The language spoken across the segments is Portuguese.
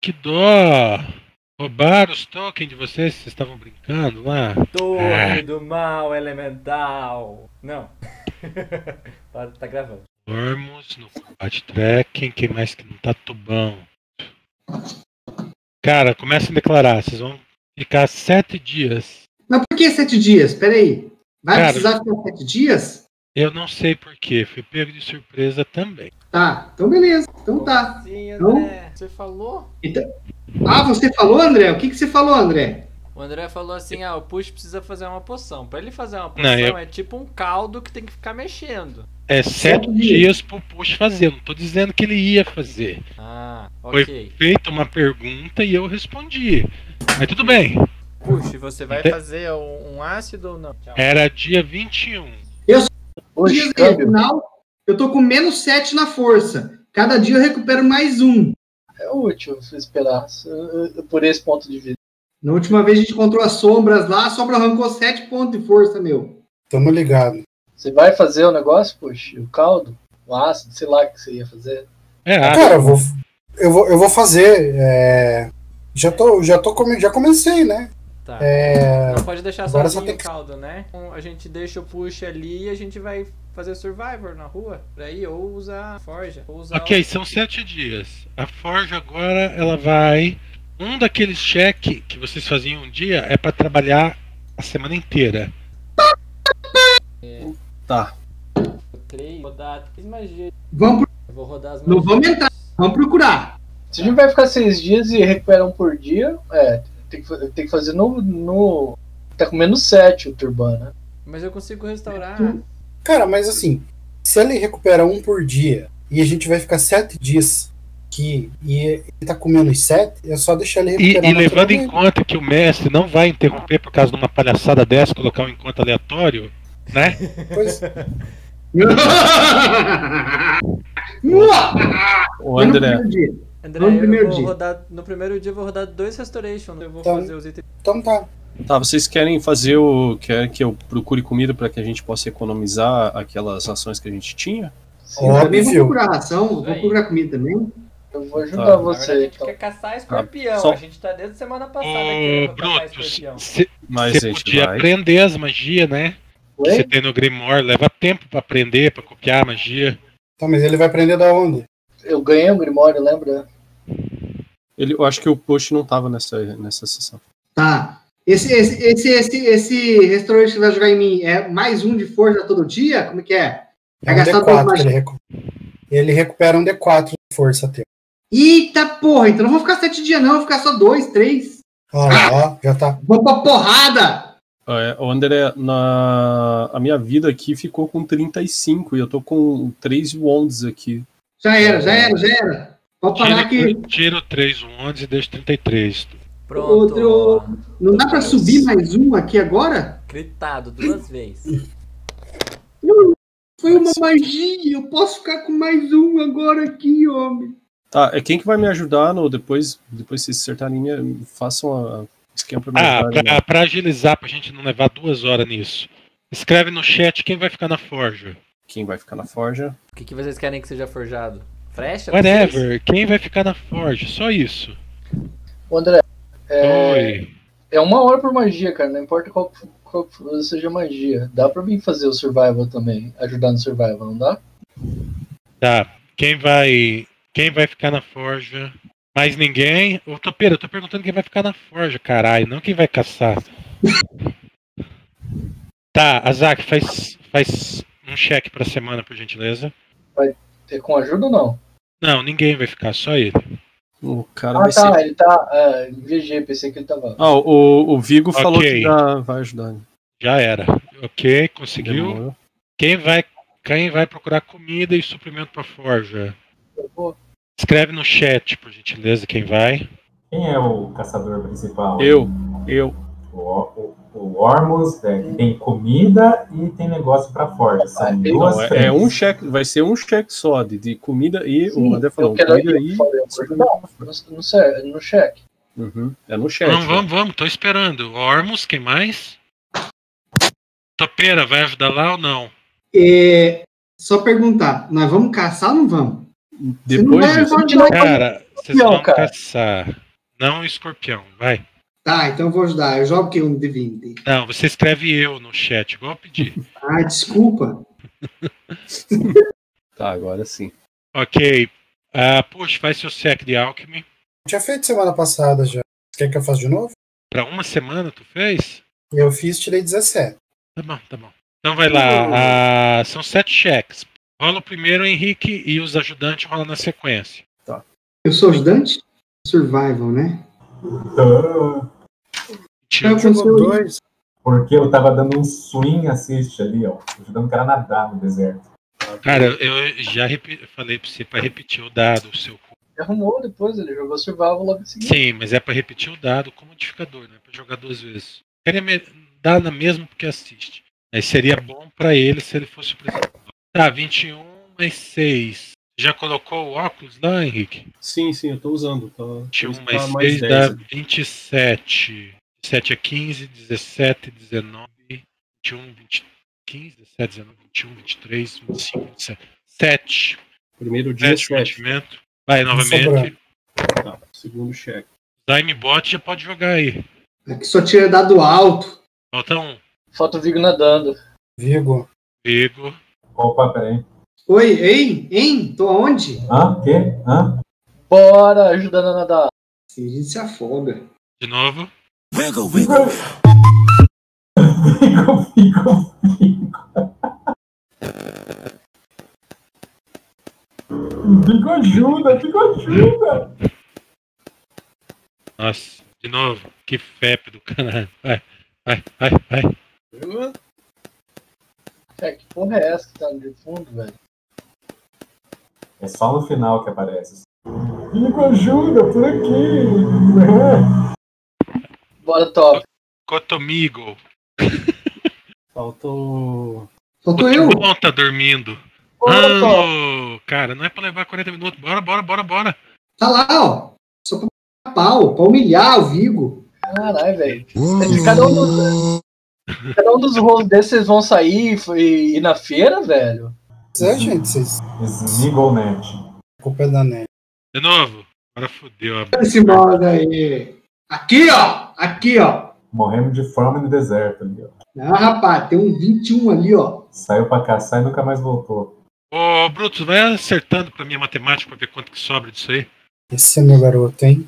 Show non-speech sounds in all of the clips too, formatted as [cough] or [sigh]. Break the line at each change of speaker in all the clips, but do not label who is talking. Que dó! Roubaram os tokens de vocês, vocês estavam brincando lá.
Torre do mal elemental.
[laughs]
Não. tá, tá gravando.
Ormos no combate trekking, quem mais que não tá tubão? Cara, começa a declarar, vocês vão ficar sete dias.
Mas por que sete dias? Peraí. Vai
Cara-
precisar ficar sete dias?
Eu não sei porquê, fui pego de surpresa também.
Tá, então beleza. Então tá.
Sim,
Então-
André. Você falou?
Ah, você falou, André? O que, que você falou, André?
O André falou assim: ah, o Push precisa fazer uma poção. Pra ele fazer uma poção
Não, eu-
é tipo um caldo que tem que ficar mexendo.
É sete
dias.
dias pro Push fazer, não tô dizendo que ele ia fazer.
Ah,
Foi.
ok.
Feita uma pergunta e eu respondi. Mas tudo bem,
Push, você vai
Te-
fazer um, um ácido ou não? Tchau.
era dia 21.
Dias aí, afinal, eu tô com menos sete na força. Cada dia eu recupero mais um.
É útil se esperar se- eh, por esse ponto de vista.
Na última vez a gente encontrou as sombras lá, a sombra arrancou sete pontos de força, meu.
Tamo ligado.
Você vai fazer o negócio, puxa, o caldo, o ácido, sei lá o que você ia fazer.
É, ah,
Cara, eu vou, eu vou, eu vou fazer. é, já tô, já tô come- já comecei, né?
Tá.
É,
Não pode deixar
agora só
sozinho
tem
o
que-
caldo, né? Então, a gente deixa o push ali e a gente vai fazer Survivor na rua. Pra ir, ou usar a forja, ou usar
ok, são sete dias. A Forja agora ela vai. Um daqueles cheques que vocês faziam um dia é pra trabalhar a semana inteira.
Tá.
o 3, rodar É. três magias.
Vamos, pro-
Eu vou rodar as magias.
Não vamos entrar. vamos procurar.
Se a gente vai ficar seis dias e recupera um por dia, é, tem que, fa- tem que fazer no, no. Tá com menos sete o turban, né?
Mas eu consigo restaurar.
cara, mas assim, se ele recupera um por dia e a gente vai ficar sete dias que e ele tá com menos sete, é só deixar ele
E,
recuperar.
e
na
levando em
frente.
conta que o mestre não vai interromper por causa de uma palhaçada dessa, colocar um encontro aleatório, né?
Pois-
[laughs] Ô, André,
André,
Vamos no
eu
primeiro
vou
dia.
rodar. No primeiro dia eu vou rodar dois Restoration. Eu vou
Tá.
fazer os itens.
então tá.
tá, vocês querem fazer o. Quer que eu procure comida pra que a gente possa economizar aquelas ações que a gente tinha?
Sim,
Eu também
Óbvio.
vou procurar ração, vou
Aí.
procurar comida também.
eu vou ajudar
Tá.
Na verdade, a
você.
gente
Então.
quer caçar escorpião.
Ah, só-
A gente tá desde semana passada
Ô,
querendo caçar
Brutus,
escorpião.
você
Mas a gente
podia
vai.
aprender as magias, né? Que
Ué?
você tem no Grimoire, leva tempo pra aprender, pra copiar a magia.
Tá, mas ele vai aprender da onde?
Eu ganhei o Grimório, lembra?
Ele, eu acho que o Push não tava nessa, nessa sessão.
Tá. Esse, esse, esse, esse, esse restaurante que vai jogar em mim é mais um de força todo dia? Como que é?
É
Vai
um
gastar duas
D4 que
magias.
ele recupera. Ele recupera um D4 de força teu.
Eita porra, então não vou ficar sete dias, não, vou ficar só dois, três.
Ó, lá, ó, já tá.
Vamos pra porrada!
É, o André, na, a minha vida aqui ficou com 35 e eu tô com 3 Wands aqui.
Já era, já era, já era. Pode parar que
Tira, tira o 3, o 11 e deixa o 33.
Pronto.
Outro- não dá pra subir mais um aqui agora?
Gritado duas vezes.
Foi uma magia, eu posso ficar com mais um agora aqui, homem.
Tá, é quem que vai me ajudar no depois, depois vocês acertarem, me- façam a, esquema pra me né?
Ah,
ajudar.
pra, pra agilizar, pra gente não levar duas horas nisso. Escreve no chat quem vai ficar na forja.
Quem vai ficar na forja?
O que, que vocês querem que seja forjado? Frecha? Vocês?
Whatever, quem vai ficar na forja, só isso.
O André,
Oi.
é uma hora por magia, cara. Não importa qual, qual seja a magia. Dá pra mim fazer o survival também. Ajudar no survival, não dá?
Tá, quem vai quem vai ficar na forja? Mais ninguém? Ô, Topeira, eu tô perguntando quem vai ficar na forja, caralho, não quem vai caçar. tá, Azak, faz, faz um cheque pra semana, por gentileza.
É com ajuda ou não?
Não, ninguém vai ficar, só ele.
O cara
Ah,
vai ser.
tá. Ele tá. Ah, VG, pensei que ele tava.
Ah, o, o Vigo falou
Ok.
que dá- vai ajudar. né?
Já era. Ok, conseguiu.
Demorou.
Quem vai, quem vai procurar comida e suprimento pra forja?
Eu vou.
Escreve no chat, por gentileza, quem vai.
Quem é o caçador principal?
Eu, eu.
tipo, O, o, o Ormus né, que tem comida e tem negócio pra forja. São
Ah, eu-
duas
Não, é,
frentes.
é um cheque, vai ser um cheque só de, de comida e o André falou,
eu quero
comida
ir
e.
pra fora, eu vou ajudar. No, no, cer- no cheque.
Uhum, é no cheque.
Não, vamos, vamos, tô esperando. Ormus, quem mais? Topeira, vai ajudar lá ou não?
É, só perguntar, nós vamos caçar ou não vamos?
né?
Você
Depois
não é,
disso,
vai ajudar
Cara, Vocês
Escorpião,
vão
cara.
caçar. Não escorpião, vai.
Tá, então eu vou ajudar. Eu jogo que um de 20.
Não, você escreve eu no chat, igual eu pedi.
Ah, desculpa.
Tá, agora sim.
ok. Ah, puxa, faz seu sec de alchemy.
Tinha feito semana passada já. Quer que eu faça de novo?
Pra uma semana tu fez?
Eu fiz, tirei 17.
Tá bom, tá bom. Então vai lá. ah, são sete cheques. Rola o primeiro, Henrique, e os ajudantes rolam na sequência.
Eu sou ajudante? Survival, né?
Então,
Tio,
Eu sou-
dois.
porque eu tava dando um swing assist ali, ó. Ajudando o cara a nadar no deserto.
Cara, eu já repi- falei pra você pra repetir o dado, o seu
Ele arrumou depois, ele jogou Survival logo em seguida.
Sim, mas é pra repetir o dado como modificador, não é pra jogar duas vezes. Ele me- dá na mesma porque assiste. Mas seria bom pra ele se ele fosse o presidente. Tá, 21 mais 6. Já colocou o óculos lá, Henrique?
Sim, sim, eu tô usando. Tá,
21
tá
mais 6 dá
aqui.
27. 7 é 15, 17, 19, 21, 20, 15, 17, 19, 21, 23, 25, 27. 7.
Primeiro dia,
7
cheque.
batimento. Vai novamente.
sobrando.
Tá, segundo cheque.
Dimebot já pode jogar aí.
Aqui É só tira dado alto.
Falta um.
Falta o Vigo nadando.
Vigo.
Vigo.
Opa, peraí.
Oi, ei, hein? Tô aonde?
Hã? Quê? Hã?
Bora, ajudando a nadar.
Assim, a gente se afoga.
De novo.
Fico, fico, fico. Fico ajuda, fico ajuda.
Nossa, de novo. Que fepe do caralho. Vai, vai, vai, vai.
Cara, que porra é essa que tá de fundo, velho?
É só no final que aparece. Fico ajuda, por aqui.
Bora, top.
Cotomigo.
Faltou.
Faltou eu.
O tá dormindo. Ah,
Bora, top.
Não, cara, não é pra levar 40 minutos. Bora, bora, bora, bora.
Tá lá, ó. Só pra pau, pra humilhar o Vigo.
Caralho, velho. Cada um dos, cada um dos rolos desses vocês vão sair e- e ir na feira, velho.
Pois É, gente, vocês.
Snigglenet.
a Culpa é da net.
De novo. Agora fodeu. a-
Esse modo aí. Aqui, ó. Aqui, ó.
Morremos de fome no deserto ali, ó.
Não, rapaz, tem um 21 ali, ó.
Saiu pra caçar e nunca mais voltou.
Ô, Brutus, vai acertando pra minha matemática pra ver quanto que sobra disso aí.
Esse é meu garoto, hein?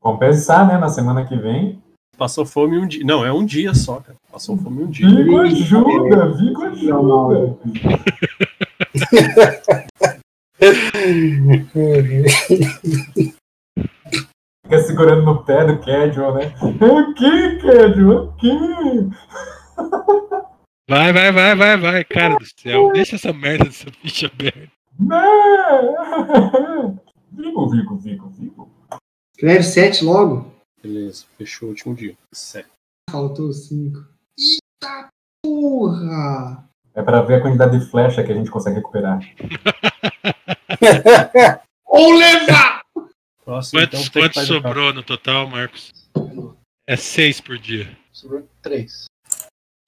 Compensar, né? Na semana que vem.
Passou fome um dia. Não, é um dia só, cara. Passou fome um dia.
Vigo ajuda, Vigo
Não, não,
ajuda. Fica segurando no pé do Cadwell, né? Aqui, Cadwell, aqui.
Vai, vai, vai, vai, vai. Cara do céu. Deixa essa merda dessa ficha aberta.
Né? Vigo, Vigo, Vigo, Vigo.
Escreve 7 logo.
Beleza, fechou o último dia. Certo.
Faltou 5. Eita porra!
É pra ver a quantidade de flecha que a gente consegue recuperar.
Ou levar!
Próximo,
Quanto,
então, tem que
quanto
fazer o cálculo.
sobrou no total, Marcos? É seis por dia.
Sobrou três.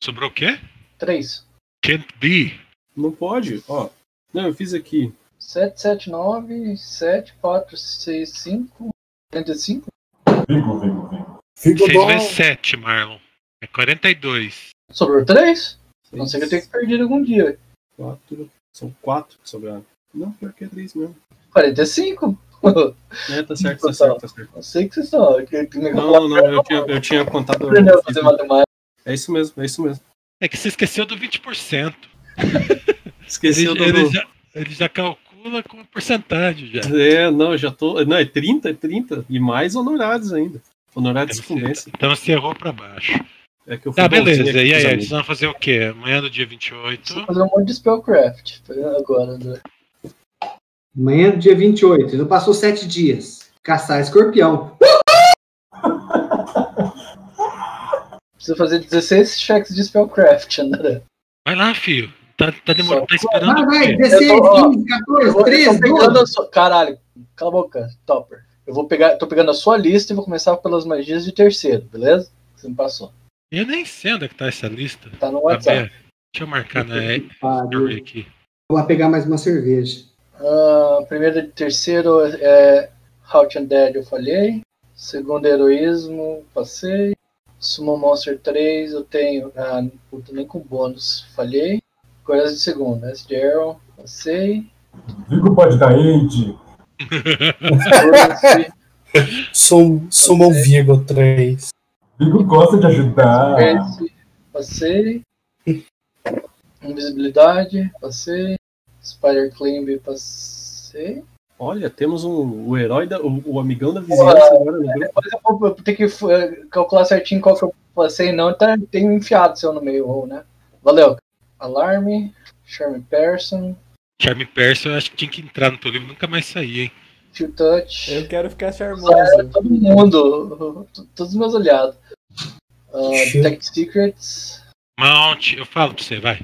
Sobrou o quê?
Três.
Can't be.
Não pode, ó. Não, eu fiz aqui.
Sete, sete, nove, sete, quatro, seis, cinco, quarenta e cinco.
Vigo, Vigo, Vigo.
Vigo
6
bom.
vezes 7, Marlon. É 42.
Sobrou três? A Não
Seis,
sei que eu tenho que perder algum dia.
quatro. São quatro que sobraram. Não, pior que é três mesmo.
[laughs] 45?
É, tá certo, tá certo, tá certo.
Não sei que vocês estão. que- que negócio lá
Não, não, eu tinha, eu tinha contado.
aprendeu a fazer matemática.
É isso mesmo, é isso mesmo.
É que você esqueceu do 20%. Ele,
Esqueci do.
ele já, ele já calcula com a porcentagem já.
É, não, já tô. Não, é 30, é 30. E mais honorários ainda. Honorários de sucumbência.
Então você errou pra baixo.
É que eu fui
Tá,
bonzinho
beleza.
aqui
E aí,
com os
eles
amigos.
vão fazer o quê? Amanhã do dia
Preciso
28.
fazer um monte de spellcraft agora. Né?
Amanhã, dia 28, já Então, passou 7 dias. Caçar escorpião.
Preciso fazer 16 cheques de spellcraft, né?
Vai lá, filho. Tá, tá demorando, tá
Vai,
esperando. o
vai,
quê?
16,
Eu tô- ó,
15,
Eu
14,
vou- eu
13,
tô pegando
12.
a sua- Caralho, cala a boca, topper. Eu vou pegar, tô pegando a sua lista e vou começar pelas magias de terceiro, beleza? Você me passou.
Eu nem sei onde é que tá essa lista.
Tá no
Tá
WhatsApp.
aberto. Deixa eu marcar na
Pariu.
Story aqui.
Vou lá pegar mais uma cerveja.
Ah, primeiro de terceiro é Hot and Dead eu falhei. Segundo Heroísmo, passei. Sumo Monster 3 eu tenho. Ah, puta, nem com bônus, falhei. Coisas de segundo, SDR, passei.
Digo pode dar aid.
Currency,
Sum, sumam Virgo 3.
Vigo gosta de ajudar.
É.
Esse, passei. Invisibilidade, passei. Spider Climb, passei.
Olha, temos um, o herói, da, o, o amigão da vizinhança agora no grupo.
Mas eu vou eu vou ter que eh, calcular certinho qual que eu passei, não. Tá, tem um enfiado seu no meio, ou, né? Valeu. Alarme, Charme Person,
Charme Percy, eu acho que tinha que entrar no teu livro e nunca mais sair, hein?
Feel Touch.
Eu quero ficar charmoso.
Zero, todo mundo, t- todos os meus olhados. Uh,
Shoot.
Detect Secrets.
Mount, eu falo pra você, vai.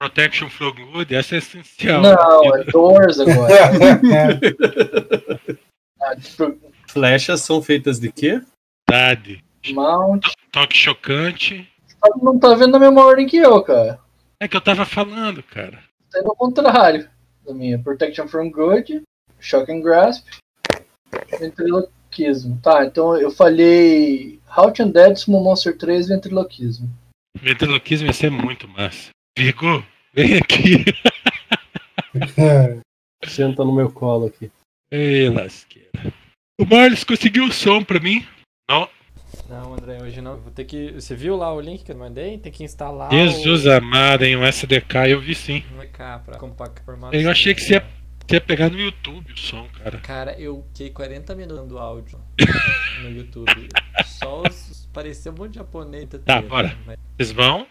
Protection from Good, essa é essencial.
Não, é Doors agora. [laughs]
é,
Ah,
Flechas são feitas de quê?
Verdade.
Mount.
Toque chocante.
Não tá vendo na mesma ordem que eu, cara.
É que eu tava falando, cara.
Tá indo ao contrário da minha. Protection from Good, Shock and Grasp, Ventriloquismo. Tá, então eu falhei Halt and Dead, Sumo Monster 3, Ventriloquismo.
Ventriloquismo ia ser muito massa. Vigo, vem aqui. [laughs]
é.
Senta no meu colo aqui.
Ei, lasqueira. O Marlos conseguiu o som pra mim.
Não, André, hoje não. Vou ter que. Você viu lá o link que eu mandei? Tem que instalar.
Jesus amado, hein? Um SDK, eu vi sim.
O... VK pra compact formato.
Eu achei que você ia- Você ia pegar no YouTube o som, cara.
Cara, eu fiquei 40 minutos
[laughs]
do áudio no YouTube. Só os. Pareceu um monte de japonês.
Tá, bora.
Mas-
Vocês vão?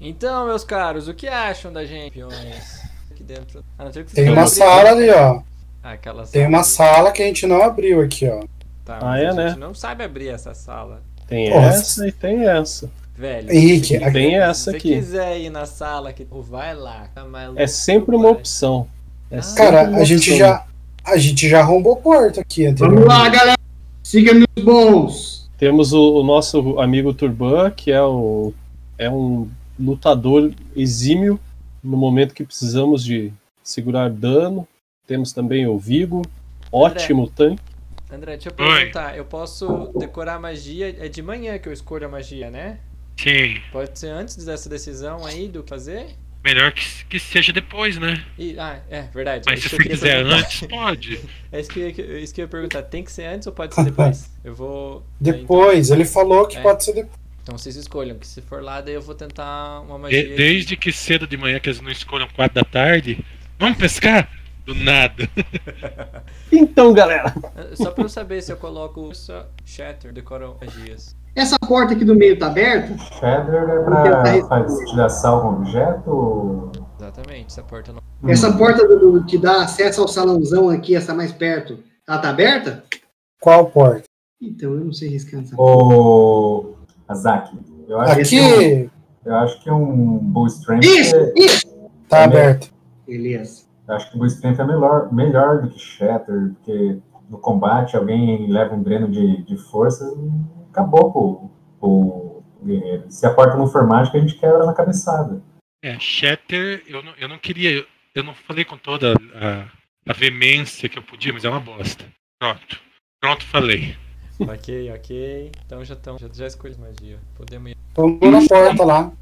Então, meus caros, o que acham da gente? Peões? Aqui dentro. A não ser que vocês
Tem
queiram
uma
abrir-
sala ali, ó.
Ah, aquela sala.
Tem uma sala que a gente não abriu aqui, ó.
Tá,
Ah,
mas
é,
a gente
né?
não sabe abrir essa sala,
Tem
Nossa.
essa e tem essa.
É
velho.
Henrique, a-
Tem
Se
essa
você
aqui.
quiser ir na sala, que... ou vai lá. Tá maluco,
É sempre uma
vai.
opção. É
Ah.
sempre
cara,
uma
a gente
opção.
já. A gente já arrombou porta aqui
Vamos
anteriormente.
lá, galera. Siga-me os bons.
Temos o, o nosso amigo Turban, que é, o, é um lutador exímio no momento que precisamos de segurar dano. Temos também o Vigo, ótimo tanque. [laughs]
André, deixa eu
Oi.
perguntar. Eu posso decorar a magia? É de manhã que eu escolho a magia, né?
Sim.
Pode ser antes dessa decisão aí do que fazer?
Melhor que, que seja depois, né?
E- ah, é verdade.
Mas
Isso
se
eu
você
queria
quiser
perguntar.
antes, pode.
É isso que, eu ia- isso que eu ia perguntar. Tem que ser antes ou pode ser depois? Eu vou.
Depois, ele falou que
É.
pode ser depois.
Então vocês escolham, que se for lá, daí eu vou tentar uma magia.
De-
aqui.
desde que cedo de manhã, que eles não escolham quatro da tarde. Vamos pescar? Do nada.
Então, galera,
Ah, Só pra eu saber se eu coloco só Shatter, decoro magias.
Essa porta aqui do meio tá aberta?
Shader é pra faz- tirar salvo um objeto?
Exatamente, essa porta não.
Hum.
Essa porta do- do- que dá acesso ao salãozão aqui, essa mais perto, ela tá aberta?
Qual porta?
Então eu não sei riscar essa
Ô, Azaki, eu acho, Que, um,
Aqui
eu acho que um Bull Strength
Isso,
é,
isso.
tá aberto.
Beleza.
eu acho que Bull Strength é melhor, melhor do que Shatter, porque no combate alguém leva um dreno de, de força e acabou pro, pro guerreiro. Se a porta não for mágica, a gente quebra na cabeçada.
[laughs] É, Shatter, eu não, eu não queria. eu- Eu não falei com toda a, a veemência que eu podia, mas é uma bosta. Pronto. Pronto, falei.
ok, ok. Então já estão. Já, já escolhi magia. Podemos ir.
Vamos na
tá.
porta lá.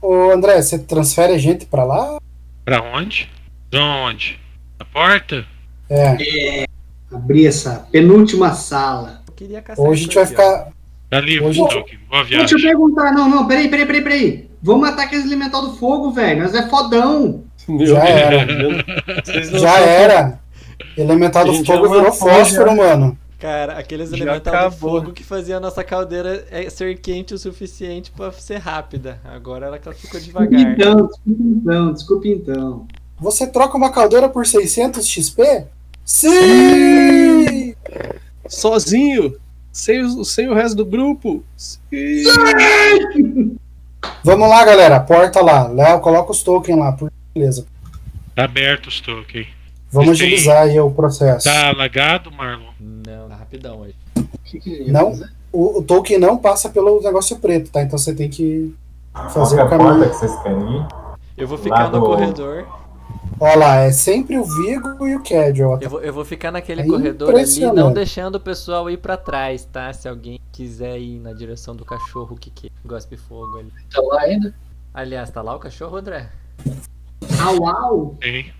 Ô André, você transfere a gente pra lá?
Pra onde? De onde? Na porta?
É.
Abrir essa penúltima sala.
Eu queria caçar.
Ou a gente
isso
vai
aqui, ó.
ficar.
Tá livre,
Hoje-
Tolkien. Boa
Deixa eu
viagem.
perguntar, não, não, peraí, peraí, peraí, peraí. Vamos matar aquele elemental do fogo, velho. Nós é fodão.
meu
Já era.
Vocês não
Já
são-
era. Elemental
A
do
gente
fogo
já matou,
virou fósforo, mano.
Cara, aqueles
Já
elemental do
acabou.
fogo que fazia a nossa caldeira é, ser quente o suficiente pra ser rápida. Agora ela que ela ficou
Desculpe
devagar.
então, desculpe então, desculpe então.
Você troca uma caldeira por 600 XP? Sim!
sozinho, sem, o- sem o resto do grupo. Sim.
Vamos lá, galera. Porta lá. Léo, coloca os tokens lá, por beleza.
Tá aberto os Tolkien.
Vamos
Sim.
agilizar aí o processo.
Tá alagado, Marlon?
Não, tá rapidão hoje.
O que que é ele ia
Não,
fazer?
o, o token não passa pelo negócio preto, tá? Então você tem que fazer
Qual que é
o
a porta
caminho.
que vocês querem ir?
Eu vou ficar no
Lado-
corredor.
Olha lá, é sempre o Vigo e o Cadillac.
Eu vou, eu vou ficar naquele
É
corredor ali,
impressionante.
não deixando o pessoal ir pra trás, tá? Se alguém quiser ir na direção do cachorro que, que gospe fogo ali.
Tá lá ainda?
Aliás, tá lá o cachorro, André?
Au, au.
Tem.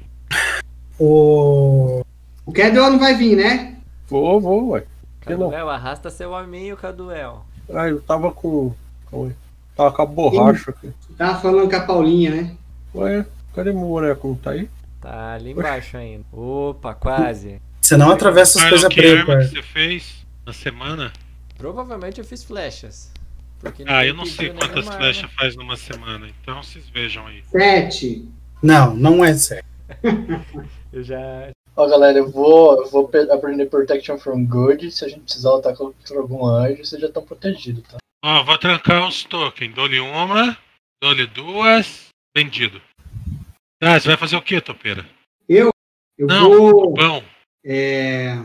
O...
O Kedel não vai vir, né?
Vou, vou, ué. Que não?
Caduel, arrasta seu aminho, Caduel.
Ah, eu tava com. Calma aí. Tava com a borracha aqui.
Tava Tá falando com a Paulinha, né?
Ué, cadê meu boneco? Não tá aí?
Tá ali embaixo ainda. Opa, quase.
Você não atravessa as
Marlon,
coisas é.
que
pretas.
arma que você
cara.
fez na semana?
Provavelmente eu fiz flechas. Porque
Ah,
ninguém
eu não sei
pediu
quantas
nenhuma
flechas faz numa semana, então vocês vejam aí.
Sete.
Não, não é certo.
arma. Eu já.
Ó, galera, eu vou, eu vou pe- aprender Protection from Good. Se a gente precisar lutar contra algum anjo, vocês já estão protegidos, tá?
Ó, vou trancar uns tokens. Dou-lhe uma, dou-lhe duas. Vendido. Tá, você vai fazer o que, Topeira?
Eu
Não.
vou.
Bom,
É...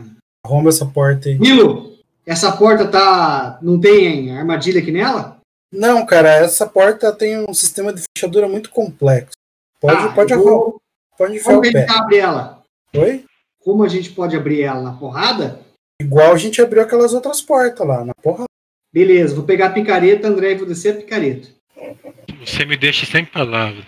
Arromba essa porta aí.
Milo, essa porta tá. Não tem armadilha aqui nela?
Não, cara, essa porta tem um sistema de fechadura muito complexo. Pode,
Tá,
pode,
eu
arrom-
vou-
pode enfiar
Como
o
que a
pé.
gente abre ela?
Oi?
Como a gente pode abrir ela na porrada?
Igual a gente abriu aquelas outras portas lá, na porra.
Beleza, vou pegar a picareta, André, e vou descer a picareta.
você me deixa sem palavras.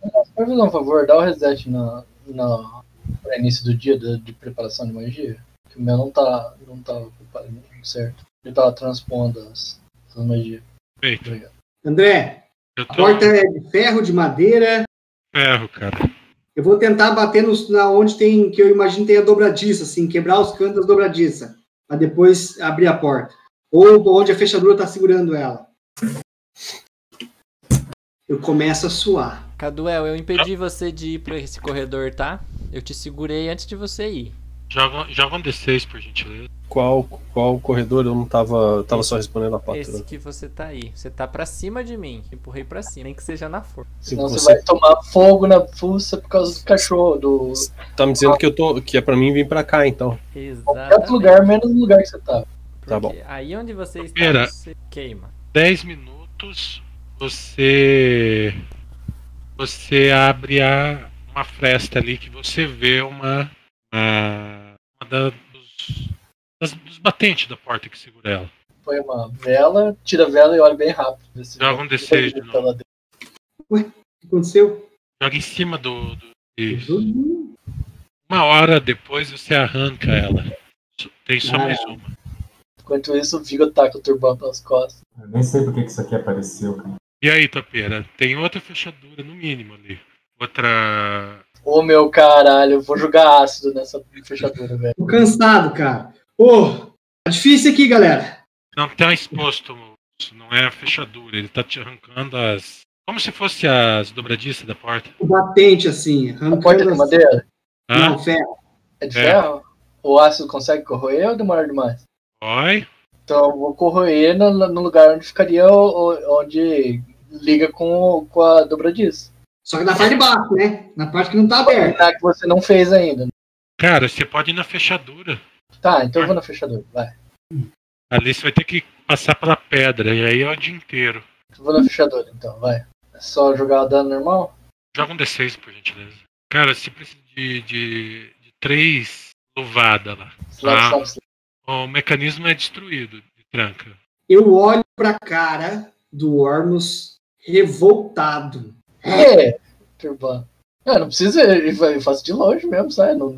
Pode fazer um favor, dá o reset na, na, pra início do dia de, de preparação de magia. Que o meu não tá, não tá preparado certo. Ele tava transpondo as, as magias.
Feito.
André,
Eu
a
tô
porta é de ferro, de madeira.
ferro, cara.
Eu vou tentar bater nos, na onde tem, que eu imagino tem a dobradiça, assim, quebrar os cantos da dobradiça, para depois abrir a porta. Ou onde a fechadura tá segurando ela. Eu começo a suar.
Caduel, eu impedi você de ir pra esse corredor, tá? Eu te segurei antes de você ir.
Joga, joga um D6, por gentileza.
Qual, qual corredor? Eu não tava. eu Tava só respondendo a né?
Esse
patroa.
que você tá aí. Você tá pra cima de mim. Empurrei pra cima, nem que seja na força.
Se
Senão
você
você vai tomar fogo na fuça por causa do cachorro, do.
tá me
Ah.
dizendo que eu tô. que é pra mim vir pra cá, então.
Qualquer
Exatamente.
outro lugar, menos no lugar que você tá.
Tá bom.
Porque Aí onde você está,
Pera.
você queima.
10 minutos, você. Você abre a, uma fresta ali que você vê uma. a- uma da- dos, das- dos batentes da porta que segura ela.
Põe uma vela, tira a vela e olha bem rápido. Vê se
Joga um D6 de
Tá
novo.
lá dentro.
O que aconteceu?
Joga em cima do. do isso. Uma hora depois você arranca ela. Tem só mais uma.
Enquanto isso, o Vigo taca o turbão pelas costas.
Eu nem sei por que que isso aqui apareceu, cara.
E aí, Topeira? Tem outra fechadura, no mínimo, ali. Outra.
Ô meu caralho, eu vou jogar ácido nessa fechadura, velho.
Tô cansado, cara. Ô, tá difícil aqui, galera.
Não tá exposto, moço. não é a fechadura. Ele tá te arrancando as. Como se fosse as dobradiças da porta.
O batente, assim,
A porta
arrancando
é de
as-
madeira?
Tá?
Não, ferro.
É de
É.
ferro? O ácido consegue corroer ou demora demais?
Oi.
Então eu vou corroer no, no lugar onde ficaria, o- o- onde liga com, o- com a dobradiça.
Só que na parte de baixo, né? Na parte que não tá aberta.
Tá, que você não fez ainda.
Cara, você pode ir na fechadura.
Tá, então eu vou na fechadura, vai.
Ali você vai ter que passar pela pedra. E aí é o dia inteiro.
Eu vou na fechadura, então, vai. É só jogar o dano normal?
Joga um D6, por gentileza. Cara, você precisa de, de, de três luvadas lá.
Slap,
Ah.
slap, slap.
O mecanismo é destruído de tranca.
Eu olho pra cara do Ormus revoltado.
É, turbano. Ah, não precisa, eu fa- eu faço de longe mesmo, sai. Não,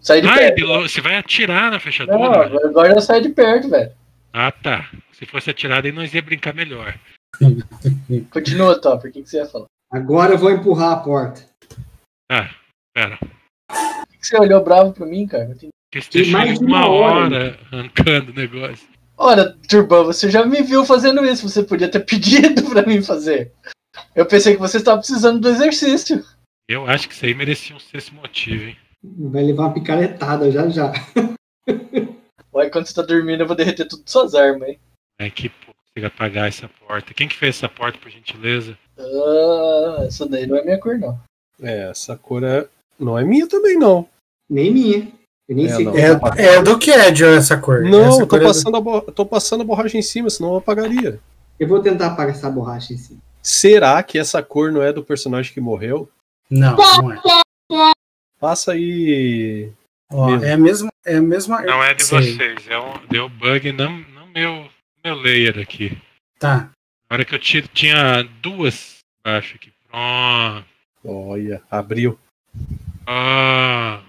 sai de
Ah, é
perto.
de longe. é Você vai atirar na fechadura?
Não,
velho?
agora- agora eu saio de perto, velho.
Ah, tá. Se fosse atirado, aí nós ia brincar melhor.
Continua, Top, o que, que você ia falar?
Agora eu vou empurrar a porta.
Tá, pera.
Por que, que você olhou bravo pra mim, cara? Não entendi.
Porque você deixou
mais
ele
de uma
uma
hora.
hora arrancando o negócio.
Olha, Turban, você já me viu fazendo isso, você podia ter [laughs] pedido pra mim fazer. Eu pensei que você estava precisando do exercício.
Eu acho que isso aí merecia um sexto motivo, hein?
Vai levar uma picaretada já já.
Olha, quando você tá dormindo, eu vou derreter tudo suas armas, hein?
É que pouco você apagar essa porta. Quem que fez essa porta, por gentileza?
Ah, essa daí não é minha cor, não.
É, essa cor é. Não é minha também, não.
Nem minha. Eu nem
É,
sei
não.
qual é.
É, é do que é de essa cor.
Não,
essa
eu
cor
tô
é do-
passando, a bo- eu tô passando a borracha em cima, senão eu apagaria.
Eu vou tentar apagar essa borracha em cima.
Será que essa cor não é do personagem que morreu?
Não, não é.
Passa aí.
Ó, é a mesma. É a mesma
Não é de
sei.
vocês, é um, deu bug no, no meu, no meu layer aqui.
Tá.
Na hora que eu tiro, tinha duas embaixo aqui. Pronto.
Olha, abriu.
Ah.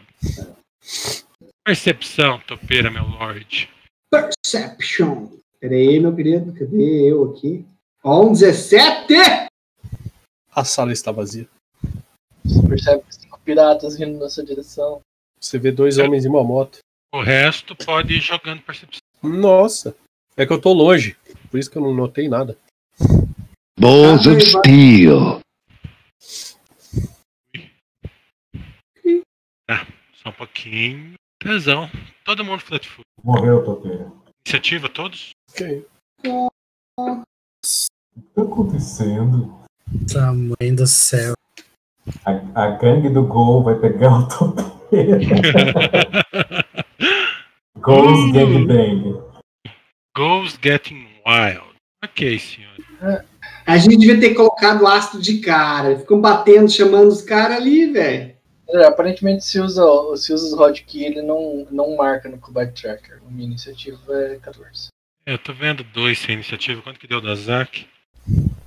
Percepção, topeira, meu lord.
Perception. Pera aí, meu querido. Cadê eu aqui? Ó, um 17!
A sala está vazia.
Você percebe que cinco piratas vindo na sua direção.
Você vê dois homens em uma moto.
O resto pode ir jogando percepção.
Nossa, é que eu tô longe. Por isso que eu não notei nada.
Tá,
Balls of steel.
Só um pouquinho. Tesão. Todo mundo flat foot.
Morreu, Topeira.
Iniciativa, todos?
Ok.
O que tá acontecendo?
Essa mãe do céu.
A, a gangue do Gol vai pegar o Topeira. Gol's Gangbang.
[laughs] Goes getting wild. Ok, senhor.
A gente devia ter colocado ácido de cara. Ficam batendo, chamando os caras ali, velho.
É, aparentemente se usa, se usa os hotkey, ele não, não marca no combat tracker. A minha iniciativa é 14.
Eu tô vendo dois sem iniciativa. Quanto que deu da Zac?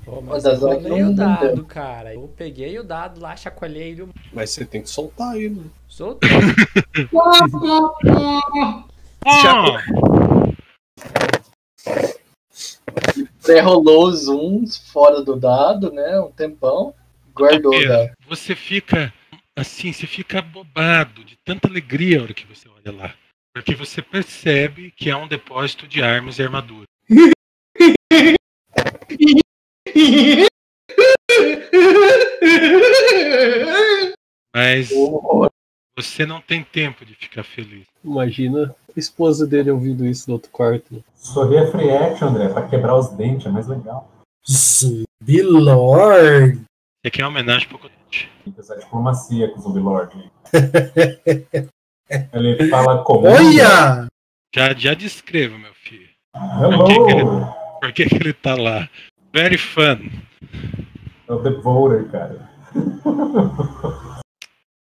Ó,
Mas
mas,
das
Eu
horas
peguei o
não deu.
dado, cara. Eu peguei o dado lá, chacoalhei ele.
mas você tem que soltar ele. né?
Soltei.
Ah,
Você rolou os uns fora do dado, né? Um tempão. Guardou o dado.
Topeira, você fica assim, você fica abobado de tanta alegria a hora que você olha lá. Porque você percebe que é um depósito de armas e armadura. Mas
Oh,
você não tem tempo de ficar feliz.
Imagina a esposa dele ouvindo isso do outro quarto.
Sorria é free action, André, pra quebrar os dentes, é mais legal.
Zumbilord.
Isso aqui é uma homenagem pro Kotochi.
Tem que usar diplomacia com o Zumbilord. Ele fala comum.
Olha!
Já, já descreva, meu filho.
Hello!
Por que que Por que, que ele tá lá? Very fun.
É o Devorer, cara.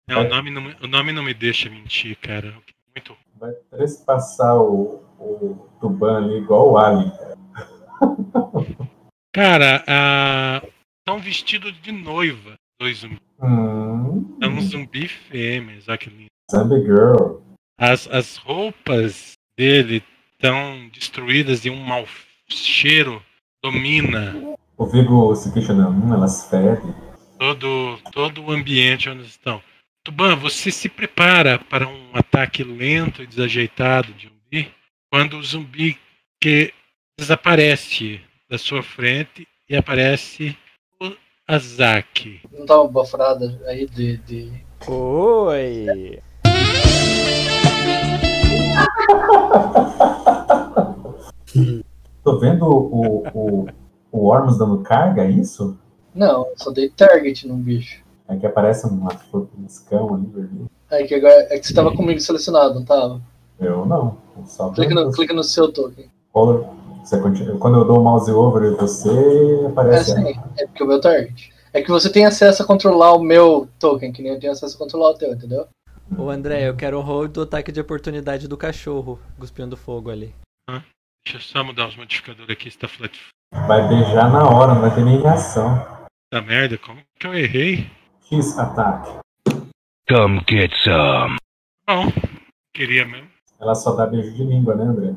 Não, É, o, nome não, o nome não me deixa mentir, cara. Muito
Vai trespassar o, o Tuban ali igual o Alien.
Cara, a... estão vestidos de noiva. Dois zumbis.
Hum,
É um zumbi fêmea, só que lindo.
Zombie Girl.
As, as roupas dele estão destruídas e um mau cheiro domina
O Vigo se questionando, hum, elas fedem.
todo, todo o ambiente onde estão. Tuban, você se prepara para um ataque lento e desajeitado de zumbi quando o zumbi que desaparece da sua frente e aparece o Azaki.
não tava bafurada aí de, de.
Oi!
Tô vendo o, o, o Ormus dando carga, é isso?
Não, só dei target num bicho.
É que aparece uma furcão ali vermelho.
É que agora é que você tava comigo selecionado, não tava?
Eu não. Eu só
Clica no, clica no seu token.
Roller. Você continua- Quando eu dou o mouse over em você,
É
aparece. né?
sim, é porque é o meu target. É que você tem acesso a controlar o meu token, que nem eu tenho acesso a controlar o teu, entendeu?
Ô André, eu quero o hold do ataque de oportunidade do cachorro, cuspindo fogo ali.
Deixa eu só mudar os modificadores aqui, tá está flat.
Vai beijar na hora, não vai ter nem reação.
Da merda, como que eu errei?
Kiss ataque.
Come get some.
Bom, queria mesmo.
Ela só dá beijo de língua, né, André?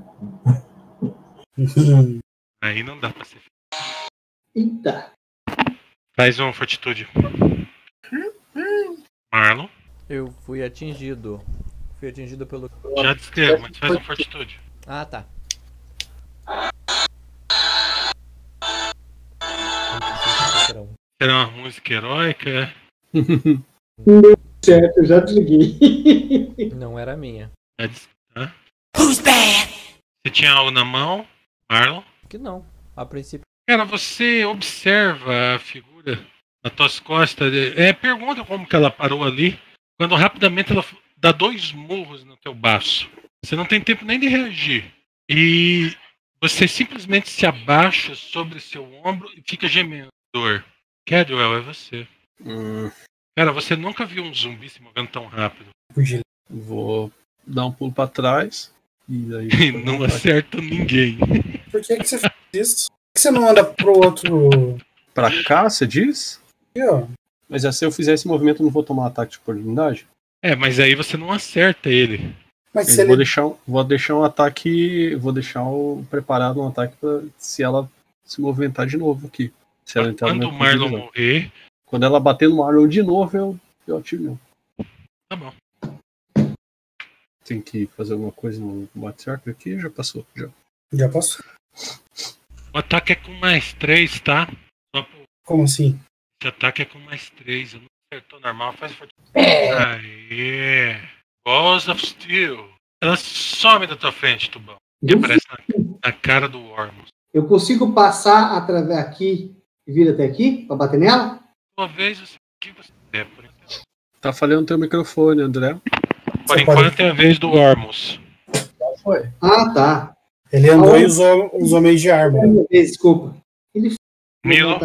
Aí não dá pra ser.
Eita.
Faz uma fortitude. Marlon,
Eu fui atingido. Fui atingido pelo.
já descrevo, mas faz uma fortitude.
Ah, tá.
Será uma música heróica? é.
Certo, eu já desliguei.
Não era minha.
Já des- tá? Você tinha algo na mão, Marlon?
Que não. A princípio.
Cara, você observa a figura nas tuas costas. É, pergunta como que ela parou ali. Quando rapidamente ela f- dá dois murros no teu baço. Você não tem tempo nem de reagir. E você simplesmente se abaixa sobre o seu ombro e fica gemendo. Dor. Cadwell, é você.
Hum,
Cara, você nunca viu um zumbi se movendo tão rápido. [laughs]
Por gel-
Vou dar um pulo pra trás.
[laughs]
E aí.
E não acerta ninguém.
Por que, que você fez isso? Por que você não anda pro outro.
Pra cá, você diz?
Aqui, ó?
Mas é, se eu fizer esse movimento, eu não vou tomar ataque de oportunidade?
É, mas aí você não acerta ele.
Mas se
Eu vou
ele.
deixar, um- vou deixar um ataque. Vou deixar um, preparado um ataque pra se ela se movimentar de novo aqui. Se ela entrar no
Quando
meu
o
campo de
Marlon
visão.
morrer,
Quando ela bater no Marlon de novo, eu, eu atiro mesmo.
tá bom.
Tem que fazer alguma coisa no combate arco aqui? Já passou. Já.
Já posso?
O ataque é com mais 3, tá? Só pro-
Como assim?
Esse ataque é com mais 3. Eu não acertou normal, faz fortuna.
É.
Aê! Balls of Steel. Ela some da tua frente, Tubão. E aparece na, na cara do Ormus.
Eu consigo passar através aqui e vir até aqui pra bater nela?
Uma vez você. o que você quiser, por enquanto.
Tá falhando teu microfone, André.
Por
Você
enquanto é a vez do Ormus.
Já foi.
Ah, tá.
Ele andou
Aonde?
e usou, usou meio de arma.
Minha vez, Desculpa.
Milo,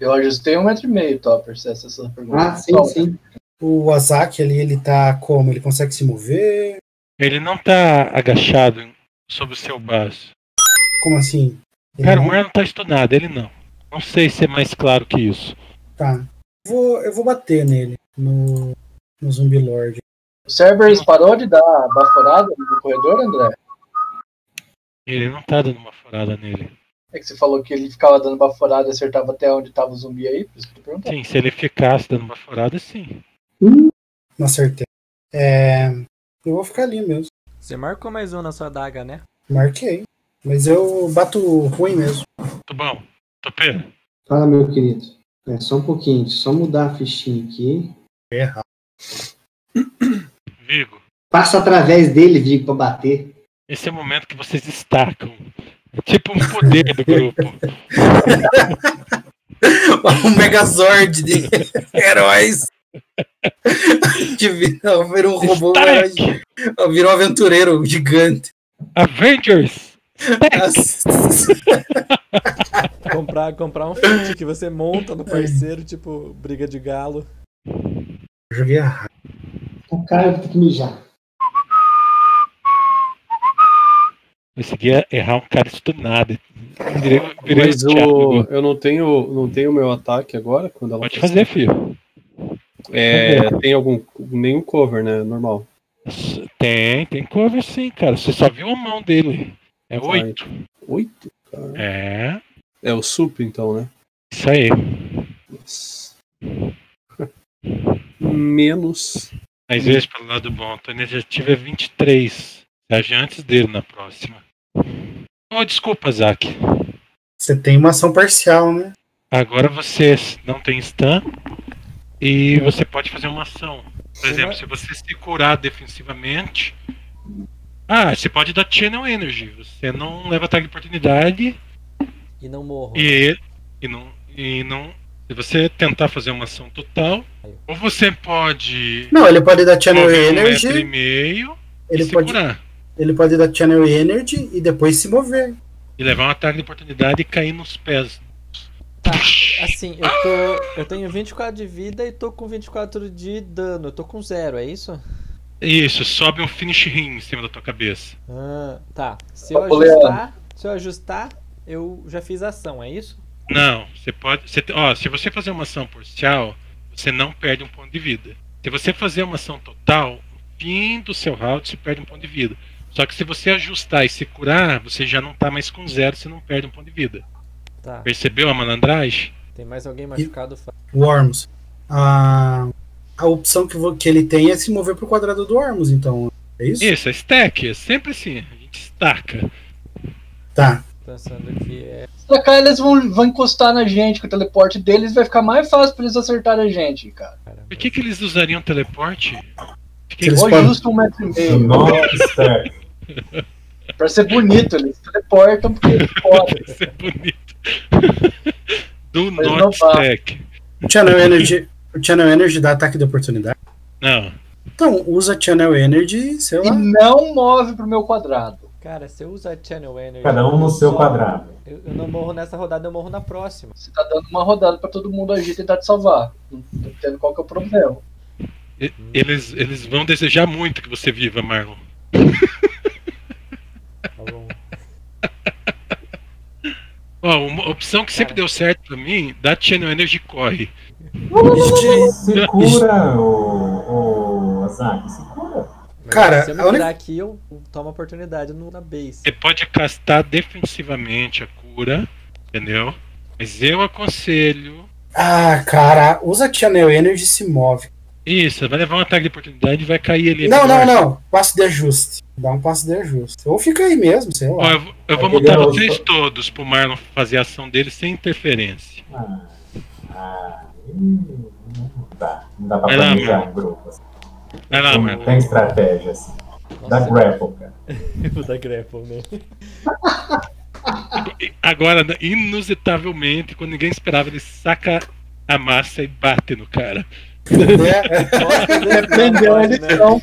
Eu ajustei um metro e meio, Topper, se essa é a sua pergunta.
Ah, sim,
Bom,
sim.
O Azaki ali, ele tá como? Ele consegue se mover?
ele não tá agachado em- sob o seu braço.
Como assim? Ele
Cara, o
não-
Marlon tá estonado, ele não. Não sei se é mais claro que isso.
Tá. Vou, eu vou bater nele, no, no Zumbi Lord.
O Cerberus parou de dar baforada no corredor, André?
Ele não tá dando uma furada nele.
É que você falou que ele ficava dando baforada e acertava até onde tava o zumbi aí, por isso que eu tô perguntando.
Sim, se ele ficasse dando uma furada, sim.
Não acertei. É, eu vou ficar ali mesmo.
Você marcou mais um na sua daga, né?
Marquei. Mas eu bato ruim mesmo.
Tubão, topeira.
Fala, meu querido. É, só um pouquinho. Só mudar a fichinha aqui.
Errado.
Vigo,
Passa através dele, Vigo, pra bater.
esse é o momento que vocês destacam. É tipo um poder do grupo.
[laughs] Um
[laughs]
Megazord de heróis. Virou um robô,
Stack!
[laughs] virou um aventureiro gigante.
Avengers!
Comprar, comprar um feat que você monta no parceiro, tipo, briga de galo.
Joguei errado.
O cara tem que mijar.
Consegui errar um cara estunado. Virei, virei
Mas
o Thiago.
o, eu não tenho não tenho meu ataque agora. Quando ela
Pode
faz-
fazer, filho.
É, tem algum. Nenhum cover, né? Normal.
Tem, tem cover sim, cara. Você só viu a mão dele. É
Vai.
oito.
Oito? Cara.
É,
É o sup, então, né?
isso aí.
Nossa. Menos.
Mas veja pelo lado bom, tua iniciativa é 23. Seja Tá antes dele na próxima. Oh, desculpa, Zack.
Você tem uma ação parcial, né?
Agora você não tem stun e você pode fazer uma ação. Por exemplo, se você se curar defensivamente. Ah, você pode dar Channel Energy. Você não leva ataque de oportunidade
E não morro.
e, e não. E não. Se você tentar fazer uma ação total, ou você pode
Não, ele pode dar Channel
mover um
Energy,
metro e meio e
ele
se
pode,
curar.
ele pode dar Channel Energy e depois se mover.
E levar um ataque de oportunidade e cair nos pés.
Tá, assim, eu tô. Eu tenho 24 de vida e tô com 24 de dano. Eu tô com zero, é isso?
Isso, sobe um finish ring em cima da tua cabeça.
Ah, tá. Se eu
Ô, Leandro.
ajustar, se eu ajustar, eu já fiz ação, é isso?
Não, você pode. Você, te- ó, se você fazer uma ação parcial, você não perde um ponto de vida. Se você fazer uma ação total, no fim do seu round você perde um ponto de vida. Só que se você ajustar e se curar, você já não tá mais com zero, você não perde um ponto de vida.
Tá.
Percebeu a malandragem?
Tem mais alguém machucado? Fa-
O Ormus. A, a opção que, vo- que ele tem é se mover pro quadrado do Ormus, então. É isso?
Isso, é stack, é sempre assim. A gente estaca.
Tá.
Pensando que é.
Pra cá eles vão, vão encostar na gente, com o teleporte deles vai ficar mais fácil pra eles acertarem a gente, cara.
Por que, que eles usariam teleporte? [laughs] Fiquei
Eles
Ou
podem-
justo um metro e meio.
Nossa,
Pra ser bonito, eles teleportam porque [laughs] eles podem.
Isso é bonito. [laughs] Do
Mas não
not
vá.
stack.
O Channel Energy. O Channel Energy dá ataque de oportunidade.
Não.
Então, usa Channel Energy, sei
E
lá.
não move pro meu quadrado.
Cara, se eu usar Channel Energy.
Cada um no
eu
seu
só-
quadrado.
Eu, eu não morro nessa rodada, eu morro na próxima.
Você tá dando uma rodada pra todo mundo agir e tentar te salvar. Não não entendo qual que é o problema. [laughs]
E- Eles, eles vão desejar muito que você viva, Marlon.
Tá bom.
Ó, uma opção que sempre deu certo pra mim, dá Channel Energy e corre.
Existe-
Se cura, o, o Azaki, se cura.
Mas
Cara,
se eu
a
me
única-
curar aqui, eu tomo a oportunidade no, na base.
Você pode castar defensivamente a cura, entendeu? Mas eu aconselho.
Ah, cara, usa Channel Energy e se move.
Isso, vai levar um ataque de oportunidade e vai cair ali.
Não, não, não. Passo de ajuste. Dá um passo de ajuste. Ou fica aí mesmo, sei
Ó,
lá.
eu, vou- eu vou
Vai
mutar
pegar o-
vocês todos pro Marlon fazer a ação dele sem interferência.
Ah, ah, ih, não dá. É, Não dá pra
Vai lá,
planejar
meu.
em grupo. assim.
Vai lá,
Não
Marlon.
tem estratégia assim. Dá grapple, cara.
eu da grapple, né?
Agora, inusitavelmente, quando ninguém esperava, ele saca a massa e bate no cara. [laughs]
Né?
Melhor ele dar um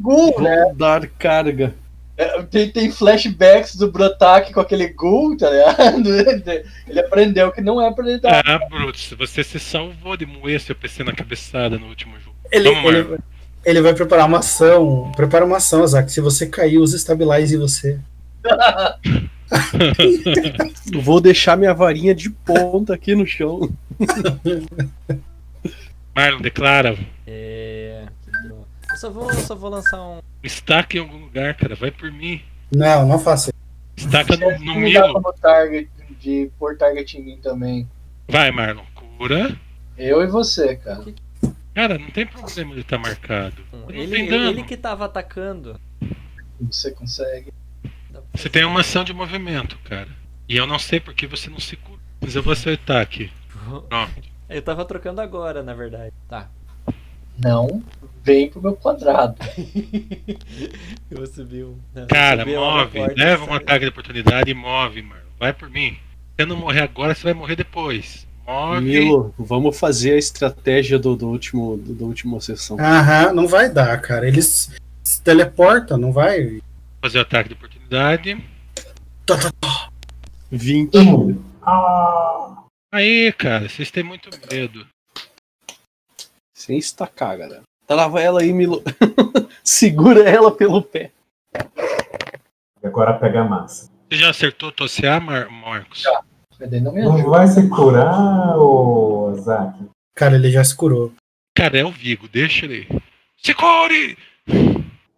ghoul, né?
Vou dar carga.
É, Tem, tem flashbacks do Brotak com aquele ghoul, tá ligado? [laughs] Ele aprendeu que não é pra ele dar.
Ah, Brutus, você se salvou de moer seu PC na cabeçada no último jogo.
Ele,
Vamos, Marlon.
ele, ele vai preparar uma ação. Prepara uma ação, Zack. Se você cair, usa Stabilize em você.
Vou deixar minha varinha de ponta aqui no chão.
[laughs] Marlon, declara.
É. Eu só vou, eu só vou lançar um.
Estaca em algum lugar, cara. Vai por mim.
Não, não faça isso.
Estaca no, no
Não dá
Milo.
como target, de pôr target em mim também.
Vai, Marlon. Cura.
Eu e você, cara.
Cara, não tem problema ele estar marcado. Não
um. Ele,
tem dano.
ele que tava atacando.
Você consegue.
Dá pra-
Você tem uma ação de movimento, cara. E eu não sei por que você não se cura. Mas eu vou acertar aqui. Pronto.
Eu tava trocando agora, na verdade. Tá.
Não, vem pro meu quadrado.
Eu subi um. não, eu
Cara,
subi lá tá na
move.
porta,
Leva um
sabe?
ataque de oportunidade e move, Marlon. Vai por mim. Se você não morrer agora, você vai morrer depois. Move.
Milo, vamos fazer a estratégia do, do último, do, da última sessão.
Ah. Aham, não vai dar, cara. Eles se teleportam, não vai.
Fazer o ataque de oportunidade.
20.
Hum. Ah,
Aí, cara, vocês têm muito medo.
Sem estacar, galera. Trava ela aí, Milo. [laughs] Segura ela pelo pé.
e agora pega a massa.
Você já acertou tossear, Mar Marcos?
Já. Mas daí não me ajuda.
Não vai se curar, o Azaki.
Cara, ele já se curou.
Cara, é o Vigo, deixa ele. Se cure!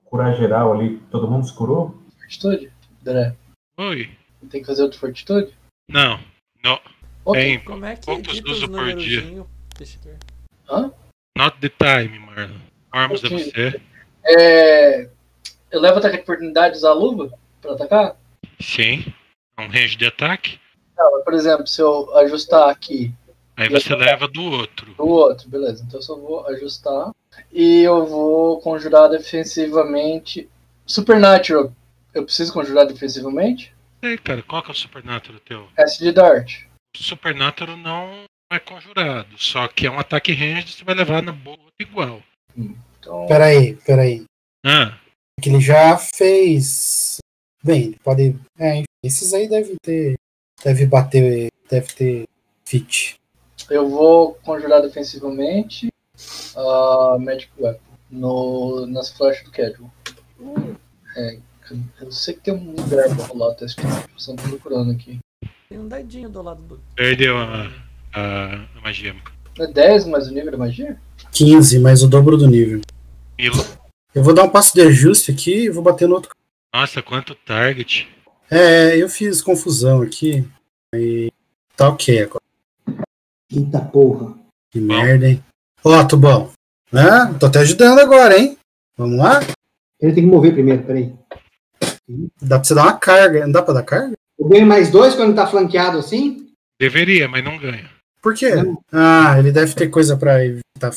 Curar geral ali, todo mundo se curou?
Fortitude? André,
Oi.
tem que fazer outro fortitude?
Não. Não.
Ok.
Tem.
Como é que
Poucos
edita
uso
os
por dia.
numerozinhos? Deixa eu ver.
Not the time, Marlon. Armas é
Ok.
você.
É, eu levo ataque de oportunidade de usar a luva pra atacar?
Sim. É um range de ataque.
Não, mas, por exemplo, se eu ajustar aqui
Aí você leva do outro.
pro outro, beleza. Então eu só vou ajustar. E eu vou conjurar defensivamente. Supernatural, eu preciso conjurar defensivamente?
Ei, cara, qual que é o Supernatural teu?
Cast de Dart.
O Supernatural não é conjurado, só que é um ataque range, você vai levar na boa igual.
Então,
Peraí, peraí.
Ah,
É que ele já fez. Bem, ele pode. É, enfim, esses aí deve ter. Deve bater. Deve ter fit.
eu vou conjurar defensivamente a Magic Weapon no, nas flechas do Casual. É, eu sei que tem um lugar pra rolar, tá escrito, só tô procurando aqui.
Tem um dadinho do lado do.
perdeu a, a, a magia.
É 10 mais o nível da magia?
15, mas o dobro do nível.
Milo.
Eu vou dar um passo de ajuste aqui e vou bater no outro.
Nossa, quanto target.
É, eu fiz confusão aqui. E tá ok agora.
Eita porra.
Que merda, hein? Ó, Tubão. Hã? Tô te ajudando agora, hein? Vamos lá?
Ele tem que mover primeiro, peraí.
Dá pra você dar uma carga. Não dá pra dar carga?
Eu ganho mais dois quando tá flanqueado assim?
Deveria, mas não ganha.
Por quê?
Não.
Ah, ele deve ter coisa pra evitar.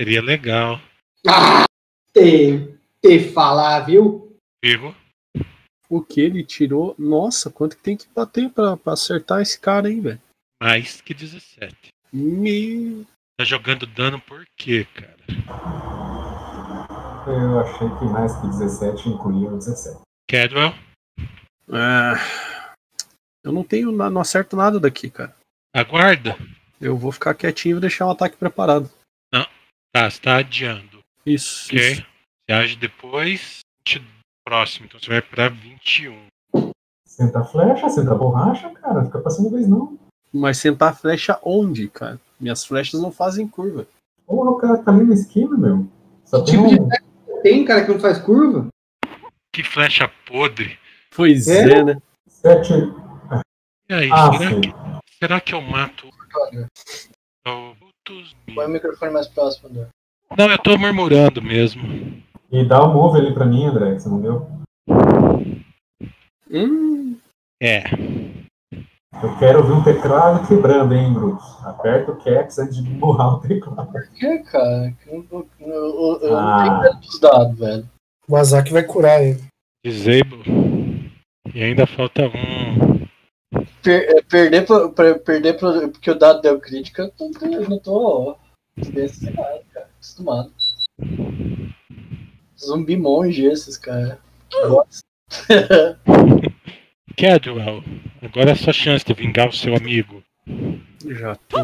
Seria legal.
Ah! Te, te falar, viu?
Vigo.
O que ele tirou? Nossa, quanto que tem que bater pra, pra acertar esse cara, hein, velho?
Mais que 17.
Me...
Tá jogando dano por quê, cara?
eu achei que mais que 17 incluía o 17.
Cadwell,
Ah, eu não tenho, na- não acerto nada daqui, cara.
aguarda.
Eu vou ficar quietinho e deixar o ataque preparado.
Tá, você tá adiando.
Isso.
Ok.
isso.
Você age depois. 20 Próximo, então você vai pra 21.
Senta a flecha, senta a borracha, cara. Não Fica passando vez não.
Mas sentar a flecha onde, cara? Minhas flechas não fazem curva.
Porra, o cara tá ali na esquina, meu. Só
Que
tem
tipo
um.
de Tem cara que não faz curva?
Que flecha podre.
Pois
É?
é, né?
Sete.
E aí,
Ah,
será,
sim.
que, será que eu mato
Olha,
o Brutus?
Põe é o microfone mais próximo, André.
Não, eu tô murmurando mesmo.
E dá o move ali pra mim, André, que você não deu.
Hum,
É.
Eu quero ouvir um teclado quebrando, hein, Brutus? Aperta o Caps antes de borrar o teclado.
Por que, É, cara? Que Eu, eu, eu, eu
Ah.
não tenho medo dos dados, velho.
O Azak vai curar ele.
Disable. E ainda falta um.
Per- é, perder, pra, pra- perder pra- porque o dado deu crítica, eu tô, eu não tô desse cara, cara. Acostumado. Zumbi monge esses, cara. Que bosta.
Cadwell, agora é a sua chance de vingar o seu amigo.
já tô.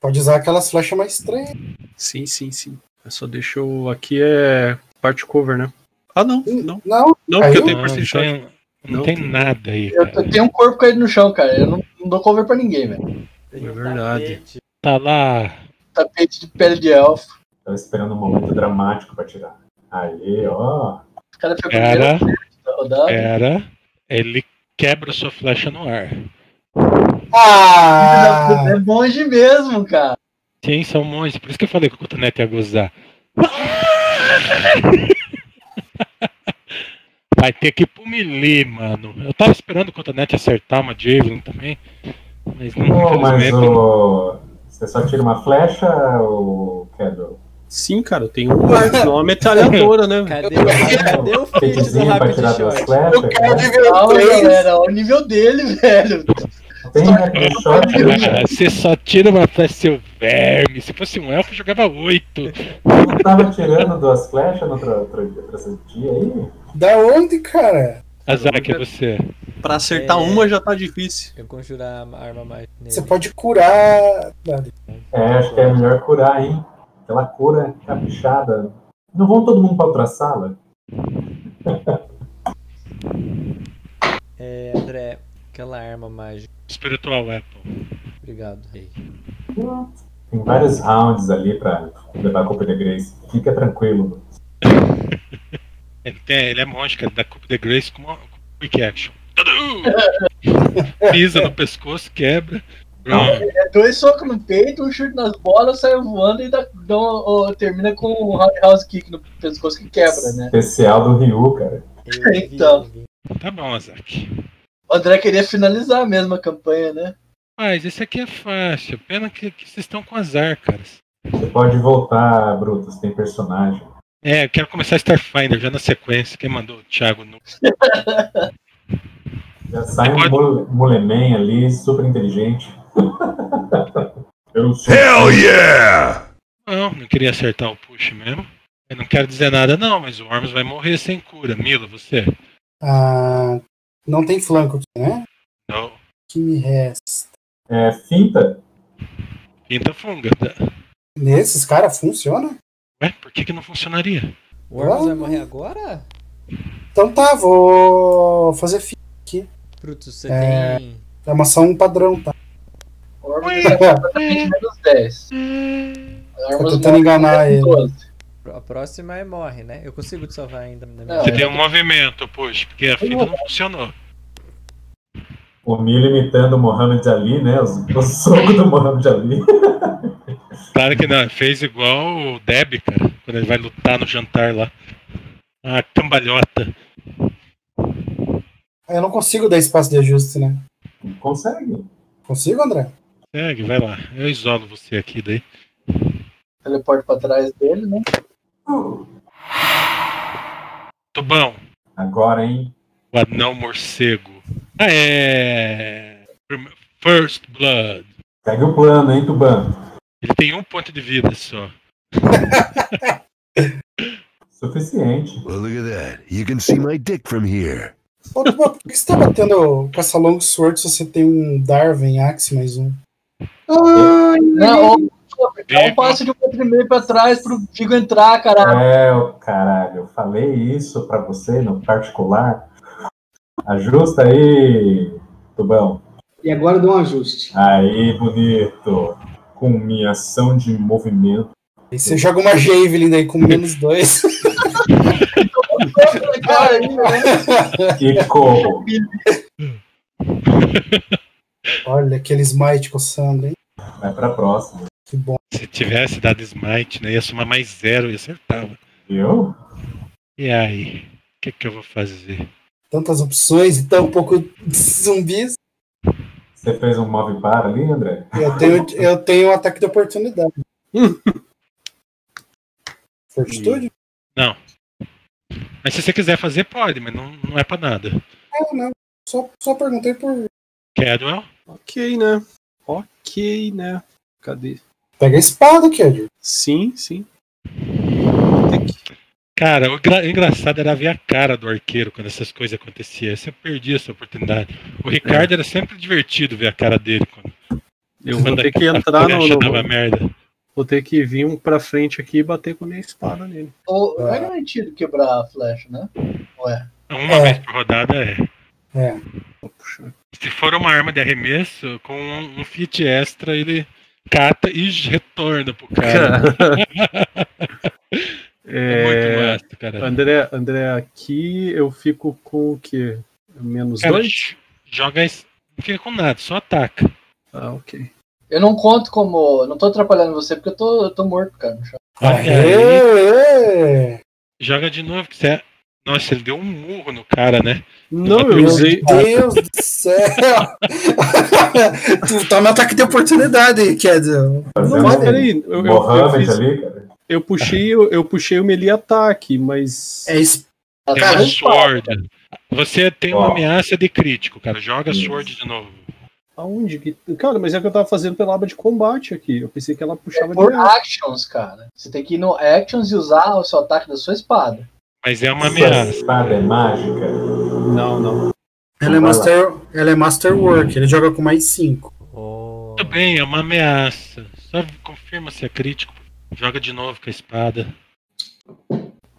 Pode usar aquelas flechas mais estranhas.
Sim, sim, sim. Eu só deixo. eu- Aqui é parte cover, né? Ah, não, não.
Não,
Não, porque eu
Caiu?
tenho
não,
Percy
não
Shot.
Ah, tem, um- não
Não.
tem nada aí,
eu,
cara.
eu tenho um corpo caído no chão, cara. Eu não, não dou cover pra ninguém, velho.
É verdade.
Tapete.
Tá lá.
Tapete de pele de elfo.
Tava esperando um momento dramático pra tirar. Aí, ó.
O cara foi o primeiro
Era,
da rodada.
é. era. Ele quebra sua flecha no ar.
Ah!
É monge mesmo, cara.
Sim, são monstros. Por isso que eu falei que o cotonete ia gozar. Vai ter que ir pro melee, mano. Eu tava esperando o cotonete acertar uma Javelin também. Mas não,
Pô, mas
infelizmente,
o. Você só tira uma flecha, o Kedro?
Sim, cara, eu tenho um arco, não uma metralhadora, né? velho?
Cadê o, cadê o feat do
Feitizinho Um pra
Rapid
tirar duas
Shot?
flechas? né? cara?
Calma,
três.
galera. Olha o nível dele, [laughs] velho.
Tem rapid shot,
Ah,
cara.
Você só tira uma flecha, seu verme. Se fosse um elfo, eu jogava oito.
Eu não tava tirando duas flechas no outro, outro, outro dia aí?
Da onde, cara?
Azak, é você.
Pra acertar
É.
uma já tá difícil.
Eu conjurar a arma mais nele.
Você pode curar. Nada.
É, acho que é melhor curar, hein? Aquela cura caprichada. Não vão todo mundo pra outra sala?
É, André, aquela arma mágica.
Spiritual Weapon.
Obrigado. Ei.
Tem vários rounds ali pra levar a culpa de Grace. Fica tranquilo.
Ele, tem, ele é monge, cara, da Coupe de Grace com uma com quick action. Tudu! Pisa no pescoço, quebra. Pronto.
É dois socos no peito, um chute nas bolas, sai voando e dá, dá um- ó, termina com um roundhouse kick no pescoço que quebra, né?
Especial do Ryu, cara.
Eu vi, eu
Então.
vi.
Tá bom, Azak.
O André queria finalizar mesmo a campanha, né?
Mas esse aqui é fácil. Pena que, que vocês estão com azar, cara.
Você pode voltar, Brutus. Tem personagem.
É, eu quero começar Starfinder já na sequência. Quem mandou? O Thiago. No...
Já sai
Você
um mole- moleman ali, super inteligente. [laughs] Eu sou.
Hell yeah!
Não, não queria acertar o push mesmo. Eu não quero dizer nada, não, mas o Ormus vai morrer sem cura. Mila, você?
Ah, não tem flanco aqui, né?
Não.
Que me resta.
É, finta.
Pinta funga.
Nesses caras funciona?
Ué, por que, que não funcionaria?
O Ormus vai
Ah.
morrer agora?
Então tá, vou fazer fi.
Brutus, você
É.
tem.
É uma ação padrão, tá? [laughs]
O Ormus está completamente menos 10. O
Tô
Ormus
tentando enganar ele.
12.
A próxima é morre, né? Eu consigo te salvar ainda. Na minha
Não,
Você
é.
tem um movimento, push, porque a fita não funcionou.
O Milo imitando o Mohamed Ali, né? Os, [laughs] o soco do Mohamed Ali.
Claro que não, fez igual o Deb, cara, quando ele vai lutar no jantar lá. A cambalhota.
Eu não consigo dar espaço de ajuste, né?
Consegue.
Consigo, André?
Segue, vai lá. Eu isolo você aqui daí.
Teleporte pra trás dele, né?
Tubão,
Agora, hein?
o anão morcego. Ah, é. Prime- First Blood.
Segue o plano, hein, Tuban?
Ele tem um ponto de vida só.
Suficiente.
Well, look at that. You can see my dick from here.
Ô, Tuba, por que você tá batendo caça long sword se você tem um Darwin Axe mais um?
Ai,
Não, ô, dá um passo de um metro e meio pra trás pro Figo entrar, caralho.
É, ô, caralho, eu falei isso pra você no particular. Ajusta aí, Tubão.
E agora dá um ajuste.
Aí, bonito. Com minha ação de movimento.
Aí você joga uma Javelin daí com menos [laughs] dois.
Cara, aí, né?
E corro.
Olha, aquele smite coçando, hein?
Vai pra próxima.
Que bom.
Se tivesse dado smite, né? Ia somar mais zero e acertava.
Viu?
E aí? O que, que eu vou fazer?
Tantas opções e tão pouco zumbis.
Você fez um move bar ali, André?
Eu tenho, eu tenho um ataque de [laughs] oportunidade. Fortitude?
Não. Mas se você quiser fazer, pode, mas não, não é pra nada.
Não, não. Só, só perguntei por.
Cadwell?
Ok, né? Ok, né? Cadê?
Pega a espada, Kedir.
Sim, sim.
Cara, o gra- engraçado era ver a cara do arqueiro quando essas coisas aconteciam. Você perdia essa oportunidade. O Ricardo era sempre divertido ver a cara dele quando,
Eu vou
quando
ter que
a-
entrar
quando
no,
ele achava
no.
merda.
Vou ter que vir um pra frente aqui e bater com a minha espada nele.
Ô, Não é garantido quebrar a flecha, né? Ué.
Uma
É.
vez por rodada é.
É.
Se for uma arma de arremesso, com um, um fit extra, ele cata e retorna pro cara. [laughs] É muito
é,
massa, cara.
André, André, aqui eu fico com o quê? Menos
cara
dois?
j- joga. es- Não fica com nada, só ataca.
Ah, ok.
Eu não conto como. Não tô atrapalhando você porque eu tô, eu tô morto, cara. no chão.
Olha aí.
Aê, aê.
Joga de novo, que você. é- Nossa, ele deu um murro no cara, né?
Não,
bati
eu
o-
usei.
Deus do céu! [laughs] tu tá no ataque de oportunidade, aí, Kedir.
Não,
Fazendo
mas
um
peraí. Eu, eu, eu,
Mohammed
fiz-
ali, cara.
eu puxei, eu, eu puxei o melee ataque, mas.
É isso.
Ela
Tem
tá
uma
muito
sword. Você tem uma
Ó.
ameaça de crítico, cara. Joga
Isso.
sword de novo.
Aonde? que- Cara, mas é que eu tava fazendo pela aba de combate aqui. Eu pensei que ela puxava de
É, Por actions, cara. Você tem que ir no actions e usar o seu ataque da sua espada.
Mas é uma
Sua
ameaça.
espada é mágica.
Não, não.
Ela é,
Vai lá.
master, ela é Masterwork, ele joga com mais 5.
Oh,
Tudo bem, é uma ameaça. Só confirma se é crítico. Joga de novo com a espada.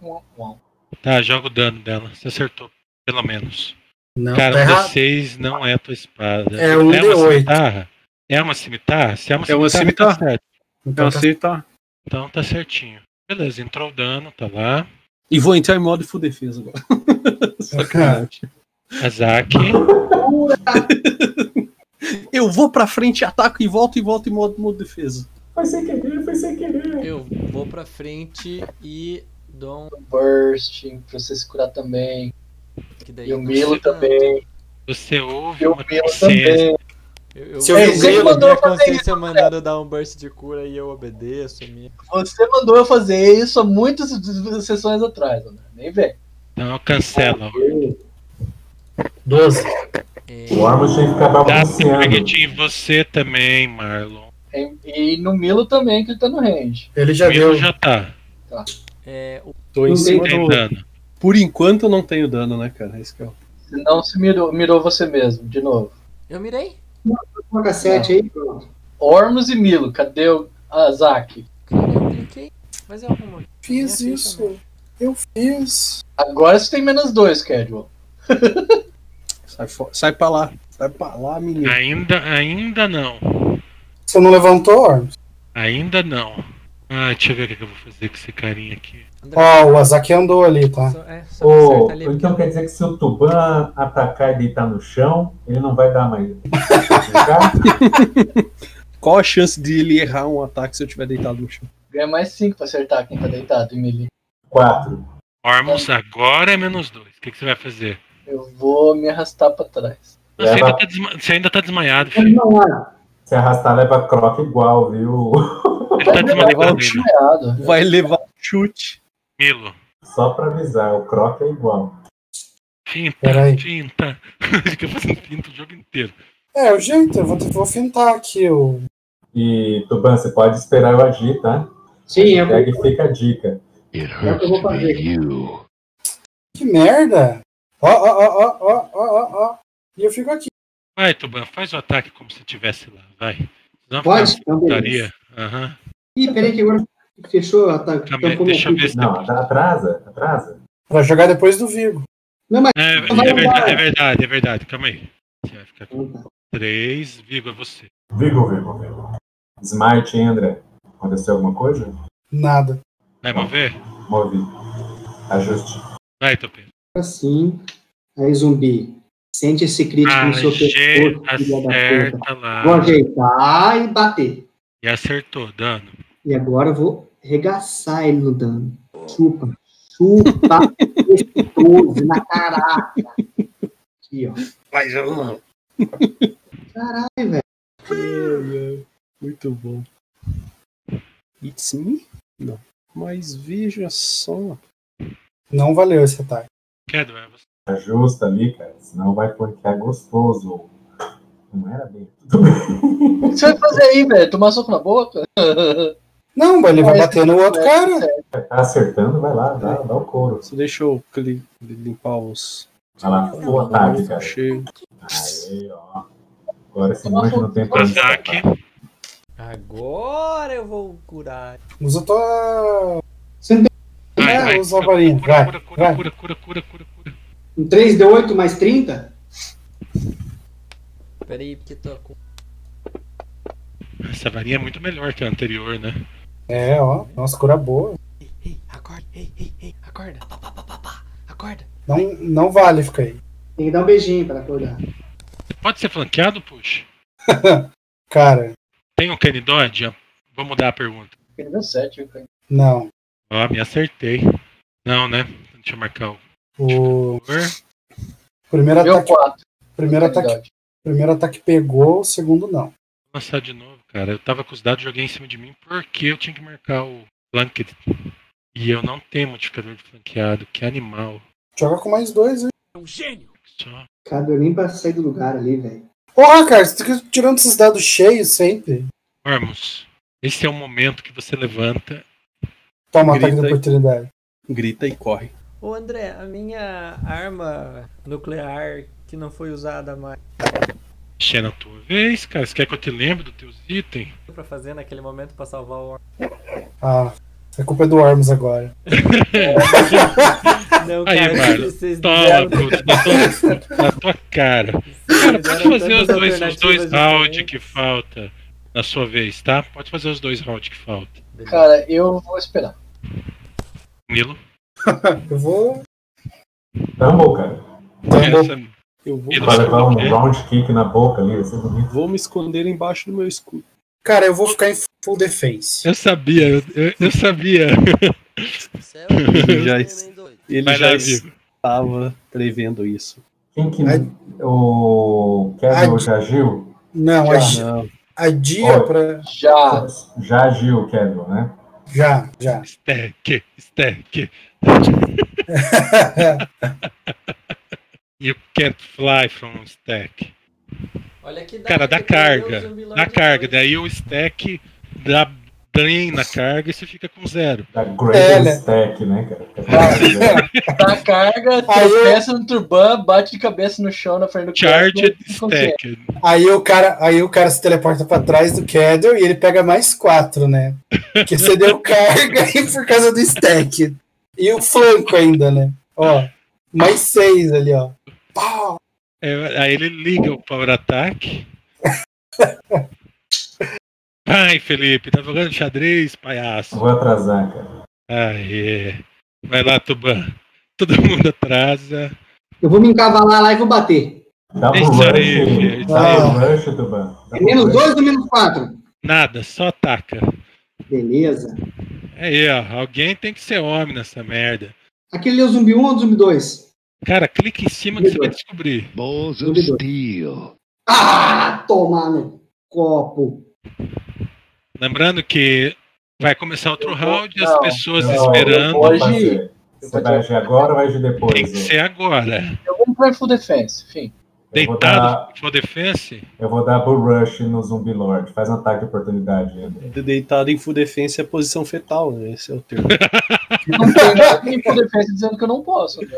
Uau, uau.
Tá, joga o dano dela. Você acertou, pelo menos.
Não,
Cara,
tá
um
errado.
D6 não é tua espada.
É um
uma
D8.
cimitarra? É uma cimitarra? Se é uma
É uma
cimitarra, tá certo.
Eu
Então tá-
aceitar.
Então tá certinho. Beleza, entrou o dano, tá lá.
E vou entrar em modo full defesa agora. Sacanagem.
Azaki.
Eu vou pra frente, ataco e volto e volto em modo, modo defesa.
Foi sem querer, foi sem querer.
Eu vou pra frente e dou um.
Bursting, pra você se curar também.
Que daí
E o
não
Milo
sei tanto.
também.
Você ouve
E o
uma
Milo
princesa.
também.
Eu, eu,
Seu
eu,
vizinho
eu,
mandou
minha
fazer
É consciência mandada dar um burst de cura e eu obedeço. Minha...
Você mandou eu fazer isso há muitas sessões atrás, André. Nem vem.
Então cancela.
12.
É,
O Armor tinha que acabar
Dá
balanceando.
target em você também, Marlon.
E no Milo também, que ele tá no range.
Ele já
O Will
deu.
já tá.
é, o-
Tô em
Não
cima
Tem
do.
dano.
Por enquanto eu não tenho dano, né, cara? Esse que é o-
Senão se mirou, mirou você mesmo, de novo.
eu mirei?
Coloca 7 aí, pronto.
Ormus e Milo, cadê o Ah, Azaki?
Cara, eu cliquei. Mas é alguma
Fiz
Minha
isso. Eu fiz.
Agora você tem menos dois, Cadwell.
Sai, fo- sai pra lá. Sai pra lá, menino.
Ainda, ainda não.
Você não levantou, Orms?
Ainda não. Ah, deixa eu ver o que que eu vou fazer com esse carinha aqui.
Ó, o Azaki andou ali, tá?
Só, é, só me
Ô,
acerta ali.
então quer dizer que se o Tuban atacar e deitar no chão, ele não vai
[laughs]
dar mais. Tá?
Qual a chance de ele errar um ataque se eu tiver deitado no chão?
Ganha mais cinco pra acertar quem tá deitado, Emily.
Quatro.
Ormus agora é menos dois. O que, que você vai fazer?
Eu vou me arrastar pra trás.
Você
Leva-
ainda, tá desma- você ainda tá desmaiado, filho.
Não, olha.
Se arrastar, leva croque igual, viu?
Ele tá desmaiado,
Leva-
Milo.
Errado.
Vai levar um chute.
Milo.
Só pra avisar, o croque é igual.
Finta,
Peraí.
finta. [laughs] Fica fazendo finta o jogo inteiro.
É, o jeito, eu vou, ter- vou fintar aqui o.
E, Tuban, você pode esperar eu agir, tá?
Sim, eu
Pega e fica a dica.
It
É o que eu vou fazer.
you.
Que merda! Ó, ó, ó, ó, ó, ó, ó, ó. E eu fico aqui.
Vai, Tuban, faz o ataque como se estivesse lá, vai. Não
Pode?
fica
Então, beleza.
putaria. Aham.
Ih, peraí que agora fechou. Tá,
Também,
tampou meu
deixa eu
cu.
ver se
Não,
depois-
atrasa, atrasa.
Pra jogar depois do Virgo.
É,
Vai,
é, verdade,
vai.
é verdade, é verdade. Calma aí. Você vai ficar com
Então tá.
3, vírgula você.
Vigo, Vigo, Vigo. Smite, hein, André. Aconteceu alguma coisa?
Nada.
Vai mover?
Move. Ajuste.
Vai, Tupê.
Assim. Aí, zumbi. Sente esse crítico no seu
Aje-
pescoço, filha da
Ah,
puta.
Acerta lá.
Vou ajeitar e bater.
E acertou, dano.
E agora eu vou regaçar ele no dano. Chupa, chupa esse 12 na caraca. Aqui, ó.
Mas eu não.
Caralho, velho.
Muito bom. It's me? Não. Mas veja só.
Não valeu esse ataque.
Quedo, é você.
Ajusta ali, cara. Senão vai porquear gostoso. Não era bem. Tudo bem.
O que você vai fazer aí, velho? Tomar soco na boca?
Não, é mas ele vai
Mas-
bater no outro cara.
Tá acertando, vai lá, dá, dá o couro.
Só deixa eu cli- limpar os.
Vai lá, boa
um
tarde, Ah, cara.
Cheio.
Aí, ó. Agora esse monte não tem pra onde
um Ataque.
escapar.
Agora eu vou curar.
Usa tua.
Vai,
É,
vai.
usa a varinha. Vai,
Cura, cura,
vai.
cura, cura, cura, cura, cura.
Um 3D8 mais 30?
Pera aí, porque tô com.
Essa varinha é muito melhor que a anterior, né?
É, ó. Nossa, cura boa.
Ei, ei, acorda, ei, ei, ei, acorda. Pá, pá, pá, pá, pá. Acorda.
Não, não vale ficar aí.
Tem que dar um beijinho pra acordar.
Pode ser flanqueado, puxa?
Cara,
Tem um canidode? Vou mudar a pergunta.
Ele deu 7, cara.
não.
Ó, me acertei. Não, né? Deixa eu marcar o
O
cover.
primeiro
Deu
ataque,
4.
primeiro
tá
ataque, primeiro ataque pegou, o segundo não.
Vou lançar de novo, cara. Eu tava com os dados, joguei em cima de mim, porque eu tinha que marcar o flanked. E eu não tenho modificador de flanqueado. Que animal.
Joga com mais dois, hein?
Só.
Cadê nem pra sair do lugar ali, velho?
Porra, cara, você fica tirando esses dados cheios sempre.
Ormus, esse é o momento que você levanta.
Toma
Grita
ataque de
aí.
oportunidade.
Grita e corre.
Ô André, a minha arma nuclear que não foi usada mais
Xena, a tua vez, cara. Você quer que eu te lembre dos teus itens?
pra fazer naquele momento pra salvar o Ormus.
Ah, a culpa é do Arms agora.
Não,
Aí, Marlon.
vocês
Toma,
deram,
Bruto, na tua, tá na tua cara. Cara,
vocês
pode
deram
fazer os
tantas
dois, os dois
alternativas
rounds
diferentes.
que falta na sua vez, tá? Pode fazer os dois rounds que falta.
Cara, eu vou esperar.
Nilo,
Eu vou.
Tumble, cara.
Tá essa,
Eu vou,
Ele um-
Vai levar um
É.
round kick na boca ali, vai ser bonito.
vou me esconder embaixo do meu [laughs] escudo.
Cara, eu vou ficar em full defense.
eu sabia, eu, eu- eu sabia.
Ele já, ele
Vai
já
lá, Vigo.
estava prevendo isso.
Quem que.
Ai.
O
Ai.
Kevin já agiu?
Não,
Já,
adi-
Ah, Não,
adia
Olha.
pra.
Já.
Já agiu o Kevin, né?
Já,
[laughs]
já.
Stack, stack. You can't fly from stack.
Olha que dá,
Cara, dá
que perdeu
carga,
o Zumbilord
Na carga,
dois.
daí o stack dá dano na carga e você fica com zero.
Da
É,
Greater
né? Ah, é.
Stack, né,
[laughs]
cara?
Dá a carga, tropeça no turban, bate de cabeça no chão na frente do
Charged
cara, não consegue.
stack.
Aí o cara, aí o cara se teleporta pra trás do Kedel e ele pega mais quatro, né? Porque você deu carga aí por causa do stack. E o flanco ainda, né? Ó, mais seis ali, ó. Pau!
É, aí ele liga o power attack. Vai, Felipe, tá jogando xadrez, palhaço.
Vou atrasar, cara.
Aê. Vai lá, Tuban. Todo mundo atrasa.
Eu vou me encavalar lá e vou bater.
Dá pro
Isso aí,
rush.
filho,
Dá
isso
pro rush, Tuban. Dá
É
pro
menos
rush.
2 ou menos 4?
Nada, só ataca. É
Beleza.
Aí, ó. Alguém tem que ser homem nessa merda.
Aquele ali é o zumbi 1 ou o zumbi 2?
Cara, clica em cima que você vai descobrir.
Balls
of
of steel.
Ah, toma no copo.
Lembrando que vai começar outro
Eu vou-
round,
não,
as pessoas
Não,
esperando.
eu vou
Hoje-
fazer. Você vai agir agora ou vai agir
Tem que
depois?
ser agora.
Eu vou entrar em full defense, enfim.
Eu vou
Deitado
dar-
for defense?
Eu vou dar Bull Rush no Zumbi Lord. Faz um ataque de oportunidade. ainda.
De- Deitado em full defense é posição fetal, né? Esse é o termo.
Não tem nada que me for defesa dizendo que eu não posso, né?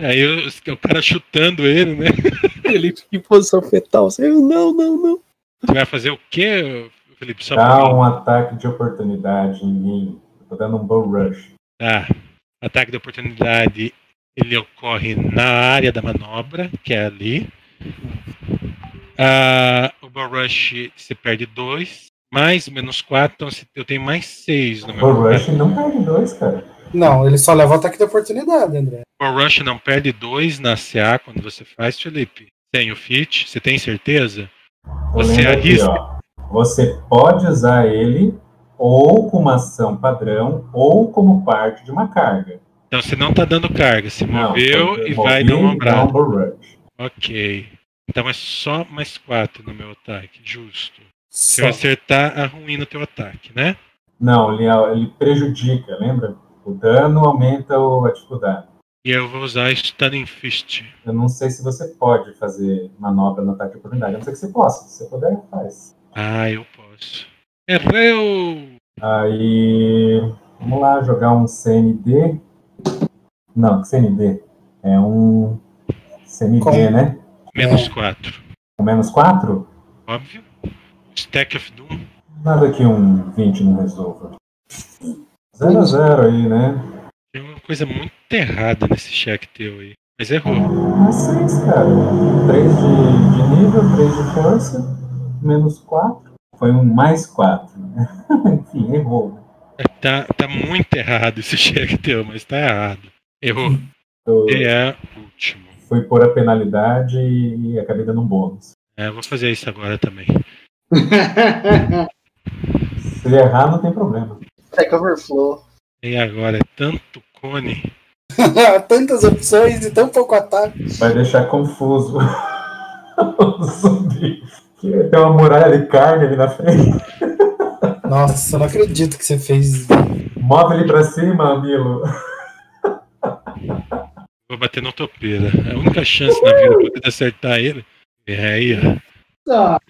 Aí o, o cara chutando ele, né?
[laughs] Ele fica em posição fetal. Assim, eu, não, não, não.
Você vai fazer o quê, Felipe? Só
Dá
pra-
um ataque de oportunidade em mim. Eu tô dando um Bull Rush.
Tá. Ataque de oportunidade. Ele ocorre na área da manobra, que é ali. Ah, o Bull Rush você perde 2, mais menos 4, então se- eu tenho mais 6 no meu.
Bull Rush não perde dois, cara.
Não, ele só leva o ataque da oportunidade, André.
Bull Rush não perde 2 na CA quando você faz, Felipe. Tem o fit, você tem certeza?
Eu
Você
lembro
arrisca.
ó. Você pode usar ele ou como ação padrão ou como parte de uma carga.
Então você não tá dando carga, se moveu
foi-
e
movi
vai dar uma
e
ombrada.
dá um Bull Rush.
Ok. Então é só mais 4 no meu ataque, justo. Se
Só.
eu acertar, arruína o teu ataque, né?
Não, ele, é- ele prejudica, lembra? O dano aumenta o- a dificuldade.
E eu vou usar Stunning Fist.
Eu não sei se você pode fazer manobra no ataque de oportunidade. A não ser que você possa. Se você puder, faz.
Ah, eu posso. Erreu!
Aí. Vamos lá, jogar um CND. Não, que CND. É um. CND,
Como?
né?
Menos 4.
Com menos 4?
Óbvio. Stack of Doom.
Nada que um 20 não resolva. 0 a 0 aí, né?
Tem uma coisa muito errada nesse cheque teu aí. Mas errou.
Mas 6, Ah, cara. 3 de, de nível, 3 de força, menos 4. Foi um mais 4. [laughs] Enfim, errou.
Tá, tá muito errado esse [laughs] cheque teu, mas tá errado. Errou.
Eu
E é o último.
fui pôr a penalidade e acabei dando um bônus.
É, eu vou fazer isso agora também.
Se errar, não tem problema.
Stack Overflow.
E agora? É tanto cone.
[laughs] Tantas opções e tão pouco ataque.
Vai deixar confuso [laughs] o zumbi. Que tem uma muralha de carne ali na frente.
Nossa, eu não acredito que você fez.
Move ele pra cima, Milo.
Vou bater no topeira. É a única chance na vida pra eu poder acertar ele. é E aí, ó.
Tá.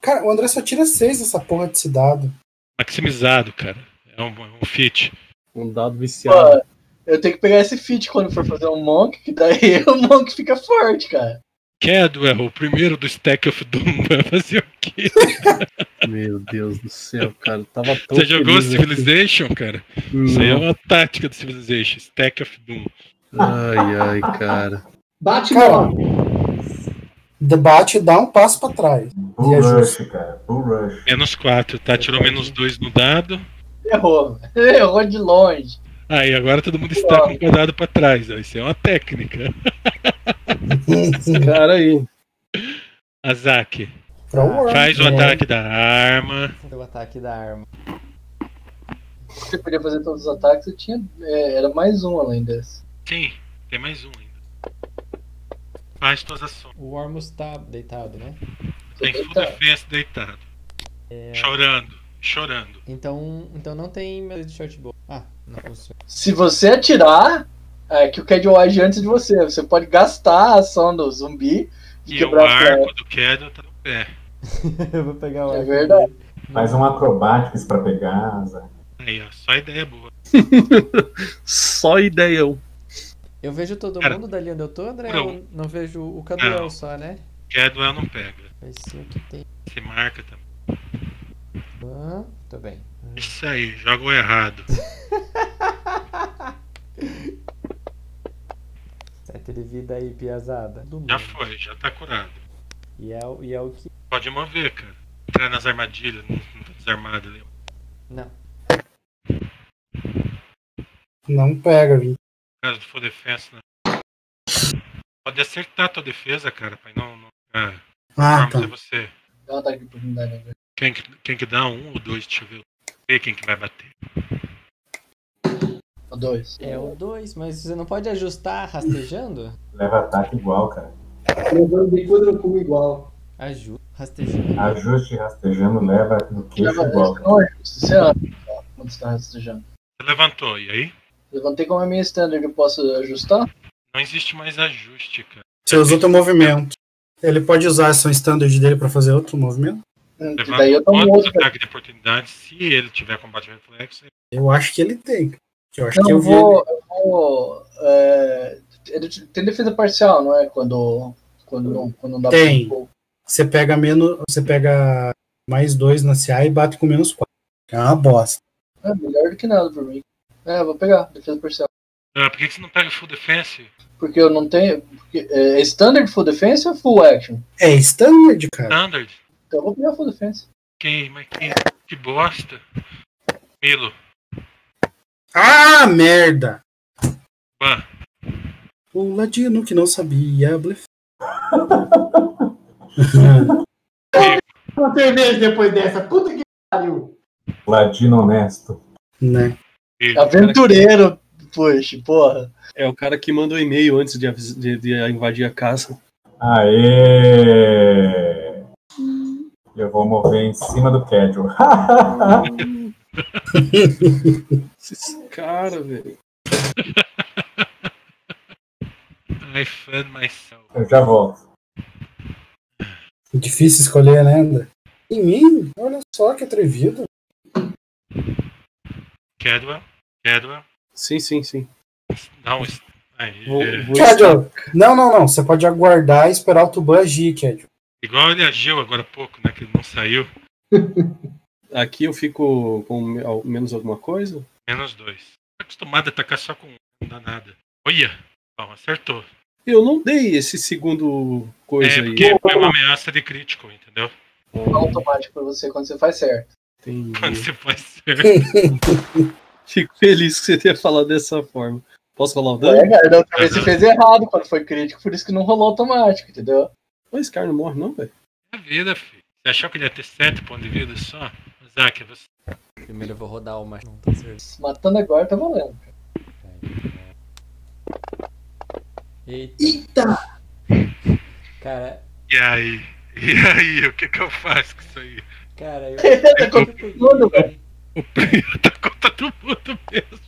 Cara, o André só tira seis dessa porra desse dado.
Maximizado, cara. É um, é um fit.
Um dado viciado.
Pô, eu tenho que pegar esse feat quando for fazer um Monk, que daí [laughs] o Monk fica forte, cara.
Cadwell, o primeiro do Stack of Doom, [laughs] vai fazer o quê?
Meu Deus do céu, cara. eu Tava tão
Você jogou
feliz aqui.
Civilization, cara? Isso aí é uma tática do Civilization, Stack of Doom.
Ai, ai, cara.
Bate
Cara,
bola.
Debate e dá um passo pra trás. [laughs] E
Bull
é
Rush, cara. Bull Rush.
Menos 4, tá? Tirou menos 2 no dado.
Errou. [laughs] Errou de longe.
Aí, agora todo mundo está com o dado pra trás. ó. Isso é uma técnica. [laughs]
Esse cara aí.
Azaki,
Pra War.
faz o
É.
ataque da arma.
O ataque da arma.
Se Você podia fazer todos os ataques, eu tinha. é, era mais um além desse.
Sim, tem mais um ainda. Faz suas ações.
O Ormus tá deitado, né?
Tem full
Tá.
defense deitado.
É.
Chorando, chorando.
Então, então não tem medo de shortbow. Ah, não funciona.
Se você atirar, é que o Cadwell age antes de você. Você pode gastar a ação do zumbi e,
E o
quebrar a perna.
né?
arco do Cadwell tá no pé.
[laughs] Eu vou pegar o
É
arco
verdade.
dele.
Faz um acrobatics pra pegar. Zé.
Aí, ó, só ideia boa.
Só ideião.
Eu vejo todo
Cara,
mundo dali onde eu tô, André?
não.
Eu não vejo o Caduel
Não.
só, né?
Cadwell não pega.
Vai ser o que tem.
Se marca também.
Ah, tô bem.
Hum.
Isso aí, joga o errado.
Sete de vida aí, piazada. Do
Já
mundo.
foi, já tá curado.
E é, o- e é o que.
Pode mover, cara. Entrar nas armadilhas, não, não tá desarmado ali.
Não.
Não pega, viu?
No caso do full defense, né? Pode acertar tua defesa, cara, pra não, não ficar
Ah,
armas
tá.
é você.
Dá um ataque de oportunidade. né?
Quem, que- quem que dá um ou dois, deixa eu ver. Ver quem que vai bater.
Ou Dois.
É o 2, mas você não pode ajustar [laughs] rastejando?
Leva ataque igual, cara.
Levando bicuda no cu igual.
Ajuda. Rastejando.
Ajuste rastejando, leva no queixo
Leva-
igual.
Não é justo. Você ama, tá? quando você tá rastejando.
Você levantou, e aí?
Levantei como é a minha standard, eu posso ajustar?
Não existe mais ajuste, cara.
Você usou teu movimento. Ele pode usar a ação standard dele pra fazer outro movimento?
Hum, que
Levando
daí
Então,
eu tomo
todos os
outro. cara.
ataques de oportunidade, se ele tiver combate reflexo, ele
Eu acho que ele tem. Eu acho
Não,
que
eu
eu vi. ele-
vou. Eu vou é, ele tem defesa parcial, não é? Quando, quando, não, quando não dá
Tem.
pra.
Você pega menos. Você pega mais dois na CA e bate com menos quatro. É uma bosta.
É melhor do que nada pra mim. É, eu vou pegar, defesa parcial.
Ah, por que que você não pega full defense?
É.
Porque eu não tenho. Porque, é, é standard full defense ou full action?
É standard, cara.
Standard?
Então eu vou pegar full defense.
Quem, mas quem, que bosta. Milo,
Ah, merda!
ban.
O Ladino que não sabia blefar.
[laughs]
Uma cerveja depois dessa. Puta que pariu.
Ladino honesto.
né?
Tá
Milo.
Aventureiro, puxa, porra.
É o cara que mandou e-mail antes de, avis- de- de invadir a casa.
Aê! Eu vou mover em cima do Cadwell.
Esses cara, velho.
I found myself.
[laughs] Eu já volto.
É Difícil escolher, né, André? Em mim? Olha só que atrevido.
Cadwell? Cadwell?
Sim, sim, sim.
Dá um. est- Aí,
Vou,
é,
vou-
Kedjo, não, não, não. Você pode aguardar e esperar o Tuban agir, Kedjo.
Igual ele agiu agora há pouco, né? Que ele não saiu.
Aqui eu fico com me- ao- menos alguma coisa.
Menos dois. Tá acostumado a atacar só com um, não dá nada. Olha! Bom, acertou.
Eu não dei esse segundo coisa
é,
aí.
porque foi uma ameaça de crítico, entendeu? [laughs]
É Automático pra você quando você faz certo.
Quando
Entendi.
você faz certo.
Fico feliz que você tenha falado dessa forma. Posso rolar o dano?
É, cara, da outra vez você fez errado quando foi crítico, por isso que não rolou automático, entendeu?
Mas esse cara não morre, não, velho.
É vida, filho. Você achou que ele ia ter sete pontos de vida só? Zaque, você.
Primeiro eu vou rodar uma. Não tá certo.
Se matando agora tá valendo.
Eita,
Eita!
cara.
E aí? E aí? O que que eu faço com isso aí? [laughs]
Cara, eu.
[laughs] Tá com tudo, velho.
O Prior tá contra todo mundo mesmo.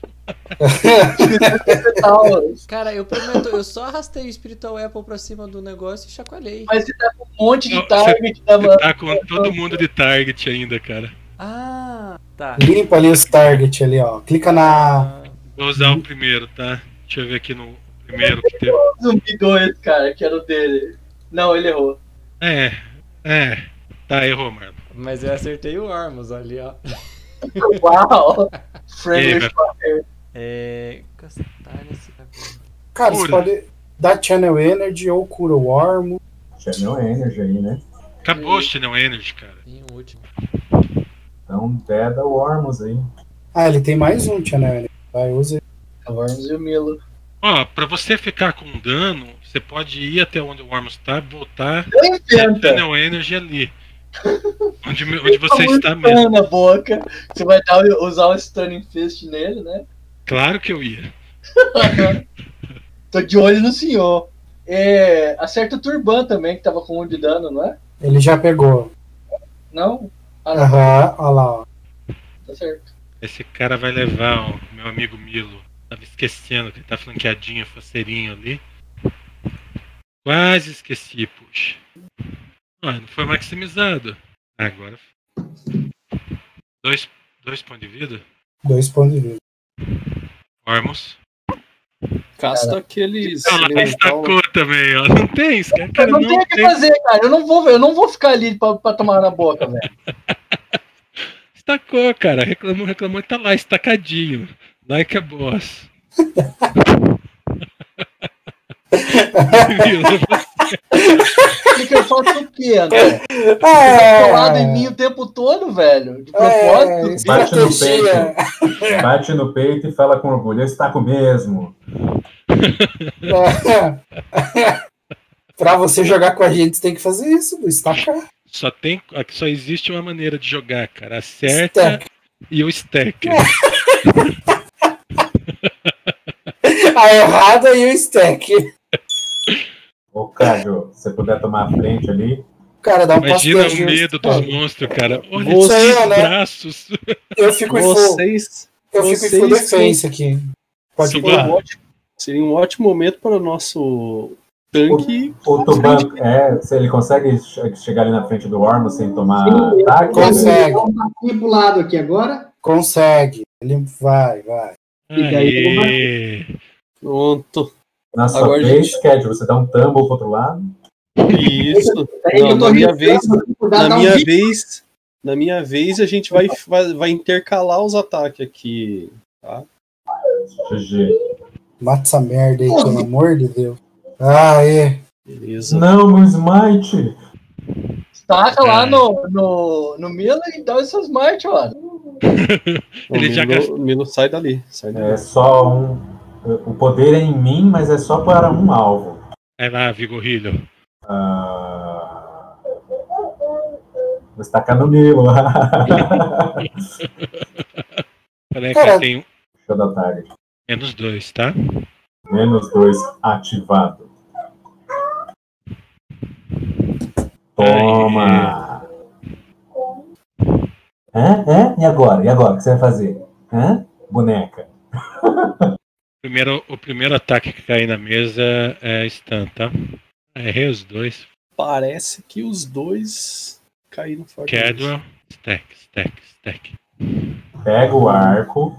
Tal.
Cara, eu prometo, eu só arrastei o Spiritual Apple pra cima do negócio e chacoalhei.
Mas você tá com um monte de
Não,
target da
Você tá com todo mundo de target ainda, cara.
Ah, tá.
Limpa ali os target ali, ó. Clica
Ah,
na.
Vou usar o primeiro, tá? Deixa eu ver aqui no primeiro que teve.
zumbi 2, um cara, que era o dele. Não, ele errou.
É, é. Tá, errou, mano.
mas eu acertei o Ormus ali, ó.
Uau!
E aí,
Friendly
velho?
fire.
É. Cacetar nesse cabelo.
Cara, você
Cura.
pode dar Channel Energy ou cura o Ormo.
Já deu energy aí, né?
Acabou o Channel Energy, cara.
Tem um último.
Então, Deda Wormus aí.
Ah, ele tem mais um Channel Energy. Vai, usa ele.
A Worms e o Milo.
Ó, pra você ficar com dano, você pode ir até onde o Wormus tá e voltar
É. Tenta!
Channel Energy ali. Onde, me- onde você
Tá
está
muito
mesmo.
na boca. Você vai dar, usar o Stunning Fist nele, né?
Claro que eu ia.
Tô de olho no senhor. É, acerta o Turban também, que tava com um de dano, não é?
Ele já pegou.
Não? Ah, não,
Aham, olha lá, ó.
tá certo.
Esse cara vai levar ó, o meu amigo Milo. Tava esquecendo que ele tá flanqueadinho, faceirinho ali. Quase esqueci, puxa. Ah, não foi maximizado. Agora. Dois, dois pontos de vida?
Dois pontos de vida.
Ormus.
Casta aqueles.
Não, lá
elemental-
Ah, estacou também, ó. Não tem isso, cara.
Eu
cara
não tenho o que fazer, cara. Eu não vou, eu não vou ficar ali pra, pra tomar na boca, velho.
Estacou, cara. Reclamou, reclamou e tá lá, estacadinho. Like a [laughs] boss. Milo,
Fica falta o quê, André?
É,
Colado em mim o tempo todo, velho. De
é,
propósito.
Bate no
estratégia.
Bate no peito e fala com orgulho. Eu estaco mesmo.
[laughs] pra você jogar com a gente, você tem que fazer isso, Tá Lu, estacar.
Só tem, aqui só existe uma maneira de jogar, cara. Acerta
Stack.
e o stack.
A errada e o stack.
Ô, Cádio, se você puder tomar a frente ali.
Cara, dá um passo
Imagina
dois
o
dias.
medo dos monstros, cara. Olha
Você,
esses
né?
braços.
Eu fico em full,
Vocês
eu fico em full
vocês
defense aqui. Pode
Sim,
seria
pular.
um ótimo, seria um ótimo momento para o nosso tanque.
O Tuban, é, se ele consegue che- chegar ali na frente do Ormo sem tomar
Sim,
ataque,
consegue.
Ele dá um passinho pro lado aqui agora.
Consegue. Ele vai, vai.
E daí,
Aê.
Pronto.
na sua
Agora a
vez,
gente-
Cat, você dá um tumble pro outro lado.
Isso.
Daí
Não, na minha
arriscando, tipo, dá- dá
Na
um
minha
bico.
vez, na minha vez a gente vai, vai, vai intercalar os ataques aqui.
GG.
Mata essa merda aí, pelo amor de Deus. Ah, é.
Beleza.
Não, meu smite!
Taca lá no, no, no Mila e dá esses smite, mano.
Ele
Ele já gastou.
Milo, sai dali. Sai dali.
É só um. O poder é em mim, mas é só para um alvo.
Vai lá, Vigorrilho.
Ah, Vou estacar no Milo.
Peraí,
Cara.
que eu tenho
[laughs] Show da tarde.
um, menos dois, tá?
Menos dois ativado. Toma! Hã? Hã? E agora? E agora? O que você vai fazer? Hã? Boneca.
Primeiro, o primeiro ataque que cair na mesa é stun, tá? Errei os dois.
Parece que os dois caíram forte.
Cadwell, stack, stack, stack.
Pega o arco.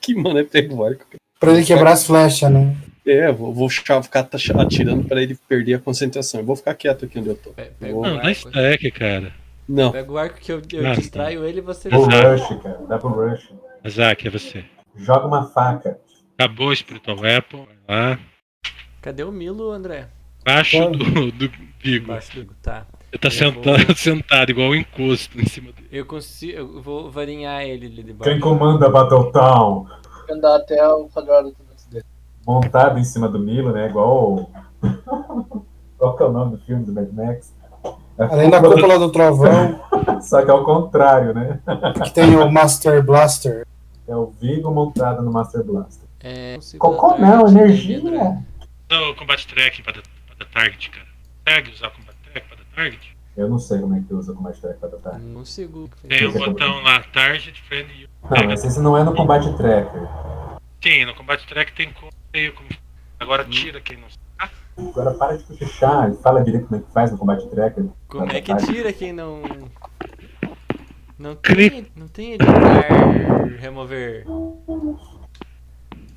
Que mano é pego o arco. cara.
Pra ele quebrar as flechas, né?
É, vou, vou chá- ficar tá chá- atirando pra ele perder a concentração. Eu vou ficar quieto aqui onde eu tô.
Pe- Pega o
Não, não é
arco.
stack, cara.
Não,
Pega o arco que eu, eu
Ah,
distraio ele e você.
O
Exato.
rush, cara. Dá pro rush.
Azak, é você.
Joga uma faca.
Acabou o Spiritual Weapon. Vai lá.
Cadê o Milo, André?
Baixo do, do Vigor.
Embaixo do. Tá.
Ele tá
Eu
senta- [laughs] sentado igual um encosto em cima dele.
Eu consigo. Eu vou varinhar ele ali
Quem
debaixo.
comanda Battletown?
Andar até o quadrado do braço dele.
Montado em cima do Milo, né? Igual. o- [laughs] Qual que é o nome do filme do Mad Max? É
Além da
cúpula-
cúpula do trovão,
Só que é o contrário, né?
que tem o Master Blaster.
É o Vigo montado no Master Blaster.
É, consigo
Cocô
dar
não, é.
target
energia.
nele, André.
Não, combat track pra dar, pra dar target, cara. Consegue usar combat track pra dar target?
Eu não sei como é que usa como hashtag pra tratar.
Não consigo.
Tem um
Você
botão lá, target, friend you.
Não, mas esse não é no Combat Tracker.
Sim, no combat track tem como. tem como- Agora tira quem não sabe.
Agora para de cochichar e fala direito como é que faz no Combat Tracker. Tá
Como é que tira quem não. Não
Cri-
tem, não tem editar, remover.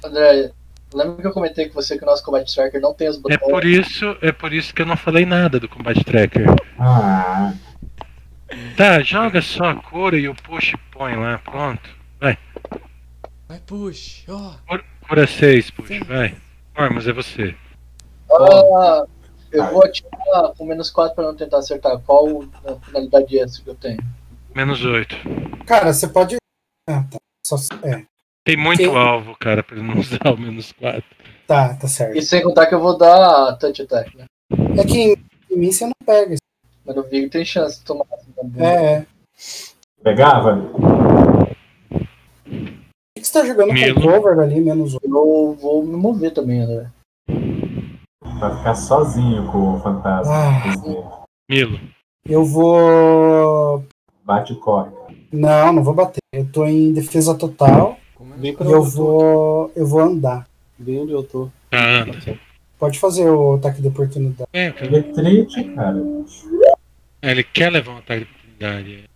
André, lembra que eu comentei com você que o nosso Combat Striker não tem os
É
botões?
por isso, é por isso que eu não falei nada do combat tracker.
Ah,
Tá, joga só a cura e o push e põe lá, pronto.
Vai, push. Ó,
Cura 6, é push, vai. Ormus, é você.
Ah, eu vou atirar com menos 4 pra não tentar acertar. Qual a finalidade essa que eu tenho?
Menos 8.
Cara, você pode. Ah, tá. Só... É.
Tem muito
Sim.
alvo, cara, pra ele não usar o menos 4.
Tá, tá certo.
E sem contar que eu vou dar touch attack, né?
É que em, em mim você não pega.
Mas no Vigo tem chance de tomar assim também.
É, é.
pegava?
Por que que você tá jogando
Milo.
com cover ali, menos um?
Eu vou me mover também, André.
Pra ficar sozinho com o fantasma.
Ah,
Milo,
eu vou.
Bate e corre.
Não, não vou bater. Eu tô em defesa total
como é
vem pra
e eu
onde eu tô.
vou. Eu vou andar.
Vem onde eu tô.
tá, anda.
Pode fazer o ataque de oportunidade.
É, eu quero-
Eletrite, cara.
é, ele quer levar uma tarde de oportunidade.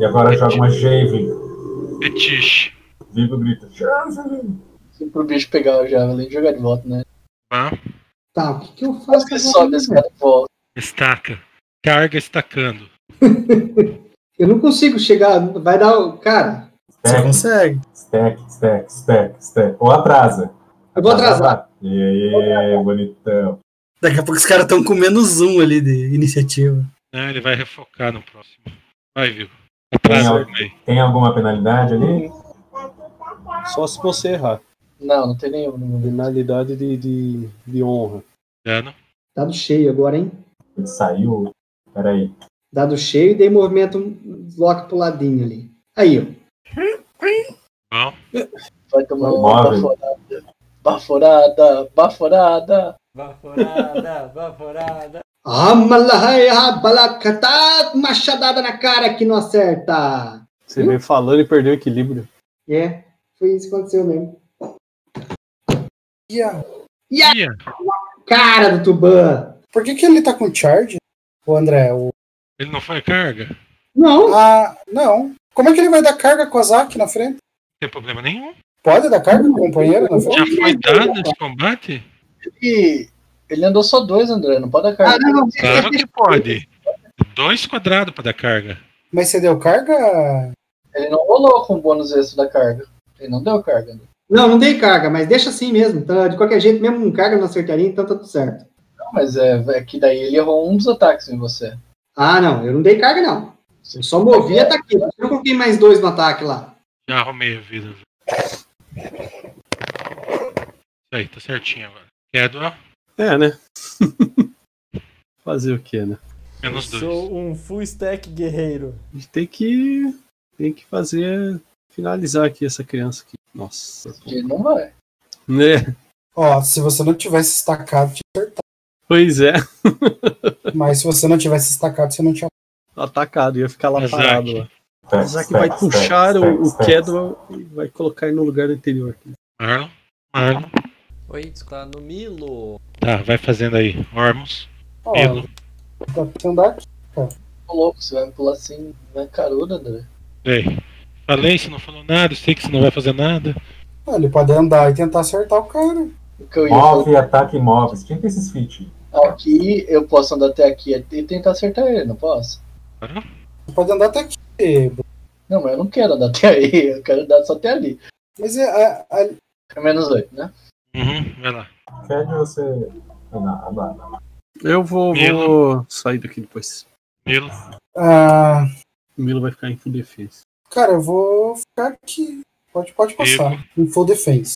E agora joga uma Javelin.
Petiche.
Vigo grita: Javelin!
Se pro bicho pegar o Javelin e jogar de volta, né?
Vá.
Tá, o que, que eu faço?
Mas que
agora,
sobe esse
velho?
cara e volta.
Estaca. Carga estacando.
Eu não consigo chegar. Vai dar. o- Cara,
Você
Stack,
consegue.
stack, stack, stack, stack. Ou atrasa.
eu vou atrasar.
E aí, bonitão.
Daqui a pouco os caras estão com menos um ali de iniciativa.
Não, né? ele vai refocar no próximo. Vai, É Vigo.
Não.
Atrasa também.
Tem alguma penalidade ali?
Só se você errar.
Não, não tem nenhum. no momento.
Finalidade de, de, de honra.
Dano.
Dado cheio agora, hein?
Ele saiu. Peraí.
Dado cheio e dei movimento um bloco pro ladinho ali. Aí, ó.
Bom.
Vai tomar uma
Móvel.
baforada. Baforada, baforada.
Vaporada, vaporada.
Amalahai, abalacatá, machadada na cara que não acerta.
Você vem falando e perdeu o equilíbrio.
É, foi isso que aconteceu mesmo.
E a-
Ia.
Cara do Tuban!
Por que, que ele tá com charge? O André, o.
Ele não foi carga? Não
Não,
Ah, não. Como é que ele vai dar carga com a Zac na frente?
tem problema nenhum.
Pode dar carga com o companheiro na frente?
Já foi dado esse combate?
Ele, ele andou só dois, André, não pode dar
ah,
carga.
não,
Claro que pode. Dois quadrados pra dar carga.
Mas você deu carga?
Ele não rolou com o bônus extra da carga. Ele não deu carga. né? André.
não, não dei carga, mas deixa assim mesmo. Tá, de qualquer jeito, mesmo com carga eu não acertaria, então tá tudo certo.
Não, mas é, é que daí ele errou um dos ataques em você.
Ah, não, eu não dei carga, não. Eu só movi e ataquei. Por isso que Eu coloquei mais dois no ataque lá.
Já arrumei a vida. velho. Isso aí, tá certinho agora. Edward,
É, né? [laughs] Fazer o que, né?
menos dois.
Sou um full stack guerreiro.
A gente tem que. Tem que fazer. Finalizar aqui essa criança aqui. Nossa.
Ele não vai.
Né?
Ó, se você não tivesse estacado, tinha acertado.
Pois é.
Mas se você não tivesse estacado, você não tinha.
Atacado, ia ficar lá
Mas
parado
Zac.
lá. O Zac vai puxar o, o Kedwell e vai colocar ele no lugar anterior.
Marlon, Marlon.
Oi, descolado no Milo.
Tá, vai fazendo aí. Ormus,
Ó,
Milo.
dá pra você andar aqui.
Ô louco, você vai me pular assim na caruda, André.
Ei, falei, você não falou nada, eu sei que você não vai fazer nada.
Ah, Ele pode andar e tentar acertar o cara.
O que eu ia falar.
Move, ataque imóveis. Tinha que ter esses feat.
Aqui, eu posso andar até aqui e tentar acertar ele, não posso?
Claro.
Ele pode andar até aqui.
Não, mas eu não quero andar até aí, [laughs] eu quero andar só até ali.
Mas é, a- a-
É menos oito, né?
Uhum, vai lá.
Quer de você. Não, não, não, não.
Eu vou, vou
Milo.
sair daqui depois.
Milo,
ah,
O Milo vai ficar em full defense.
cara, eu vou ficar aqui. Pode, pode passar. Em full defense.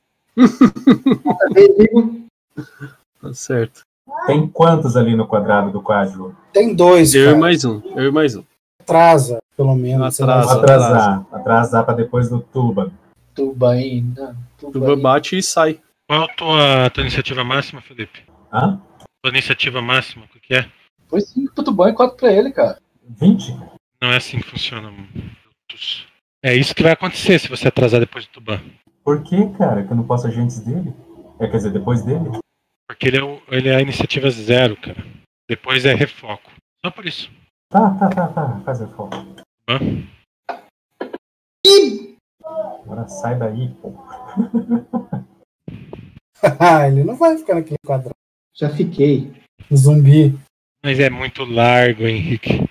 Tá certo.
Tem quantos ali no quadrado do quadro?
Tem dois,
Eu e
cara.
mais um. Eu e mais um.
Atrasa, pelo menos. sei lá.
Vou
Atrasa.
atrasar. Atrasar pra depois do tuba.
Tubaína.
Tu vai
Tubaína.
bate e sai.
qual a tua, tua iniciativa máxima, Felipe?
Hã?
Tua iniciativa máxima, o que que é?
Foi cinco pro Tubão e quatro pra ele, cara.
20?
Não é assim que funciona. Brutus. É isso que vai acontecer se você atrasar depois do Tuban.
Por que, cara? Que eu não posso agir antes dele? É, quer dizer, depois dele?
Porque ele é, o- ele é a iniciativa zero, cara. Depois é refoco. Só por isso.
Tá, tá, tá, tá. Faz a foto.
Hã?
Agora sai daí, pô.
[laughs] Ah, ele não vai ficar naquele quadrado. Um
Já fiquei.
Zumbi.
Mas é muito largo, Henrique.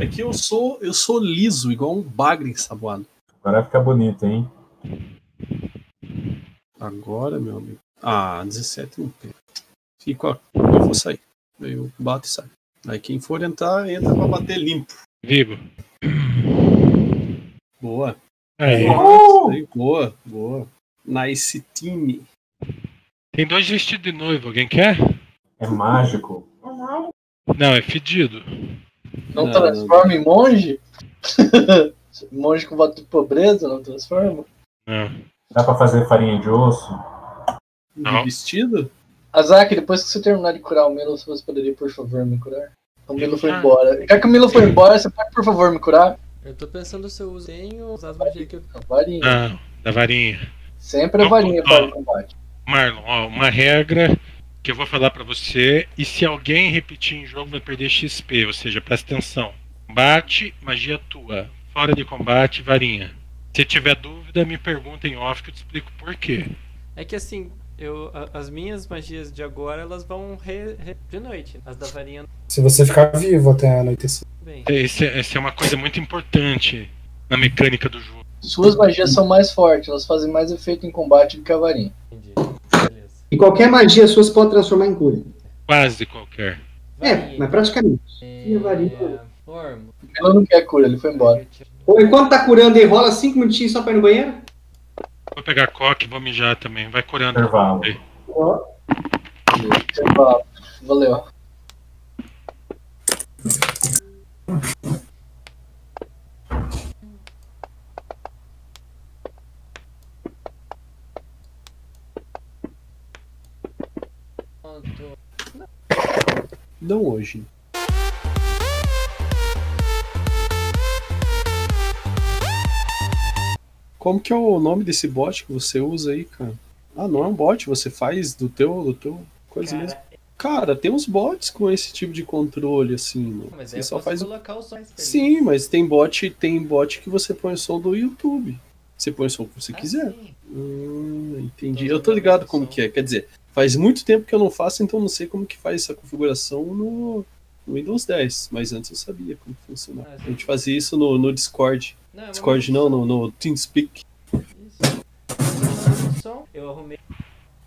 É que eu sou, eu sou liso, igual um bagre ensaboado.
Agora fica bonito, hein?
Agora, meu amigo. Ah, 17 não pega. Fico, ó, eu vou sair. Aí eu bato e saio. Aí quem for entrar, entra pra bater limpo.
Vigo.
Boa. É.
Aí.
Isso aí, Boa, boa. Nice time.
Tem dois vestidos de noivo, alguém quer?
É mágico.
Não, é fedido.
Não,
Não,
transforma em monge? [laughs] monge com voto de pobreza, não transforma?
Não.
Dá pra fazer farinha de osso?
Não.
De vestido?
Azak, depois que você terminar de curar o Milo, você poderia, por favor, me curar? O Milo foi
Ah.
embora. Já que o Milo foi embora, você pode, por favor, me curar?
Eu tô pensando se eu uso. Tenho usado magia que eu.
Não, varinha.
Não, Ah, da varinha.
Sempre a varinha para o combate.
Marlon, ó, uma regra que eu vou falar pra você. E se alguém repetir em jogo, vai perder XP. Ou seja, presta atenção. Combate, magia tua. Fora de combate, varinha. Se tiver dúvida, me pergunta em off que eu te explico por quê.
É que assim, eu, a- as minhas magias de agora elas vão re, re- de noite. As da varinha
Se você ficar vivo até anoitecer.
bem.
Esse- Essa é uma coisa muito importante na mecânica do jogo.
Suas magias são mais fortes, elas fazem mais efeito em combate do que a varinha.
Entendi. Beleza.
E qualquer magia sua você pode transformar em cura.
Quase qualquer.
É, mas praticamente. Minha varinha.
É, Ormo.
O Milo não quer cura, ele foi embora.
Ou enquanto tá curando aí, rola cinco minutinhos só pra ir no banheiro?
Vou pegar coque, vou mijar também. Vai curando.
Intervalo.
Ó,
Intervalo. Valeu.
Pronto.
Não hoje. Como que é o nome desse bot que você usa aí, cara? Ah, não é um bot, você faz do teu, do teu coisa mesmo.
Cara,
Cara, tem uns bots com esse tipo de controle, assim. né?
Mas
Você
aí eu
só
posso
faz.
colocar o som.
Sim, mas tem bot, tem bot que você põe o som do YouTube. Você põe o som que você
Ah,
quiser.
sim.
Ah, entendi.
Então,
Eu tô
você
ligado
faz
como
som.
que é. Quer dizer, faz muito tempo que eu não faço, então não sei como que faz essa configuração no, no Windows 10. Mas antes eu sabia como que funcionava.
Ah,
A
sim.
gente fazia isso no, no Discord.
Não, é uma
Discord não, no, no TeamSpeak.
Isso. Não, o som, Eu arrumei.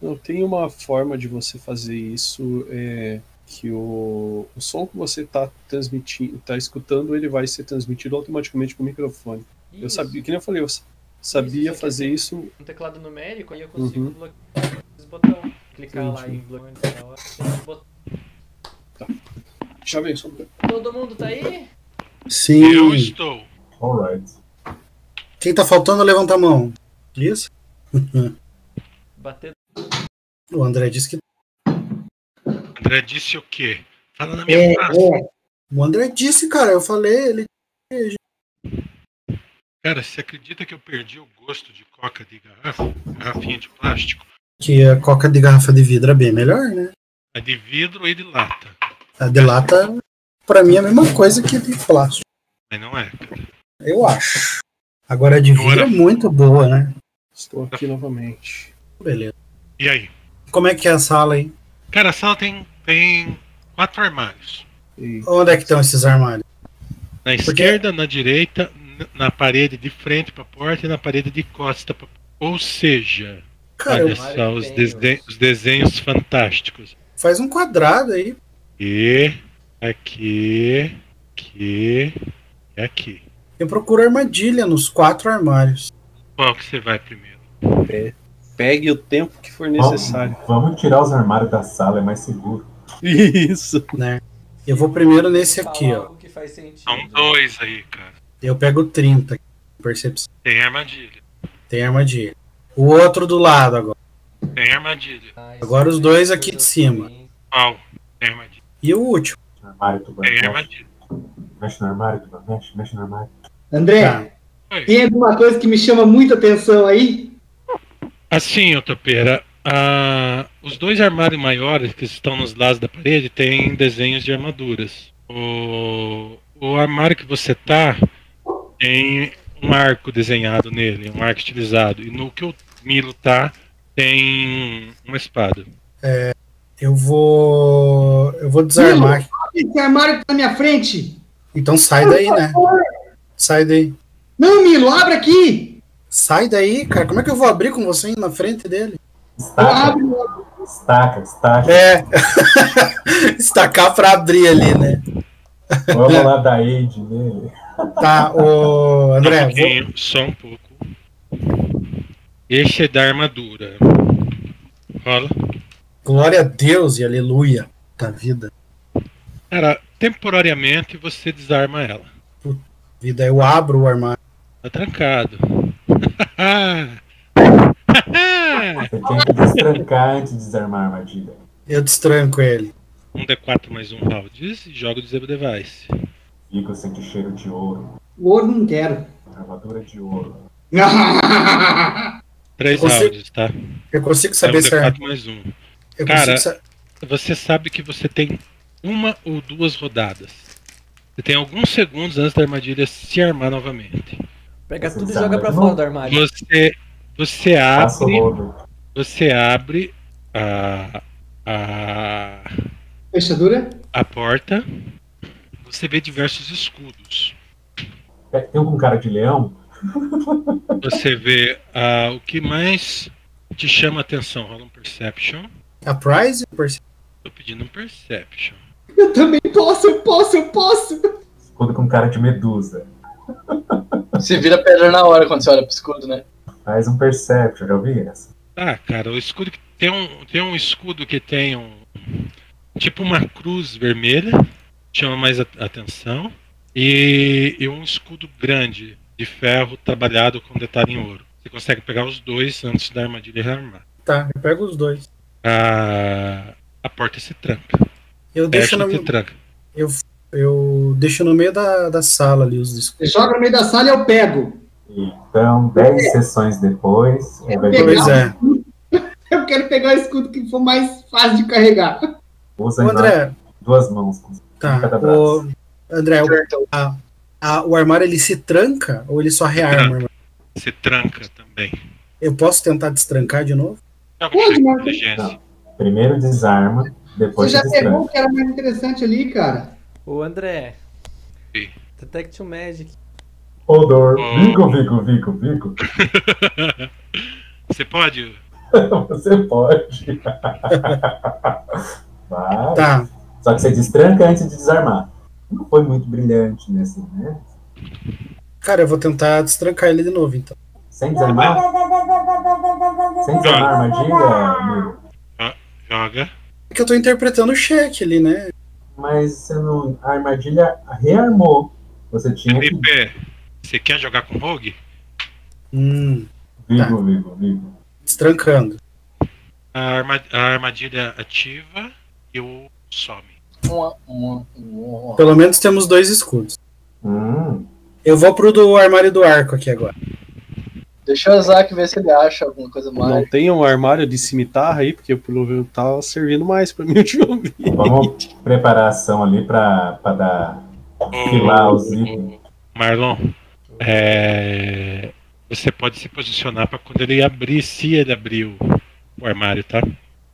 Não, Então, tem uma forma de você fazer isso é, que o, o som que você tá transmitindo, tá escutando, ele vai ser transmitido automaticamente pro microfone. Eu
Isso,
sabia, que nem eu falei, eu sa- sabia
isso aqui
fazer
tem-
isso
Um teclado numérico, aí eu consigo
Uhum.
bloquear esse botão. Clicar lá
Entendi.
em bloqueio. na hora. Esse botão.
Já vem, só um pouco.
Todo mundo tá aí?
Eu
Sim.
estou.
Alright.
Quem tá faltando, levanta a mão. Isso?
Bater.
O André disse que.
André disse o quê? Fala na minha frase.
O André disse, cara, eu falei, ele.
Cara, você acredita que eu perdi o gosto de coca de garrafa? Garrafinha de plástico?
Que a coca de garrafa de vidro é bem melhor, né?
A É de vidro e de lata.
A de lata, pra mim, é a mesma coisa que de plástico,
Mas não é, cara.
eu acho. Agora a de vidro
Agora-
é muito boa, né?
Estou aqui novamente.
Beleza.
E aí?
Como é que é a sala aí?
Cara, a sala tem, tem quatro armários.
E
Onde é que estão esses armários?
Na esquerda, na direita, n- na parede de frente pra porta e na parede de costa pra Ou seja,
Cara,
olha
eu-
Vários
só os,
desenhos.
desen- os desenhos fantásticos.
faz um quadrado aí.
E aqui, aqui e aqui.
Eu procuro armadilha nos quatro armários.
Qual que você vai primeiro?
pegue o tempo que for
Vamos-
necessário. [laughs]
Vamos tirar os armários da sala, é mais seguro.
Isso.
né? Eu vou primeiro nesse
Falar
aqui, ó.
algo que faz sentido.
São dois aí, cara.
Eu pego 30, percepção.
Tem armadilha.
Tem armadilha. O outro do lado agora.
Tem armadilha.
Ah, isso
Agora os
aí,
dois
isso
aqui
eu
de cima.
também.
Qual? Tem armadilha.
E o último.
Armário, tubarão.
Tem
Mexe,
armadilha.
mexe no armário, tubarão. Mexe, mexe no armário.
André,
Tá.
Oi.
tem alguma coisa que me chama muita atenção aí?
Assim, ô Topeira, a- os dois armários maiores que estão nos lados da parede têm desenhos de armaduras. O, o armário que você tá tem um arco desenhado nele, um arco estilizado. E no que o Milo tá, tem uma espada.
Eu vou. Eu vou desarmar. aqui.
Esse armário que tá na minha frente.
Então sai daí, né? Sai daí.
Não, Milo, abre aqui.
Sai daí, cara. Como é que eu vou abrir com você na frente dele?
Estaca,
Abre.
estaca, estaca.
É. [laughs] Estacar pra abrir ali, né?
Vamos lá dar aid nele.
Tá, o.
Só um
André, vou-
pouquinho, só um pouco. Esse é da armadura. Rola.
glória a Deus e aleluia da vida.
Cara, temporariamente você desarma ela.
Vida, eu abro o armário.
Tá
[laughs]
trancado.
Você tinha que destrancar antes de desarmar a armadilha.
Eu destranco ele.
um D4 mais um round e joga o Disable Device.
Fico sente cheiro de ouro.
O ouro não quero.
Armadura de ouro.
Três
Você-
rounds, tá?
Eu consigo
É um
saber se é.
D4 mais um.
Eu
Cara,
consigo sa-
Você sabe que você tem uma ou duas rodadas. Você tem alguns segundos antes da armadilha se armar novamente.
Pega tudo e
Essa
joga pra fora
armadilha.
do armário.
Você, você
Ah,
Passa o
abre.
lodo.
Você abre a, a,
Fechadura?
a porta. Você vê diversos escudos.
É, Tem algum cara de leão?
Você vê ah, o que mais te chama a atenção. Rola um Perception.
a prize? perce-
Tô pedindo um Perception.
Eu também posso, eu posso, eu posso.
Escudo com cara de medusa.
Você vira pedra na hora quando você olha pro escudo, né?
Faz um perception, já ouvi essa?
Ah, cara, o escudo que tem um, tem um escudo que tem um tipo uma cruz vermelha, chama mais a- atenção, e, e um escudo grande de ferro trabalhado com detalhe em ouro. Você consegue pegar os dois antes da armadilha rearmar.
Tá, eu pego os dois.
A, a porta se tranca.
Eu deixo,
Fecha
no,
e se tranca.
eu deixo no meio da, da sala ali os discos.
Joga no meio da sala e eu pego.
Então, 10 sessões depois, ele vai
É. Legal.
Pois é.
Eu quero pegar o escudo que for mais fácil de carregar.
Usa
O
em lá
André,
duas mãos.
tá.
cada braço.
O, André, o,
Turtle.
a- o armário ele se tranca ou ele só rearma? irmão?
Você tranca também.
Eu posso tentar destrancar de novo?
Joga
Pode,
um cheque de
Marcos.
inteligência.
Primeiro desarma,
Você
depois
já
destranca.
pegou o que era mais interessante ali, cara.
Ô André.
Sim.
Detect Magic.
Odor.
Oh.
Vigo, vigo, vigo, vigo. [laughs]
Você pode?
Você pode. [laughs] Vai.
Tá.
Só que você destranca antes de desarmar. Não foi muito brilhante nesse, né?
Cara, eu vou tentar destrancar ele de novo, então.
Sem desarmar. Sem desarmar a armadilha, amigo.
Joga.
É que eu tô interpretando o cheque ali, né?
Mas você não. A armadilha rearmou. Você tinha que.
Felipe, você quer jogar com o Rogue?
Hum,
Vigo, vigo, vigo.
destrancando.
A, arma- a armadilha ativa e o some.
Uma, uma, uma.
Pelo menos temos dois escudos.
Hum.
Eu vou pro do armário do arco aqui agora.
Deixa o Isaac ver se ele acha alguma coisa
Não
mais.
tem um armário de cimitarra aí, porque pelo menos tava servindo mais pra [laughs] mim o jogo.
Vamos preparar a ação ali pra, pra dar. Filar os itens.
Marlon, é, você pode se posicionar para quando ele abrir, se ele abrir o, o armário, tá?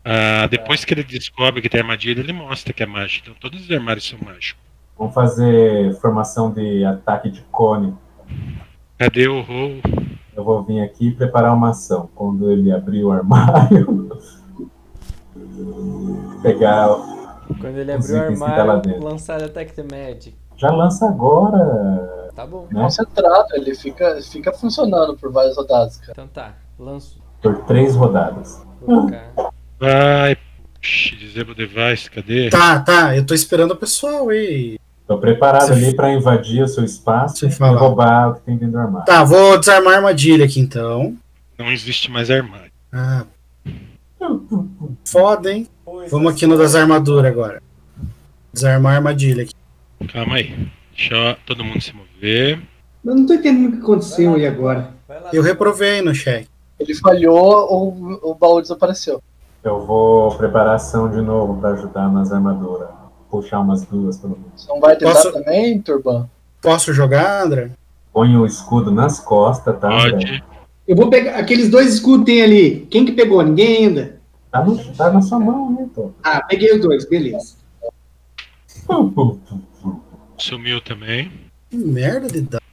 Ah, depois que ele descobre que tem armadilha, ele mostra que é mágico. Então todos os armários são mágicos.
Vamos fazer formação de ataque de cone
Cadê o roll?
Eu vou vir aqui e preparar uma ação. Quando ele abrir o armário, [laughs] pegar.
Quando ele
Os
abriu o
itens que tá lá
armário,
dentro.
lançar Detect Magic.
Já lança agora.
Tá bom.
Né?
Concentrado, ele fica, fica funcionando por várias rodadas, cara.
Então tá. Lanço.
Por três rodadas.
Vou
Hum.
colocar.
Vai, puxa, disable device, cadê?
Tá, tá, eu tô esperando o pessoal, ei.
Tô preparado
Você-
ali para invadir o seu espaço
Você
e
fala.
roubar o que tem dentro do armário.
Tá, vou desarmar a armadilha aqui então.
Não existe mais armário.
Ah. Foda, hein? Vamos aqui no das armaduras agora. Desarmar a armadilha aqui.
Calma aí. Deixa eu- todo mundo se mover.
Eu não tô entendendo o que
Vai
aconteceu
lá,
aí
Dudu.
agora.
Vai lá,
Eu
Dudu.
reprovei no cheque.
Ele falhou ou o baú desapareceu.
Eu vou preparar a ação de novo para ajudar nas armaduras. Puxar umas duas pelo menos.
Você não vai tentar
Posso-
também, Turban?
Posso jogar, André?
Põe o escudo nas costas, tá? André?
Pode.
Eu vou pegar aqueles dois escudos que tem ali. Quem que pegou? Ninguém ainda.
Tá, no- tá na sua mão, né, [laughs] Tô?
Ah, peguei os dois, beleza.
Sumiu também.
Que merda de dados,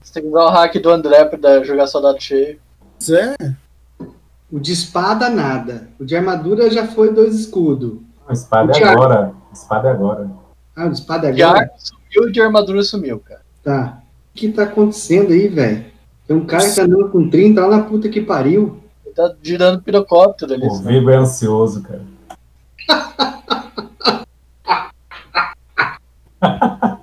Você tem que usar o hack do André pra dar- jogar soldado cheio.
é?
O de espada, nada. O de armadura já foi dois escudos.
Espada é
Thiago.
agora. Espada é agora.
Ah, o de espada
De
agora?
arco sumiu e de armadura sumiu, cara.
Tá. O que tá acontecendo aí, velho? Tem um cara que tá andando com 30 lá na puta que pariu.
Ele tá girando pirocóptero ali.
O
sabe?
Vigo é ansioso, cara. [laughs]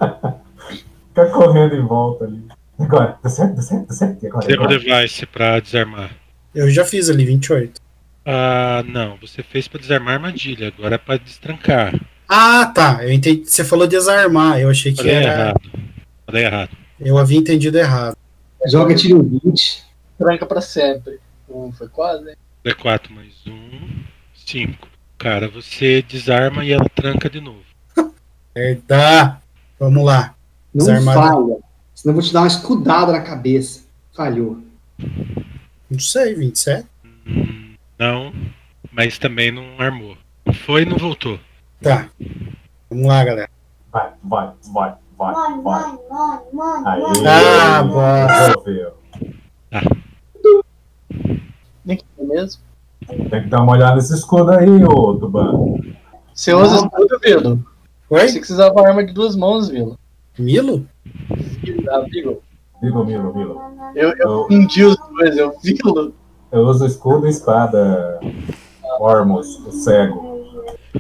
Fica correndo em volta ali. Agora, dá certo, dá certo, dá certo. E agora,
Disable
agora?
device pra desarmar.
Eu já fiz ali 28.
Ah, não. Você fez pra desarmar a armadilha. Agora é pra destrancar.
Ah, tá. Eu entendi. Você falou desarmar. Eu achei que
Falei
era.
errado. Falei errado.
Eu havia entendido errado.
Joga tiro 20.
Tranca pra sempre. Um foi quase, hein?
D4 mais um, cinco. Cara, você desarma e ela tranca de novo.
Eita! Vamos lá.
Não
Desarmado.
falha. Senão eu vou te dar uma escudada na cabeça. Falhou.
Não sei, 27.
Hum, não, mas também não armou. Não foi e não voltou.
Tá. Vamos lá, galera.
Vai, vai, vai, vai, vai. Aí,
Ah, bosta.
resolveu.
Nem que mesmo.
Tem que dar uma olhada nesse escudo aí, ô Tuban.
Você usa escudo, Vilo. Você
Oi?
que usava arma de duas mãos, Vilo.
Milo?
Amigo,
Vigo, Milo, Milo.
eu, eu
Eu-
fundi os dois, eu Vilo.
Eu uso escudo e espada. Ormus, o cego.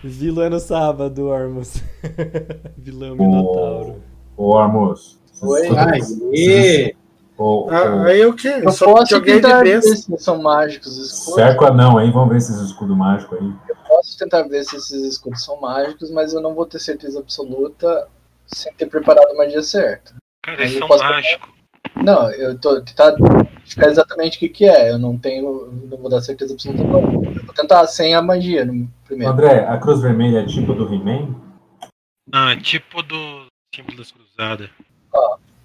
Vilo é no sábado, Ormus. [laughs] Vilão
O,
Minotauro.
o Ormus.
Oi.
Aê!
O, o,
Ah, aí eu que? Eu
Eu
só
posso
joguei de
tentar ver
besta.
se são mágicos os escudos.
Cerco anão, hein? Vamos ver esses escudos mágicos aí.
Posso tentar ver se esses escudos são mágicos, mas eu não vou ter certeza absoluta sem ter preparado a magia certa.
Cara, é um
Mas
eles
eu
são
posso-
mágicos.
Não, eu tô tentar ficar exatamente o que, que é. Eu não tenho. não vou dar certeza absoluta não. Eu vou tentar sem a magia. Não,
Ô,
primeiro.
André, a cruz vermelha é tipo do He-Man?
Não, é tipo do símbolo das cruzadas.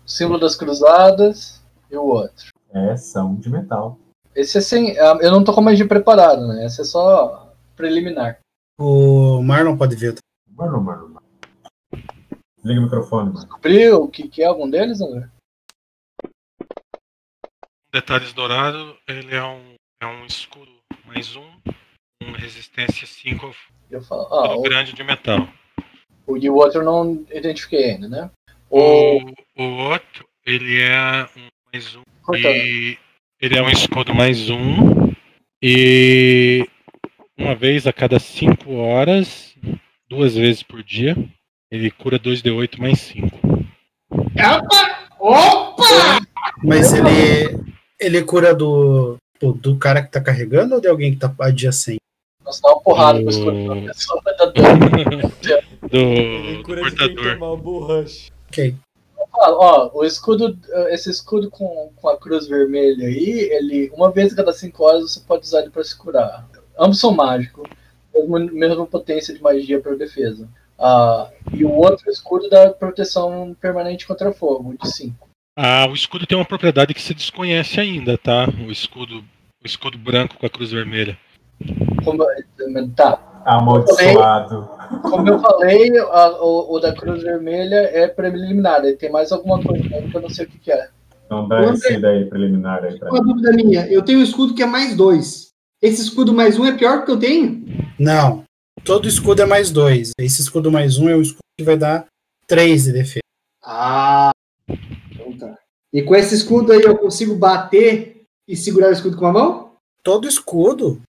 Símbolo das cruzadas e o outro.
É, são de metal.
Esse é sem. ah, Eu não tô com mais de preparado, né? Esse é só preliminar.
O Marlon pode ver. tá?
Mano, mano, mano. Liga o microfone, mano.
Descobriu o que, que é algum deles, André?
Um Detalhes dourado, ele é um, é um escudo mais um, com resistência 5
Eu falo. Ah, o,
grande de metal.
o- e o outro eu não identifiquei ainda, né? O.
O, o outro, ele é um mais um.
Cortando.
E ele é um escudo mais um. E uma vez a cada 5 horas, duas vezes por dia, ele cura 2d8 mais 5.
Opa! Opa!
Mas ele, ele é cura do, do, do cara que tá carregando ou de alguém que tá adjacente?
Nossa, dá uma porrada pro escudo
O-
da pessoa, vai dar dano.
Do, do
de quem
portador.
tomar o borracho.
Ok.
Ah, ó, o escudo, ah, esse escudo com, com a cruz vermelha aí, ele, uma vez a cada cinco horas você pode usar ele pra se curar. Ambos são mágicos, mesmo, mesma potência de magia para defesa. Ah, e o outro escudo dá proteção permanente contra fogo, de 5.
Ah, o escudo tem uma propriedade que se desconhece ainda, tá? O escudo, o escudo branco com a cruz vermelha.
Como, tá,
Amaldiçoado.
como eu falei, a- o, o da cruz vermelha é preliminar, ele tem mais alguma coisa né, que eu não sei o que, que é.
Não Então dá esse daí preliminar aí pra mim.
Uma dúvida minha. Eu tenho um escudo que é mais dois. Esse escudo mais um é pior que eu tenho?
Não. Todo escudo é mais dois. Esse escudo mais um é o escudo que vai dar três de defesa.
Ah! Então tá. E com esse escudo aí eu consigo bater e segurar o escudo com a mão?
Todo escudo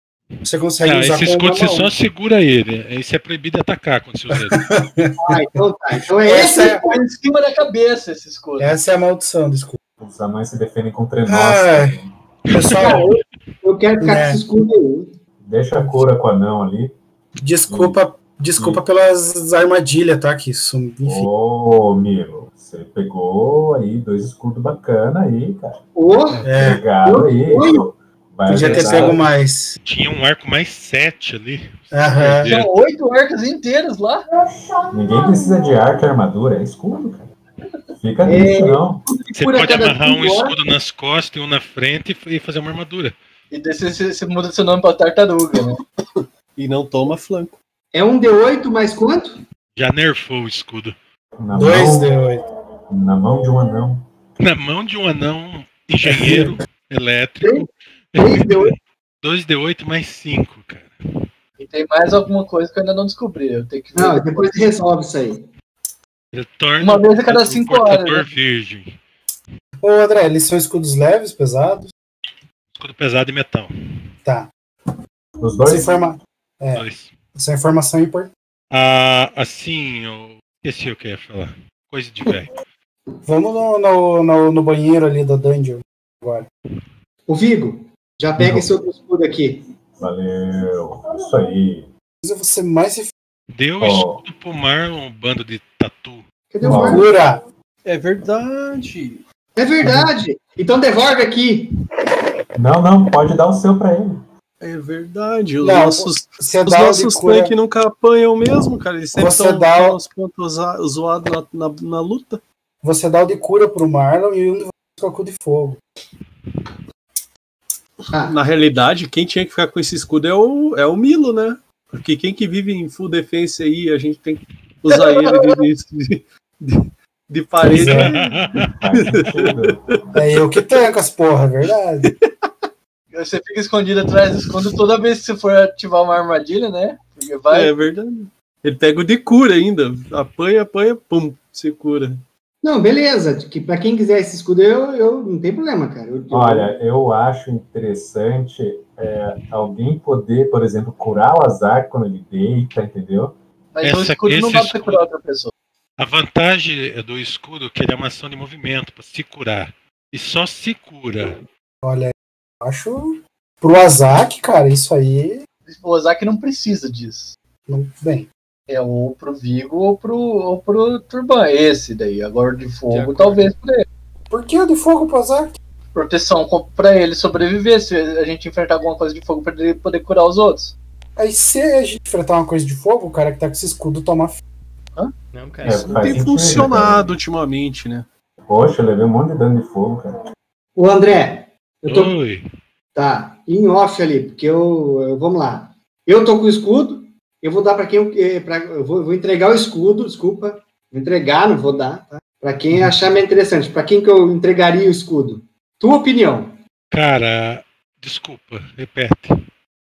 você consegue
Ah,
usar
esse
com
escudo
uma
você
mão.
só segura ele. Esse é proibido atacar quando se usa ele.
Ah, então tá. Então é
Essa
esse.
é,
Põe em cima da cabeça esse escudo.
essa é a maldição do escudo.
Os anões se defendem com trenós.
Ai. Pessoal,
Eu quero ficar com esse escudo aí.
Deixa a cura com o anão ali.
desculpa, desculpa pelas armadilhas, tá? Que isso, enfim.
Ô, Milo, você pegou aí dois escudos bacana aí, cara.
Ô,
É,
Obrigado aí.
Oi.
pô. Vai
podia ter
ajudar.
pego mais.
Tinha um arco mais 7 ali.
Aham.
Perderam.
São oito arcas inteiras lá.
Ninguém precisa de arco e armadura, é escudo, cara.
É.
Fica nisso, não.
Você
Cura
pode
é
cada
amarrar um
cinco horas.
escudo nas costas e um na frente e fa- e fazer uma armadura.
E daí você, você- você muda seu nome pra tartaruga, né?
E não toma flanco.
é um D8 mais quanto?
Já nerfou o escudo.
Na,
Dois
mão,
de oito.
na mão de um anão.
Na mão de um anão
[laughs]
engenheiro elétrico.
3 D8.
2d8 mais 5, cara.
E tem mais alguma coisa que eu ainda não descobri. Eu tenho que ver.
Não, depois resolve isso aí.
Ele torna
Uma vez a cada
o
cinco
portador
horas, né?
virgem.
Ô, André, eles são escudos leves, pesados?
Escudo pesado e metal.
Tá.
Os
Essa,
dois.
informa- É.
Dois.
essa informação é importante.
Ah, assim, eu esqueci o que eu ia falar. Coisa de velho.
Vamos no, no, no, no banheiro ali da dungeon agora.
Ô, Vigo, já pega
Não.
esse outro escudo aqui.
Valeu. Isso aí.
Mas eu vou ser mais eficaz.
Deu o
Ó.
escudo pro Marlon, um bando de tatu.
Cadê o
Não.
Marlon?
Cura!
É verdade.
É verdade. Então devolve aqui.
Não, não, pode dar o seu pra ele.
É verdade. Os
Não,
nossos,
Você
os
dá o de
nossos
cura.
tanques nunca apanham mesmo, cara. Eles sempre
Você
estão
dá o-
os pontos zo- zoados na, na, na luta.
Você dá o de cura pro Marlon e um de vocês com o cu de fogo.
Na realidade, quem tinha que ficar com esse escudo é o, é o Milo, né? Porque quem que vive em full defense aí, a gente tem que usar ele
[laughs]
de, de, de- de parede. né? [laughs]
Faz sentido.
É eu
[laughs]
que tanco as porra, é verdade.
Você fica escondido atrás do escudo toda vez que você for ativar uma armadilha, né? Porque vai.
É verdade. Ele pega o de cura ainda. Apanha, apanha, pum, se cura.
Não, beleza. Que para quem quiser esse escudo, eu, eu não tem problema, cara. Eu- eu-
Olha, eu acho interessante é, alguém poder, por exemplo, curar o azar quando ele deita, entendeu?
mas o
essa-
escudo não
esse
dá pra você
escudo-
curar outra pessoa.
A vantagem é do escudo é que ele é uma ação de movimento pra se curar. E só se cura.
Olha, eu acho. Pro Azak, cara, isso aí.
O Ozaki não precisa disso.
Não, bem.
É ou pro Vigo ou pro, ou pro Turban. Esse daí. Agora o de fogo,
acordo.
talvez pra ele.
Por que o de fogo pro Azak?
Proteção co- pra ele sobreviver se a gente enfrentar alguma coisa de fogo pra ele poder curar os outros.
Aí se a gente enfrentar uma coisa de fogo, o cara que tá com esse escudo toma f-
Não, cara.
Isso
É,
não
faz
tem
sentido,
funcionado ultimamente, né?
Poxa, eu levei um monte de dano de fogo, cara.
Ô, André, eu tô.
Oi.
Tá, em off ali, porque eu, eu- Vamos lá. Eu tô com o escudo, eu vou dar para quem. eu- eh, Pra, eu vou, eu vou entregar o escudo, desculpa. Vou entregar, não vou dar, tá? Pra quem achar mais interessante. Pra quem que eu entregaria o escudo? Tua opinião.
Cara, desculpa, repete.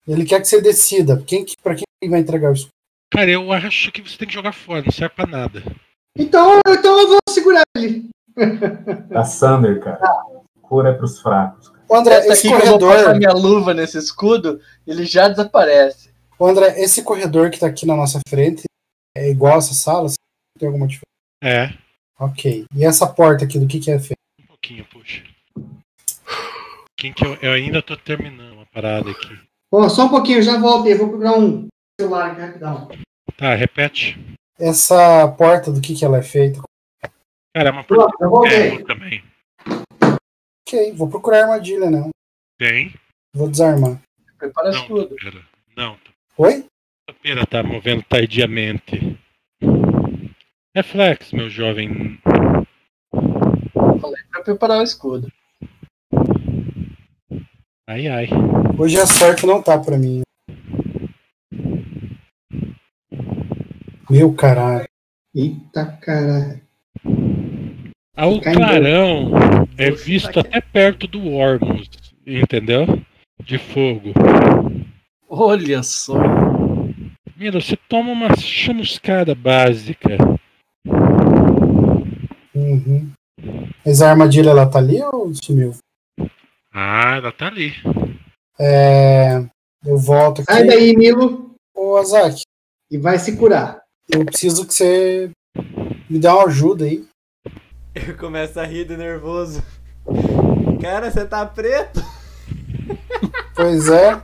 Ele quer que você decida. Quem, que- pra quem ele vai entregar o escudo?
Cara, eu acho que você tem que jogar fora, não serve pra nada.
Então, então eu vou segurar ele.
A Sander, cara. Cura é pros fracos. cara.
Ô,
É,
André,
Essa
esse
aqui que eu vou passar
corredor.
minha luva nesse escudo, ele já desaparece.
ô, André, esse corredor que tá aqui na nossa frente é igual a essa sala? Assim, Tem alguma diferença?
É,
Ok. E essa porta aqui, do que, que é feita?
um pouquinho, poxa. Quem que eu, eu ainda tô terminando uma parada aqui.
Ó, só um pouquinho, eu já volto aí. eu Vou procurar um celular aqui rapidão.
Tá, repete.
Essa porta, do que, que ela é feita?
Cara, é uma
Pronto, eu voltei.
pergunta também.
Ok, vou procurar armadilha, né?
Tem?
Vou desarmar.
Prepara o
Não,
escudo.
pera. Não,
Oi?
a pera tá movendo tardiamente. Reflexo, meu jovem.
Falei pra preparar o escudo.
Ai, ai.
Hoje a sorte não tá pra mim. Meu caralho.
Eita, cara.
Ah, O
Caindo.
clarão é
Você
visto
tá
até perto do Ormus, entendeu? De fogo.
Olha só.
Mira, você toma uma chamuscada básica.
Uhum. Mas a armadilha, ela tá ali ou sumiu?
Ah, ela tá ali.
É. Eu volto aqui.
Sai daí, Milo,
Ô, Azaki,
e vai se curar.
eu preciso que você me dê uma ajuda aí.
[laughs] Eu começo a rir de nervoso.
É.
Cara, você tá preto?
Pois é.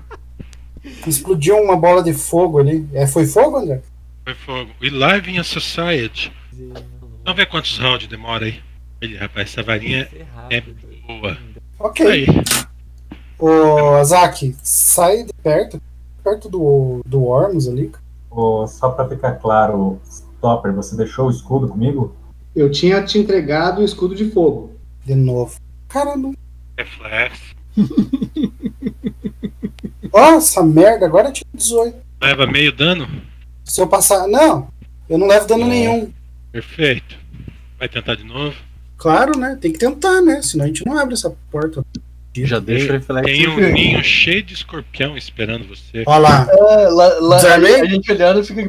Explodiu uma bola de fogo ali. É, foi fogo, André?
Foi fogo. E Live in a Society. Vamos ver quantos rounds demora aí. Ele, rapaz, essa varinha
Você é
é
rápido.
boa.
Ok.
Aí,
Ô, Azaki, sai de perto. Perto do, do Ormus ali.
Ô, só pra ficar claro, Stopper, você deixou o escudo comigo?
Eu tinha te entregado o escudo de fogo.
De novo. Caramba.
É reflexo.
Nossa, merda. Agora eu tinha 18.
Leva meio dano?
Se eu passar. Não, eu não levo dano nenhum.
Perfeito. Vai tentar de novo?
Claro, né? Tem que tentar, né? Senão a gente não abre essa porta.
Já deixa o
Tem um
reflexo.
ninho cheio de escorpião esperando você.
Olha lá.
É, lá, lá-
Desarmei?
a gente olhando fica.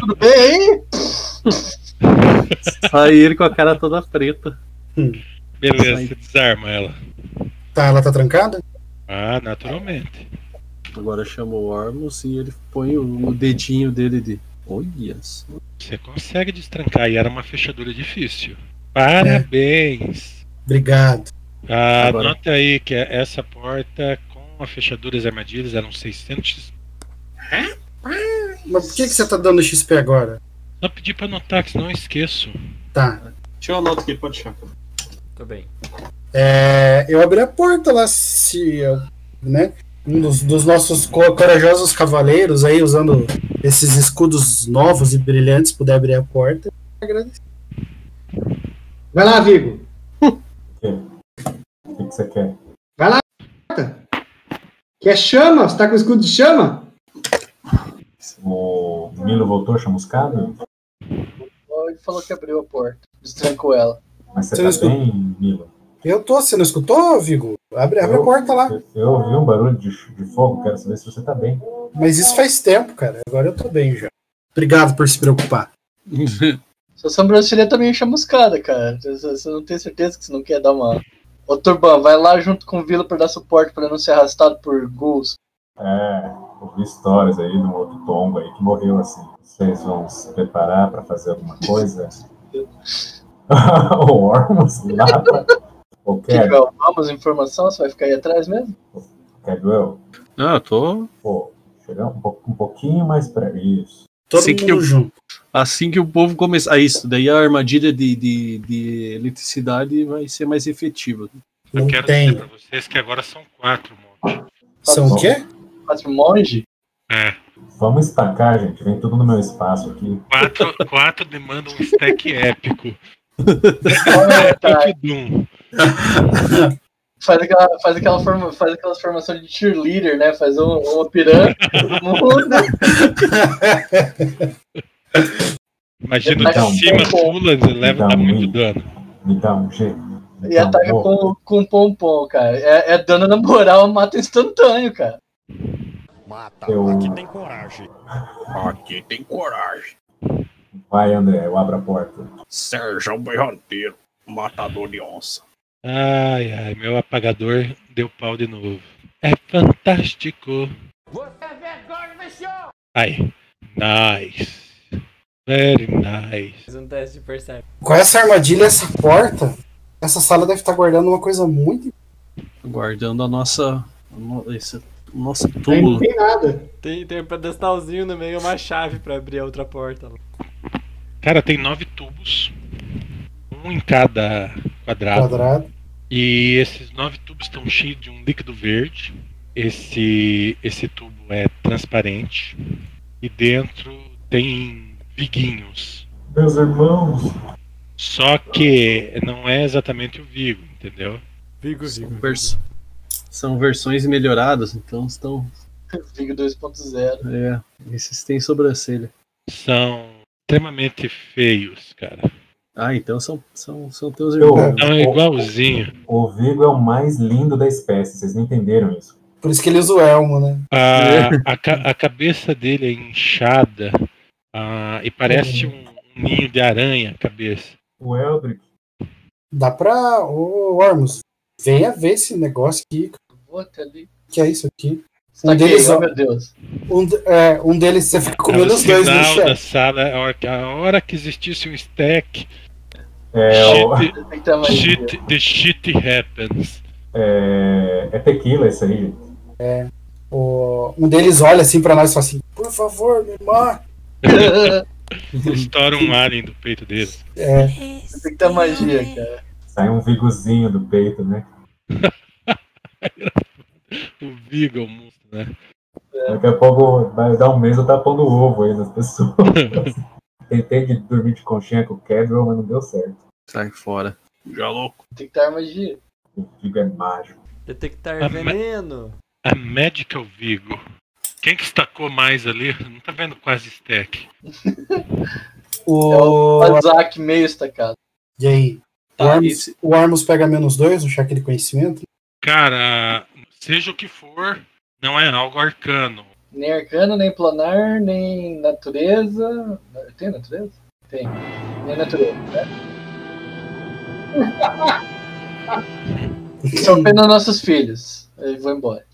Tudo bem aí?
Sai ele com a cara toda preta.
Beleza, você desarma ela.
Tá, ela tá trancada?
Ah, naturalmente.
Agora chama o Ormus e ele põe o, o dedinho dele de. Olha só.
Você consegue destrancar e era uma fechadura difícil. Parabéns!
Obrigado.
Ah,
Agora.
anota aí que é essa porta com a fechadura e as armadilhas eram 600 XP.
Mas por que, que você tá dando XP agora?
Só pedi pra anotar que senão eu esqueço.
Tá.
Deixa eu anotar aqui, pode chamar.
Tô bem.
É, eu abri a porta lá, se eu, né? Um dos, dos nossos co- corajosos cavaleiros aí, usando esses escudos novos e brilhantes, puder abrir a porta. Agradeço.
Vai lá, Vigo.
O que, que você quer?
Quer chama? Você tá com o escudo de chama?
O Milo voltou chamuscado?
Ele falou que abriu a porta. Destrancou ela.
Mas você
Você
tá
escutou?
bem, Milo?
Eu tô, você não escutou, Vigo? Abre, abre a
Eu-
porta
Ah.
lá.
Eu, eu ouvi um barulho de, ch- de fogo, quero saber se você tá bem.
Mas isso faz tempo, cara. Agora eu tô bem já. Obrigado por se preocupar.
Sua sobrancelha também chamuscada, cara. Você você não tem certeza que você não quer dar uma. Ô Turban, vai lá junto com o Vila pra dar suporte pra não ser arrastado por ghouls.
É, ouvi histórias aí de um outro tombo aí que morreu assim. Vocês vão se preparar pra fazer alguma coisa? [laughs] o Ormus lá pra... O
Que
Cad,
legal. Vamos, informação, você vai ficar aí atrás mesmo?
Cadwell,
Ah, eu tô.
pô, chegar um, pou- um pouquinho mais pra isso.
Todo
Sei
mundo
que eu-
junto.
Assim que o povo começar. Ah, isso, daí a armadilha de, de, de eletricidade vai ser mais efetiva.
Eu
Não
quero
tem.
dizer pra vocês que agora são quatro, monte.
São o quê?
quatro monge?
É.
Vamos estacar, gente. Vem tudo no meu espaço aqui.
Quatro, quatro demandam um stack épico.
Olha, tá,
Epic Doom.
faz, aquela, faz, aquela forma, faz aquelas formações de cheerleader, né? Faz um- uma pirâmide, todo mundo.
Imagina
Então,
de cima,
bom.
pula, leva dá
Então,
muito
muito.
dano.
Me dá um jeito. Me
E
dá um
ataca
pouco.
com, com pompom, cara. É, é dano na moral, [laughs] mata instantâneo, cara.
Eu-
Aqui tem coragem. Aqui tem coragem.
Vai, André, eu abro a porta.
Sérgio é um berranteiro, matador de onça.
Ai, ai, meu apagador deu pau de novo. É fantástico. Ai, nice. Very nice.
Fiz um teste de percepção.
Com essa armadilha, essa porta, essa sala deve estar guardando uma coisa muito.
Guardando a nossa. a no- esse- o nosso
Aí não
túmulo.
tem nada.
Tem, tem um pedestalzinho no meio, uma chave pra abrir a outra porta.
Cara, tem nove tubos. Um em cada quadrado.
Quadrado.
E esses nove tubos estão cheios de um líquido verde. Esse, esse tubo é transparente. E dentro tem viguinhos.
Meus irmãos,
Só que não é exatamente o Vigo, entendeu?
Vigo,
São,
Vigo.
vers- são versões melhoradas, então estão.
Vigo 2.0.
É, esses têm sobrancelha.
São extremamente feios, cara.
Ah, então são, são, são teus
Eu-
irmãos.
Não é igualzinho.
o Vigo é o mais lindo da espécie. Vocês não entenderam isso.
Por isso que ele usa o elmo, né?
A, a, ca- a cabeça dele é inchada ah, e parece um, um ninho de aranha a cabeça.
O Eldrick,
Dá pra. Ô, Ormus, venha ver esse negócio aqui.
Vou até ali.
que é isso aqui? Um
Saquei,
deles,
oh,
ó.
meu Deus.
Um, de- é, um deles você fica
É o
comendo os dois no
sinal da
chat.
sala, a hora, que- a hora que existisse um stack,
é, o-
shit,
Tem que ter mais dinheiro.
shit, the shit happens.
é, é tequila isso aí, gente.
O- um deles olha assim pra nós e fala assim: Por favor, me mata.
Estoura um alien do peito dele.
É,
[laughs] Tem que ter magia, cara.
Sai um Vigozinho do peito, né?
O Vigo é um monstro, né?
É.
Daqui a pouco vai dar um mês eu tá pondo ovo aí
[laughs]
nas pessoas. Tentei de dormir de conchinha com o Kevin, mas não deu certo.
Sai fora.
Já louco.
Tem que ter magia.
O Vigo é mágico.
Detectar
Ah, mas-
veneno.
A Medical Vigo. Quem que estacou mais ali? Não tá vendo quase stack.
o...
Azak meio estacado.
E aí?
Tá,
o, Armus,
esse-
o Armus pega menos dois, no chá de conhecimento?
Cara, seja o que for, não é algo arcano.
Nem arcano, nem planar, nem natureza. Tem natureza? Tem. Nem natureza, né?
Hum,
São apenas nossos filhos. Eu vou embora.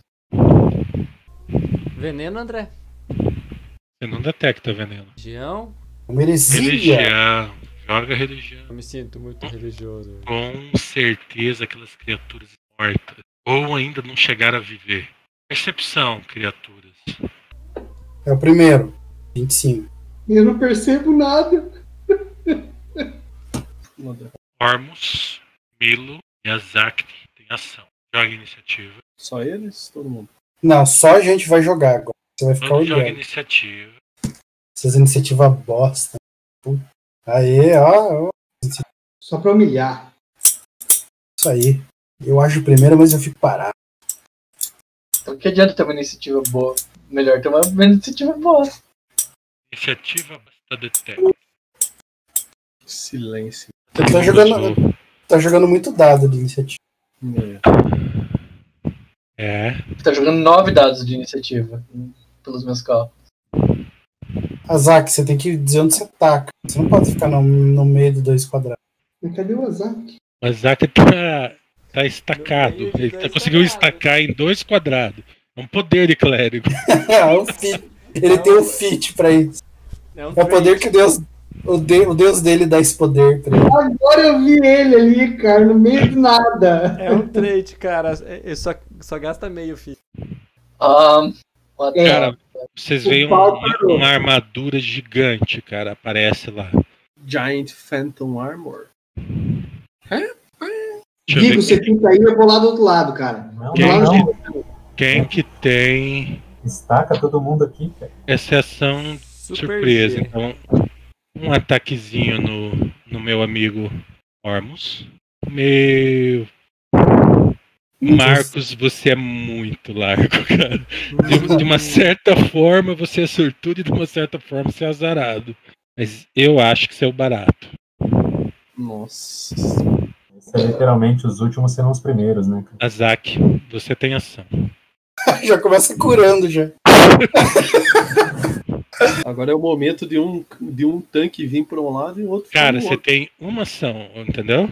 Veneno, André.
Você não detecta veneno.
Religião.
Uma heresia.
Religião. Joga religião.
Eu me sinto muito religioso.
Com certeza aquelas criaturas mortas. Ou ainda não chegaram a viver. Percepção, criaturas.
É o primeiro. 25.
Eu não percebo nada.
Ormus, Milo e Azak tem ação. Joga iniciativa.
Só eles? Todo mundo.
Não, só a gente vai jogar agora. Você vai ficar
Todo joga
olhando.
iniciativa.
Essas iniciativas bosta. Puta. Aê, ó, ó,
Só pra humilhar.
Isso aí. Eu acho o primeiro, mas eu fico parado.
Então que adianta ter uma iniciativa boa? Melhor ter uma iniciativa boa.
Iniciativa basta detect.
Silêncio.
Eu tô jogando, tá jogando muito dado de iniciativa.
É.
É.
Tá jogando nove dados de iniciativa. hum, Pelos meus cálculos.
Azak, você tem que dizer onde você taca. Você não pode ficar no, no meio de dois quadrados. [laughs]
Mas cadê o Azak?
O Azak tá, tá estacado.
No meio de
Ele
dois
tá- conseguiu
quadrados.
estacar em dois quadrados. É um poder de clérigo.
É um fit. Ele tem um fit pra isso.
É um
É o poder que Deus. O, de- o Deus dele dá esse poder tá pra ele.
Agora eu vi ele ali, cara, no meio de nada.
É um trait, cara. É- é só, só gasta meio, filho.
Ahn, é, o ataque.
Cara, vocês
É. O
veem
pau
uma,
parou.
uma armadura gigante, cara, aparece lá.
Giant Phantom Armor.
Deixa eu ver
Digo, você
quem,
fica aí, eu vou lá do outro lado, cara.
Não,
Quem?
Lá no-
quem que tem
Estaca todo mundo aqui, cara.
Essa é ação
Super
surpresa.
G.
Então, um ataquezinho no, no meu amigo Ormus. Meu. Marcos, você é muito largo, cara. De, de uma certa forma você é sortudo e de uma certa forma você é azarado. Mas eu acho que você é o barato.
Nossa.
Isso é literalmente os últimos serão os primeiros, né? cara?
Azak, você tem ação.
[laughs] já começa curando já.
Agora é o momento de um, de um tanque vir para um lado e o outro
Cara,
pro
você
outro. [laughs]
tem uma ação, entendeu?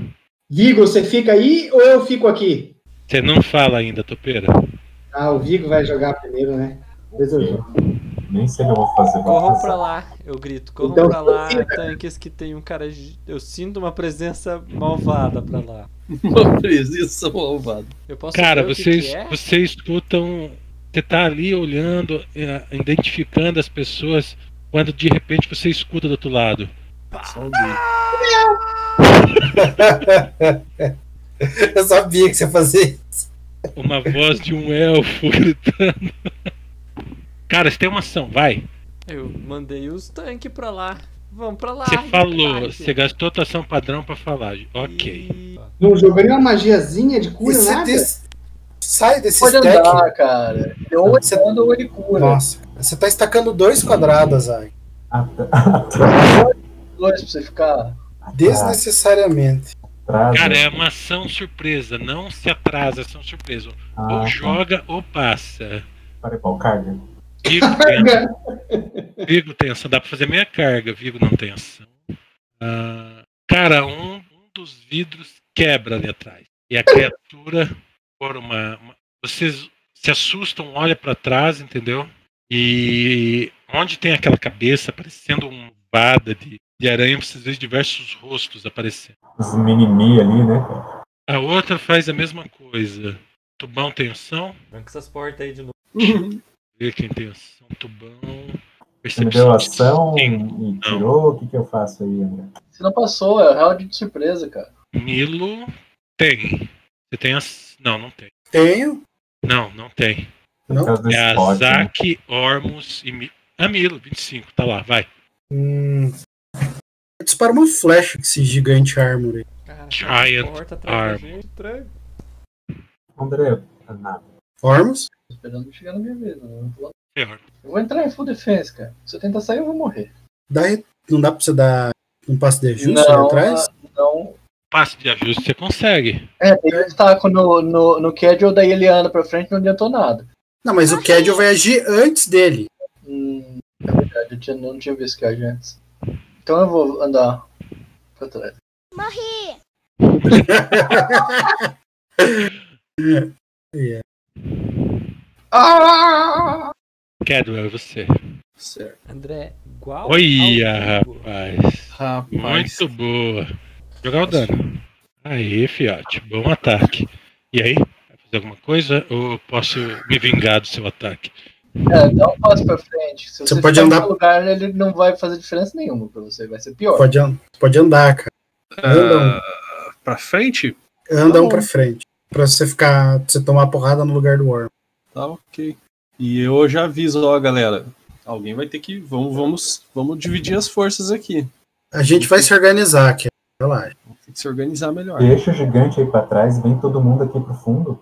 Vigo, você fica aí ou eu fico aqui?
Você não fala ainda, topeira.
Ah, o Vigo vai jogar primeiro, né? Depois eu jogo.
Nem sei o que eu vou fazer. vou
Corram
fazer.
pra lá, eu grito. Corram
Então,
pra lá,
sim, né?
tanques que tem um cara. gi- Eu sinto uma presença malvada pra lá.
Uma presença malvada.
Eu posso
Cara,
ver o que
vocês,
que é?
vocês escutam. Você tá ali olhando, eh, identificando as pessoas, quando de repente você escuta do outro lado.
Só um dedo.
Eu sabia que você ia fazer.
Uma voz de um elfo [laughs] gritando. Cara, você tem uma ação, vai.
Eu mandei os tanques pra lá. Vamos pra lá.
Você falou,
embarque.
você gastou a tua ação padrão pra falar. Ok.
E-
Não jogou nenhuma magiazinha de cura,
Esse
nada?
des- Sai desse
Pode
stack. É um
andar, cara. Ou você anda ou ele cura.
Nossa, você tá estacando dois quadrados, Zag.
Dois pra você ficar.
Desnecessariamente.
Atraso,
Cara, é uma ação surpresa, não se atrasa, é ação surpresa.
ah,
Ou
tá.
joga ou passa.
Fireball Carga.
Vigo tem, Vigo tem ação, dá pra fazer meia carga, Vigo não tem ação. Ah, cara, um, um dos vidros quebra ali atrás. E a criatura, por uma. uma- vocês se assustam, olham pra trás, entendeu? E onde tem aquela cabeça parecendo um vada de, de aranha, vocês veem diversos rostos aparecendo.
Os mini-mi ali, né? cara?
A outra faz a mesma coisa. Tubão tem ação.
Tranca essas portas aí de novo.
Vê quem tem ação. Tubão.
Você me deu
Percepção.
ação
Sim.
e tirou. O que, que eu faço aí, André?
Você não passou, é o round de surpresa, cara.
Milo tem. Você tem as... Não, não tem.
Tenho.
Não, não tem.
Não?
Por causa do
É a
esporte, né?
Zac, Ormus e Milo. Ah, Milo, 25. Tá lá, vai.
Hum. Dispara uma flecha com esse gigante armor aí.
Cara,
Giant
porta atrás da
arm.
gente. tranca.
André, nada.
Formos?
Tô esperando chegar na minha vez. Não vou pular.
Pior.
Eu vou entrar em full defense, cara. Se eu tentar sair, eu vou morrer.
Dá, re- não dá pra você dar um passo de ajuste
não,
ali atrás?
ah, não.
Passo de ajuste você consegue.
É, tem um taco no, no, no Cadwell, daí ele anda pra frente não adiantou nada.
Não, mas
Ah,
o Caddiel vai agir antes dele.
Hum, é verdade, eu tinha- não tinha visto que era antes. Então eu vou andar pra trás.
Yeah.
Ah!
Cadwell, é você.
Certo.
André, igual.
Olha,
ao vivo.
rapaz.
Rapaz.
Muito boa. Jogar o dano. Aí, fiote. Bom ataque. E aí? Vai fazer alguma coisa? Ou eu posso me vingar do seu ataque?
É, dá um passo pra frente. Se você,
Você pode
ficar
andar-
no lugar, ele não vai fazer diferença nenhuma pra você. Vai ser pior.
Pode, an- pode andar, cara. Andam,
Ah, pra frente? Tá
andam
bom.
um pra frente. Pra você ficar. pra você tomar porrada no lugar do Worm.
Tá ok. E eu já aviso, ó, galera. Alguém vai ter que. Vamos, vamos, vamos dividir as forças aqui.
A gente vai se organizar aqui. Relaxa.
Tem que se organizar melhor.
Deixa o gigante aí pra trás, vem todo mundo aqui pro fundo.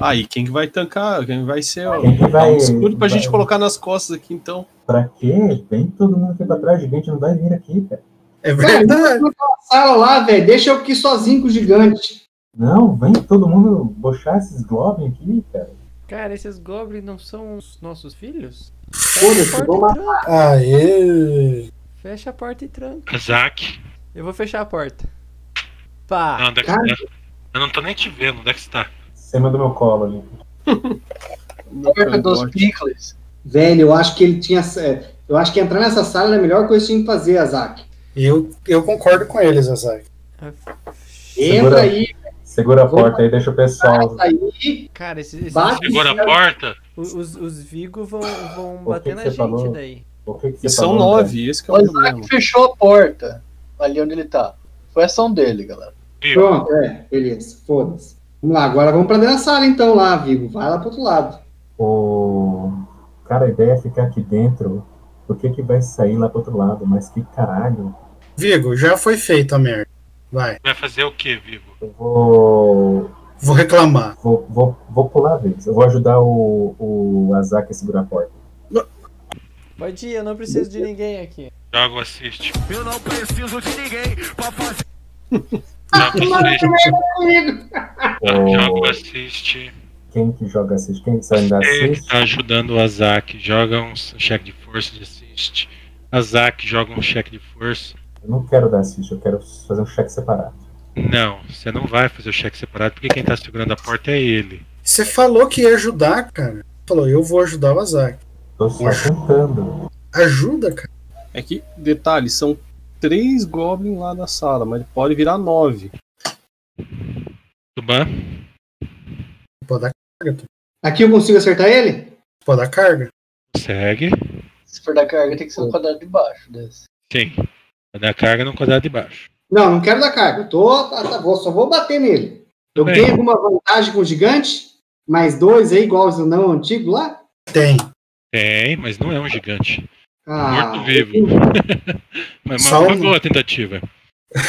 Aí, quem que vai tancar? Quem vai ser. Ó,
Quem que
dá
vai-
um escudo pra
vai-
gente colocar nas costas aqui, então.
Pra quê? Vem todo mundo aqui pra trás, o gigante não vai vir aqui, cara.
É
Cara,
verdade.
Sala lá, velho. Deixa eu aqui sozinho com o gigante.
Não, vem todo mundo bochar esses globins aqui, cara.
Cara, esses goblins não são os nossos filhos?
Foda-se,
Fecha a
vou
porta e tranca.
Aê!
Fecha a porta e tranca.
Azak.
Eu vou fechar a porta. Pá!
Não, onde é que
cara.
você tá? Eu não tô nem te vendo. Onde é que você tá?
Em cima do meu colo ali.
Perto dos picles.
Velho, eu acho que ele tinha. é, Eu acho que entrar nessa sala era a melhor coisa que tinha que fazer, Azak.
Eu, eu concordo com eles, Azak.
Entra
Segura.
aí,
Segura a
Vou-
porta aí, deixa o pessoal.
então.
passa aí.
Cara, esses, esses
Bate.
Segura a porta.
os, os, os Vigo vão, vão
Pô,
bater
que
na
que
gente
você falou?
daí.
O que que você
E são
falou, né?
nove, esse que é
O
o
um
Isaac
problema.
fechou a porta. Ali onde ele tá. Foi ação dele, galera.
Viu?
Pronto, é, beleza. Foda-se. Vamos lá, agora vamos pra dentro da sala então lá, Vigo. Vai lá pro outro lado.
O... Cara, a ideia é ficar aqui dentro. Por que que vai sair lá pro outro lado? Mas que caralho.
Vigo, já foi feita a merda. Vai,
Vai fazer o que, Vigo?
Eu vou...
[laughs]
vou reclamar.
Vou, vou, vou pular a vez. Eu vou ajudar o, o Azaki a segurar a porta.
Pode ir, eu não preciso de ninguém aqui.
Jogo assiste.
Eu não preciso de ninguém pra
[laughs]
fazer.
Jogo assiste.
comigo.
Jogo
O,
assiste.
quem que joga assiste? Quem que ainda
Você que
assiste?
tá ajudando o Azak, joga um cheque de força de assist. Azak joga um cheque de força.
Eu não quero dar assiste, eu quero fazer um cheque separado.
Não, você não vai fazer o cheque separado porque quem tá segurando a porta é ele.
Você falou que ia ajudar, cara. Falou, eu vou ajudar o Azak.
Tô só tentando.
Ajuda, cara.
É que, detalhe, são três goblins lá na sala, mas ele pode virar nove.
Tuban?
Pode dar,
Aqui eu consigo acertar ele?
pode dar carga.
Consegue.
Se for da carga, tem que ser no quadrado de baixo desse.
Sim. Vai dar carga no quadrado de baixo.
Não, não quero dar carga. Eu tô, tá, tá, vou, só vou bater nele. Eu
Bem.
tenho alguma vantagem com o gigante? Mais dois aí, igual os não antigo lá?
Tem.
Tem, mas não é um gigante.
Ah,
Morto-vivo. [laughs] Mas, mas
Só
foi
um.
boa a tentativa.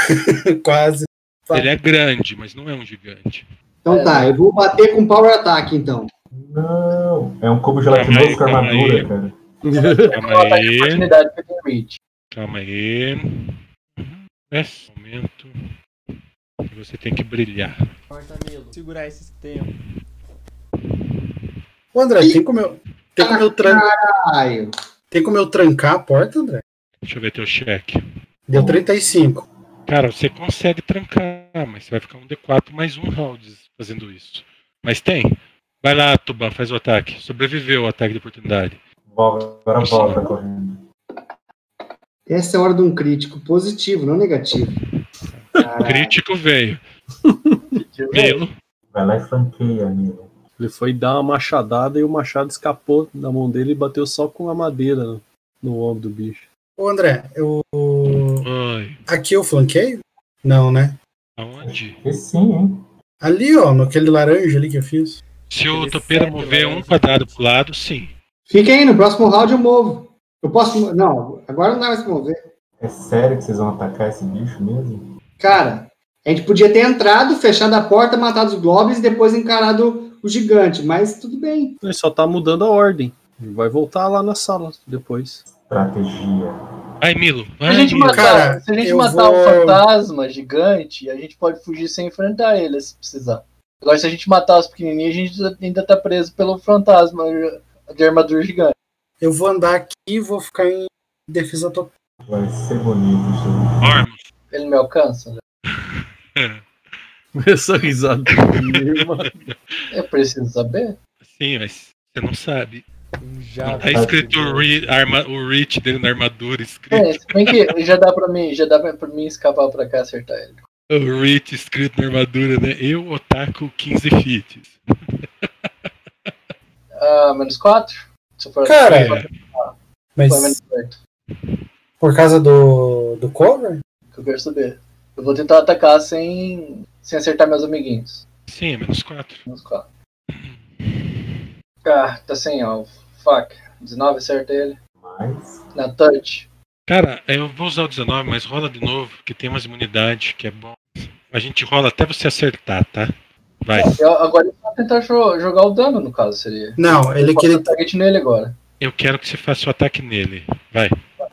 [laughs] Quase. Tá.
Ele é grande, mas não é um gigante.
[laughs]
Então tá, eu vou bater com power attack então.
Não! É um cubo
Calma aí,
gelatinoso com
calma aí.
armadura, cara.
Calma
tá
aí.
Oportunidade pra quem reach.
Calma aí. Uhum. Nesse momento. que Você tem que brilhar.
Corta Milo. Segurar esses que tem. ó.
Ô, André, tem como eu. Tem como eu, tran...
Ai,
tem como eu trancar a porta, André?
Deixa eu ver teu cheque.
Deu 35.
Cara, você consegue trancar, mas você vai ficar um D4 mais um round fazendo isso. Mas tem. Vai lá, Tuban, faz o ataque. Sobreviveu o ataque de oportunidade.
Volta, agora volta correndo.
essa é a hora de um crítico positivo, não negativo. Caralho.
Crítico veio. Milo.
Vai lá e franqueia, amigo.
Ele foi dar uma machadada e o machado escapou da mão dele e bateu só com a madeira no- no ombro do bicho.
Ô, André, eu.
Oi.
Aqui eu flanqueio? Não, né?
Aonde?
E sim, hein?
Ali, ó, naquele laranja ali que eu fiz.
Se o
Aquele
topeira
sete
mover
lá,
um
né?
quadrado pro lado, sim.
Fica aí, no próximo round eu movo. Eu posso. mo- Não, agora não dá mais pra mover.
É sério que vocês vão atacar esse bicho mesmo?
Cara, a gente podia ter entrado, fechado a porta, matado os globes e depois encarado o gigante, mas tudo bem.
Ele só tá mudando a ordem. Ele vai voltar lá na sala depois.
Estratégia.
Vai, Milo.
Se a
Vai,
gente
Milo.
matar,
cara,
se a gente
eu
matar um
vou-
fantasma gigante, a gente pode fugir sem enfrentar ele se precisar. Agora, se a gente matar os pequenininhos, a gente ainda tá preso pelo fantasma de armadura gigante.
Eu vou andar aqui e vou ficar em defesa total.
Vai ser bonito isso. aí.
Orm.
Ele me alcança? né?
[laughs] Essa risada.
Eu preciso saber.
Sim, mas você não sabe.
Um
Não
jabo.
tá escrito o, re, arma, o reach dele na armadura
É,
escrito.
se bem que já dá pra mim, já dá pra, pra mim escapar pra cá e acertar ele.
O reach escrito na armadura, né? Eu otaku 15 feats.
Ah, menos 4? Se for,
Cara,
se for- se
Mas
for menos 8,
por causa do, do cover?
que eu quero saber. Eu vou tentar atacar sem, sem acertar meus amiguinhos.
Sim, é menos 4.
Menos 4. Ah, tá sem alvo. Fuck. 19 acerta ele.
Mas.
Na touch.
Cara, é, eu vou usar o 19, mas rola de novo, que tem umas imunidade que é bom. A gente rola até você acertar, tá? Vai.
Eu, agora eu vou tentar jo- jogar o dano, no caso, seria.
Não, ele é
Eu
que
posso
ele
dar target nele agora.
Eu quero que você faça o ataque nele. Vai.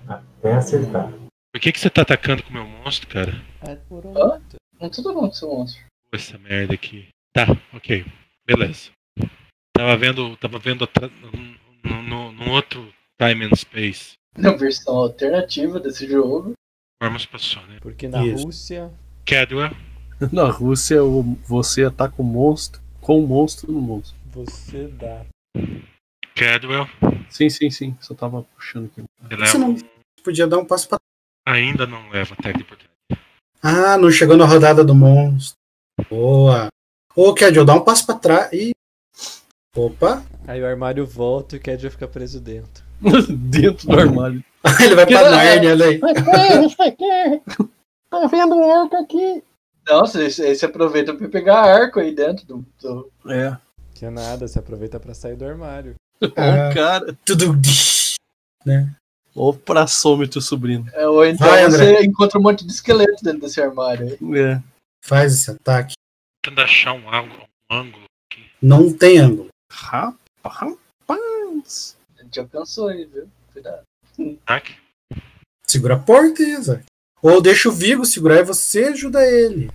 Até acertar.
Por que, que você tá atacando com o meu monstro, cara?
É por um.
Hã? Não tudo não seu monstro. [laughs]
essa merda aqui. Tá, ok. Beleza. Tava vendo. Tava vendo atra- num- num num- num outro time and space.
Na versão alternativa desse jogo.
Formas passou, né?
Porque na
Isso.
Rússia.
Cadwell,
Na Rússia, o- você ataca o monstro com o monstro no monstro.
Você dá.
Cadwell,
Sim, sim, sim. Só tava puxando aqui.
você
Você
leva.
não podia dar um passo pra.
Ainda não leva ataque de oportunidade.
Ah, não chegou na rodada do monstro. Boa. Ô, Kedio, dá um passo pra trás e. Opa! [laughs]
Aí o armário volta e o Kedja fica preso dentro.
[laughs] Dentro do armário.
ele vai [laughs]
Que
pra
da-
Nárnia, né? Tá
Nossa, esse, esse aproveita pra pegar arco aí dentro do. do...
É.
Que nada, se aproveita pra sair do armário.
Ah.
O cara.
Tudo. [laughs]
Ó, pra some teu sobrinho.
É, ou então
Vai, André.
você encontra um monte de esqueleto dentro desse armário aí.
É.
Faz esse ataque.
Tentando achar um ângulo. Um ângulo.
Não tem ângulo.
Rapaz, rapaz.
A gente alcançou aí, viu? Cuidado.
Ataque.
Segura a porteza. Ou deixa o Vigo segurar e você ajuda ele.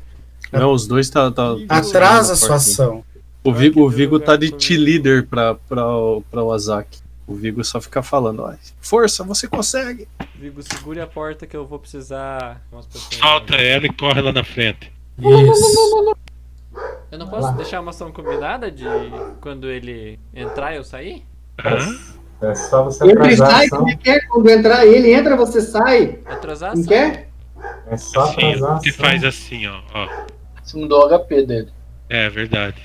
Não, os dois tá. tá
Atrasa a
tá
sua
forte.
ação.
O Vigo, o Vigo tá de T-Leader pra, pra, o- pra o Azaki. O Vigo só fica falando, ó. Força, você consegue!
Vigo, segure a porta que eu vou precisar. Umas pessoas.
Solta ela e corre lá na frente.
Isso.
Eu não posso deixar uma ação combinada de quando ele entrar eu sair?
Hã?
É só você
Entra e
atrasar a
sai,
ação.
como é que é? Quando entrar ele, entra, você sai.
Atrasar a
Não
ação.
quer?
É só
Assim,
atrasar a
você
ação.
faz assim, ó. ó.
Você mudou o HP dele.
É verdade.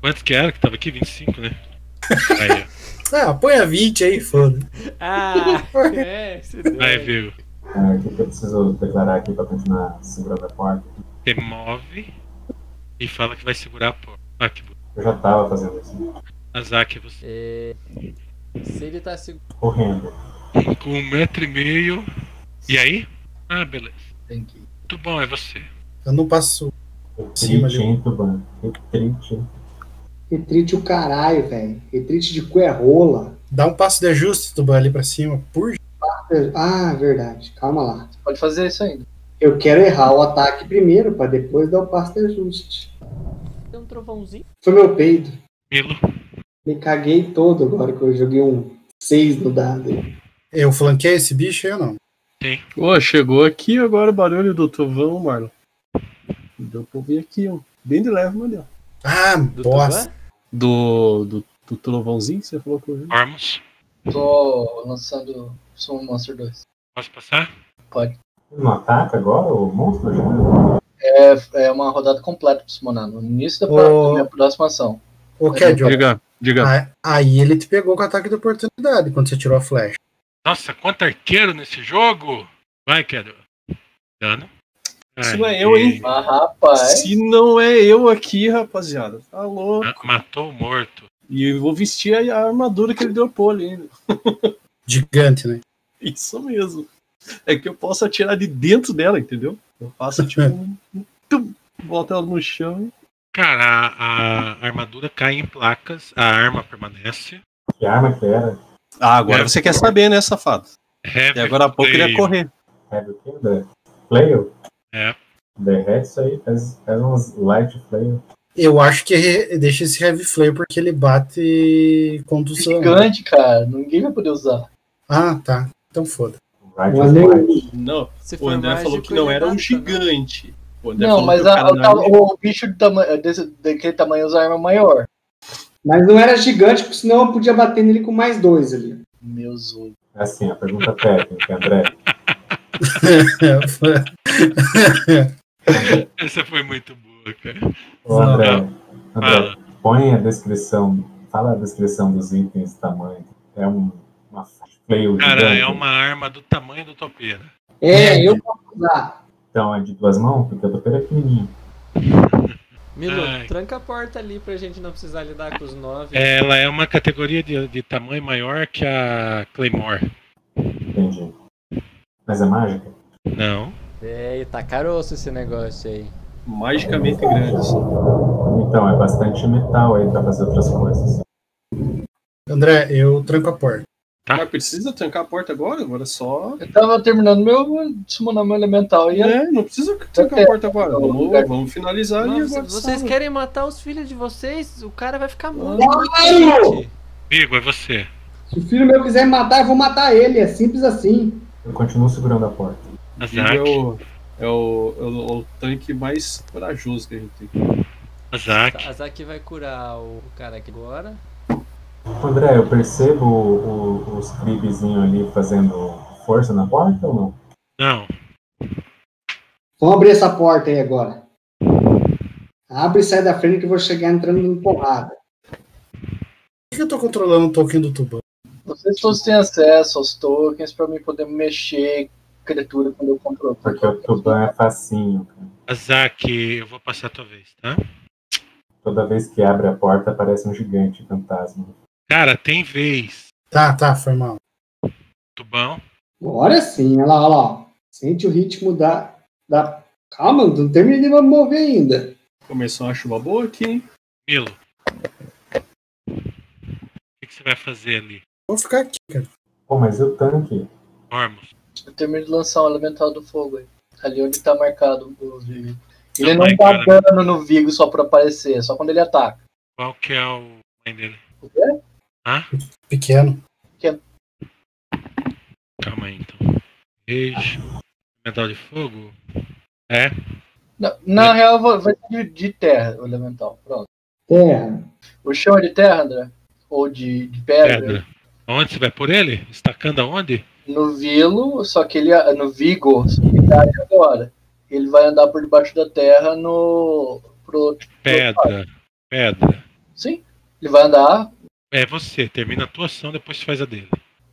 Quantos que era que tava aqui? 25, né? Aí, ó.
Ah, põe a 20 aí, foda.
Ah,
[laughs]
é, se deu.
vai, viu?
É, o que que eu preciso declarar aqui pra continuar segurando a porta?
Você move e fala que vai segurar a porta. Ah, que bonito.
Eu já tava fazendo isso. né?
Azaki, você.
É, se ele tá seguro.
Correndo.
Com um metro e meio. E aí? Ah, beleza.
Tem que ir.
Muito bom, é você.
Eu não passo. Sim, mas
Triste, hein, Tuban? Que triste. hein?
Retrite o caralho, velho. Retrite de cu é rola.
Dá um passo de ajuste, Tuban, ali pra cima. Por
Ah, verdade. Calma lá.
Você pode fazer isso ainda.
Eu quero errar o ataque primeiro, pra depois dar o passo de ajuste.
Tem um trovãozinho.
Foi meu peito.
Milo.
Me caguei todo agora que eu joguei um 6 no dado.
Eu flanqueei esse bicho aí ou não?
Ô, chegou aqui agora o barulho do trovão, Marlon. Deu pra ouvir aqui, ó. Bem de leve, mano. ó.
Ah,
Do
bosta.
Tuban?
Do, do, do trovãozinho que você falou que ouviu.
Ormus.
Tô lançando Summon Monster 2.
Posso passar?
Não ataca agora o monstro já?
É, é uma rodada completa pra summonar. No início da pró-
Ô.
da minha próxima ação.
Ô, Kedio,
Diga, diga.
a- aí ele te pegou com ataque de oportunidade quando você tirou a flecha.
Nossa, quanto arqueiro nesse jogo! Vai, Kedo. Dano.
Isso não é eu, hein?
Aê.
Ah, rapaz.
Se não é eu aqui, rapaziada, tá louco.
Ma- Matou o morto.
E eu vou vestir a a armadura que ele deu pro ali ainda.
Gigante, né?
Isso mesmo. É que eu posso atirar de dentro dela, entendeu? Eu faço tipo. [laughs] um- um tum, boto ela no chão e.
Cara, a, a armadura cai em placas, a arma permanece.
Que arma que era?
Ah, agora você quer saber, né, safado?
Heavy
E agora há pouco ele ia
flail.
correr.
Heavy o É quê? The flail?
É.
Derrete isso aí, faz, faz uns light flail.
Eu acho que re- deixa esse heavy flare porque ele bate condução.
Gigante, cara. Ninguém vai poder usar.
Ah, tá. Então foda. [laughs]
Right
Valeu.
light.
Não,
Se
o
for
André
mágico, né?
falou que não
ele
era um
mata,
gigante. O André
né? Não,
falou
mas
que o
a-
cara
o,
não é
tal-
era-
o bicho do tama- é desse- daquele tamanho usa arma maior.
Mas não era gigante, porque senão eu podia bater nele com mais dois ali.
Meu zoio.
Assim, a pergunta técnica, André.
Essa foi muito boa, cara.
É
Ô, André, André,
Fala.
põe a descrição, fala a descrição dos itens, tamanho. É um, uma flail
Cara,
gigante.
é uma arma do tamanho do topeira.
É, eu posso usar.
Então é de duas mãos, porque eu tô pequenininho.
Milo,
Ai.
tranca a porta ali pra gente não precisar lidar com os nove.
Ela é uma categoria de, de tamanho maior que a Claymore.
Entendi. Mas é mágica?
Não.
Véi, tá caroço esse negócio aí.
magicamente grande. assim.
Então, é bastante metal aí pra fazer outras coisas.
André, eu tranco a porta.
Tá.
Mas Ah, precisa trancar a porta agora? Agora é só.
Eu tava terminando meu summonar meu elemental. E
É, não precisa trancar a porta agora. Vamos, vamos finalizar ali
Mano,
agora.
vocês
sabe?
querem matar os filhos de vocês? O cara vai ficar muito.
Ah,
Claro!
Vigo, é você.
Se o filho meu quiser me matar, eu vou matar ele. É simples assim.
Eu continuo segurando a porta.
Azak.
Vigo É o, é, o, é, o, é o tanque mais corajoso que a gente tem.
Azak.
Tá, A Zaki vai curar o o cara aqui agora.
André, eu percebo o- o- os cribezinhos ali fazendo força na porta ou não?
Não.
Vamos abrir essa porta aí agora. Abre e sai da frente que eu vou chegar entrando em porrada.
Por que eu tô controlando o token do Tuban?
Vocês todos têm acesso aos tokens pra mim poder mexer em criatura quando eu controlo.
Porque o Tuban é facinho. cara.
Azak, eu vou passar a tua vez, tá?
Toda vez que abre a porta aparece um gigante fantasma.
Cara, tem vez.
Tá, tá, foi mal.
Muito bom.
Agora sim, olha lá, olha lá. Sente o ritmo da. da... Calma, não terminei de mover ainda.
Começou a chuva boa aqui, hein?
Milo. O que, que você vai fazer ali?
Vou ficar aqui, cara.
Pô, mas e o tanque?
Ormos.
Eu termino de lançar o Elemental do Fogo aí. Ali onde tá marcado o Vigo. Ele
Não
não
vai,
dá dano no Vigo só pra aparecer, é só quando ele ataca.
Qual que é o mãe dele?
O quê?
Pequeno.
Calma aí então. Beijo. Metal de fogo? É.
Na, na real, vai- vai ser de, de terra o Elemental. Pronto.
Terra.
O chão é de terra, André? Ou de, de pedra?
Pedra. Onde você vai por ele? Estacando aonde?
No Vilo, só que ele. No Vigo, só que ele age agora. Ele vai andar por debaixo da terra no. Pro,
Pedra. Pedra.
sim? Ele vai andar
É você, termina a tua ação, depois você faz a dele.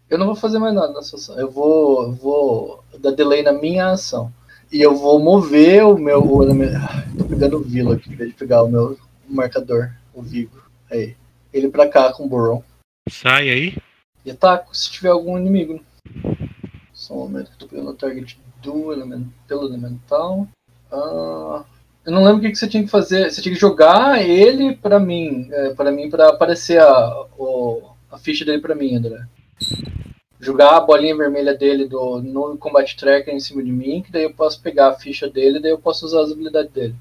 Eu não vou fazer mais nada nessa ação. Eu vou, eu vou dar delay na minha ação. E eu vou mover o meu. o eleme- Ah, Tô pegando o Vilo aqui, em vez de pegar o meu marcador, o Vigo. Aí. Ele pra cá com o Boron.
Sai aí.
E ataco se tiver algum inimigo. Só um momento que eu tô pegando o target do elemento, pelo elemental. Ah, eu não lembro o que, que você tinha que fazer. Você tinha que jogar ele pra mim. É, pra mim, pra aparecer a, o- a ficha dele pra mim, André. Jogar a bolinha vermelha dele do, no combat tracker em cima de mim, que daí eu posso pegar a ficha dele, daí eu posso usar as habilidades dele.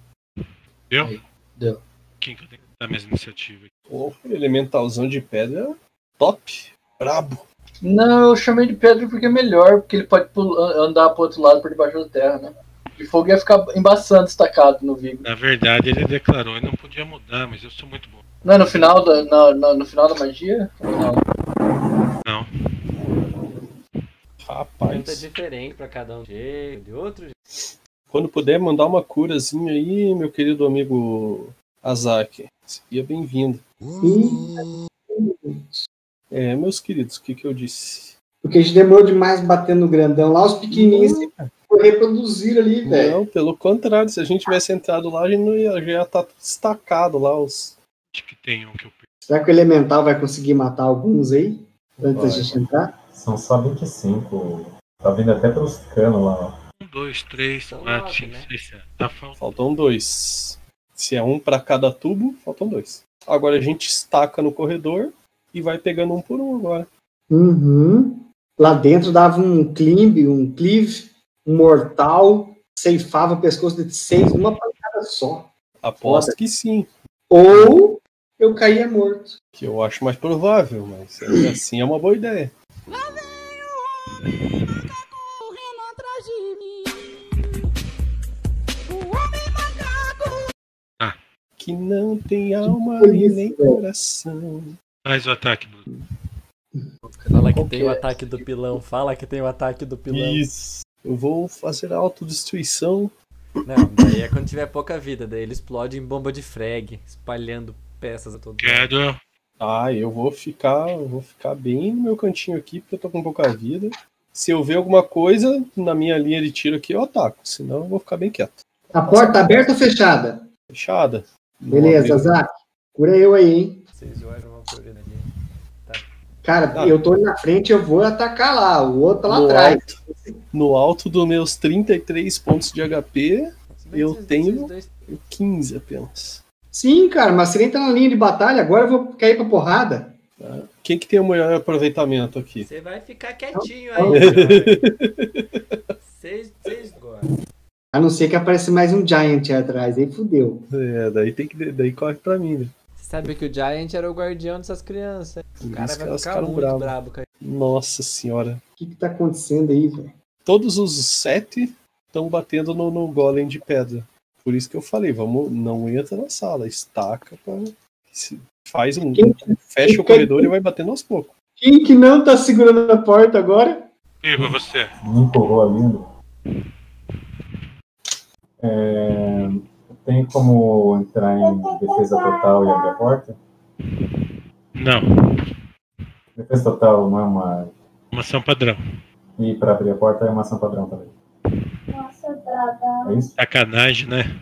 Deu?
Aí, deu.
Quem que eu tenho que dar minhas iniciativas?
Pô, elementalzão de pedra top. Brabo.
Não, eu chamei de pedra porque é melhor, porque ele pode pular, andar pro outro lado por debaixo da terra, né? E fogo ia ficar embaçando estacado no Vigo.
Na verdade, ele declarou e não podia mudar, mas eu sou muito bom.
Não é no final da, na- na- no final da magia? Não.
Não.
Tá
Rapaz.
diferente pra cada um de jeito, de outro jeito.
Quando puder mandar uma curazinha aí, meu querido amigo Azaki. Seria bem-vindo. É, meus queridos, o que, que eu disse?
Porque a gente demorou demais batendo no grandão lá, os pequenininhos se reproduziram ali, velho.
Não, pelo contrário, se a gente tivesse entrado lá, a gente não ia, já ia estar destacado lá os.
Acho que tem um que eu perdi.
Será que o Elemental vai conseguir matar alguns aí? Antes da
Vai.
gente entrar?
São só 25. Tá vindo até pelos canos lá.
Um, dois, três,
São
quatro,
nove,
cinco,
né?
seis, sete. Tá faltando.
Faltam dois. Se é um para cada tubo, faltam dois. Agora a gente estaca no corredor e vai pegando um por um agora.
Uhum. Lá dentro dava um climb, um cleave, um mortal, ceifava o pescoço de seis, uma pancada só.
Aposto
Foda.
que sim,
Ou eu caía morto.
que eu acho mais provável, mas ainda assim é uma boa ideia. Que não tem alma
Que
e
isso,
nem
velho?
coração.
Faz o ataque, Bruno.
Fala que
Qual
tem
que
o
é?
ataque do pilão, fala que tem o ataque do pilão.
Isso. Eu vou fazer a autodestruição.
Não, daí é quando tiver pouca vida, daí ele explode em bomba de frag, espalhando peças a todo
É.
lado.
Quero.
Ah, eu vou ficar, eu vou ficar bem no meu cantinho aqui, porque eu tô com pouca vida. Se eu ver alguma coisa na minha linha de tiro aqui, eu ataco. Senão eu vou ficar bem quieto.
A porta aberta ou fechada?
Fechada.
Beleza, Zac. Cura eu aí, hein?
Vocês olham uma coisa ali.
Cara,
Tá.
eu tô na frente, eu vou atacar lá. O outro tá lá
No
atrás.
alto, no alto dos meus 33 pontos de HP,
Se bem que
Eu
vocês-
tenho-
vocês dois-
né?
15 apenas.
Sim, cara, mas se nem tá na linha de batalha, agora eu vou cair pra porrada.
Quem que tem o melhor aproveitamento aqui?
Você vai ficar
[laughs]
quietinho aí, jovem. Vocês vocês agora.
A não ser que apareça mais um Giant aí atrás, aí fudeu.
É, daí tem que daí corre pra mim, né?
Você sabe que o Giant era o guardião dessas crianças. O
Por
cara
isso que
vai
elas
ficar
ficaram
muito
bravas.
brabo com a
Nossa senhora.
O que que tá acontecendo aí, velho?
Todos os sete estão batendo no, no golem de pedra. Por isso que eu falei, vamos, não entra na sala, estaca pra. se- Faz um.
Quem-
Fecha
quem-
o corredor e vai batendo aos poucos.
Quem que não tá segurando a porta agora?
Viva você.
Me empurrou ali. É, tem como entrar em defesa total e abrir a porta?
Não.
Defesa total não é uma.
Uma ação padrão.
E para abrir a porta é uma ação padrão também. É isso?
Sacanagem, né?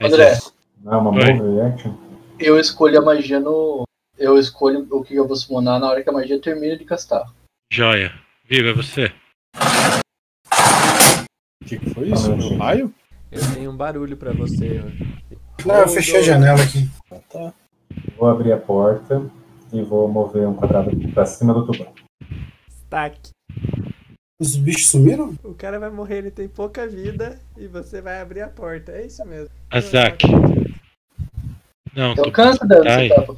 André.
é.
Não é uma
Oi.
move action?
Eu escolho a magia no. Eu escolho o que eu vou summonar na hora que a magia termina de castar.
Joia. Vigo, é você.
O que, que foi isso?
é
Um raio?
Eu tenho um barulho pra você.
Não, eu fechei a janela aqui.
Vou abrir a porta e vou mover um quadrado pra cima do tubarão.
Stack.
Os bichos sumiram?
O cara vai morrer, ele tem pouca vida e você vai abrir a porta. É isso mesmo.
Azak. Não,
Eu
tu-
canso tá, dando
Ai.
esse tapa.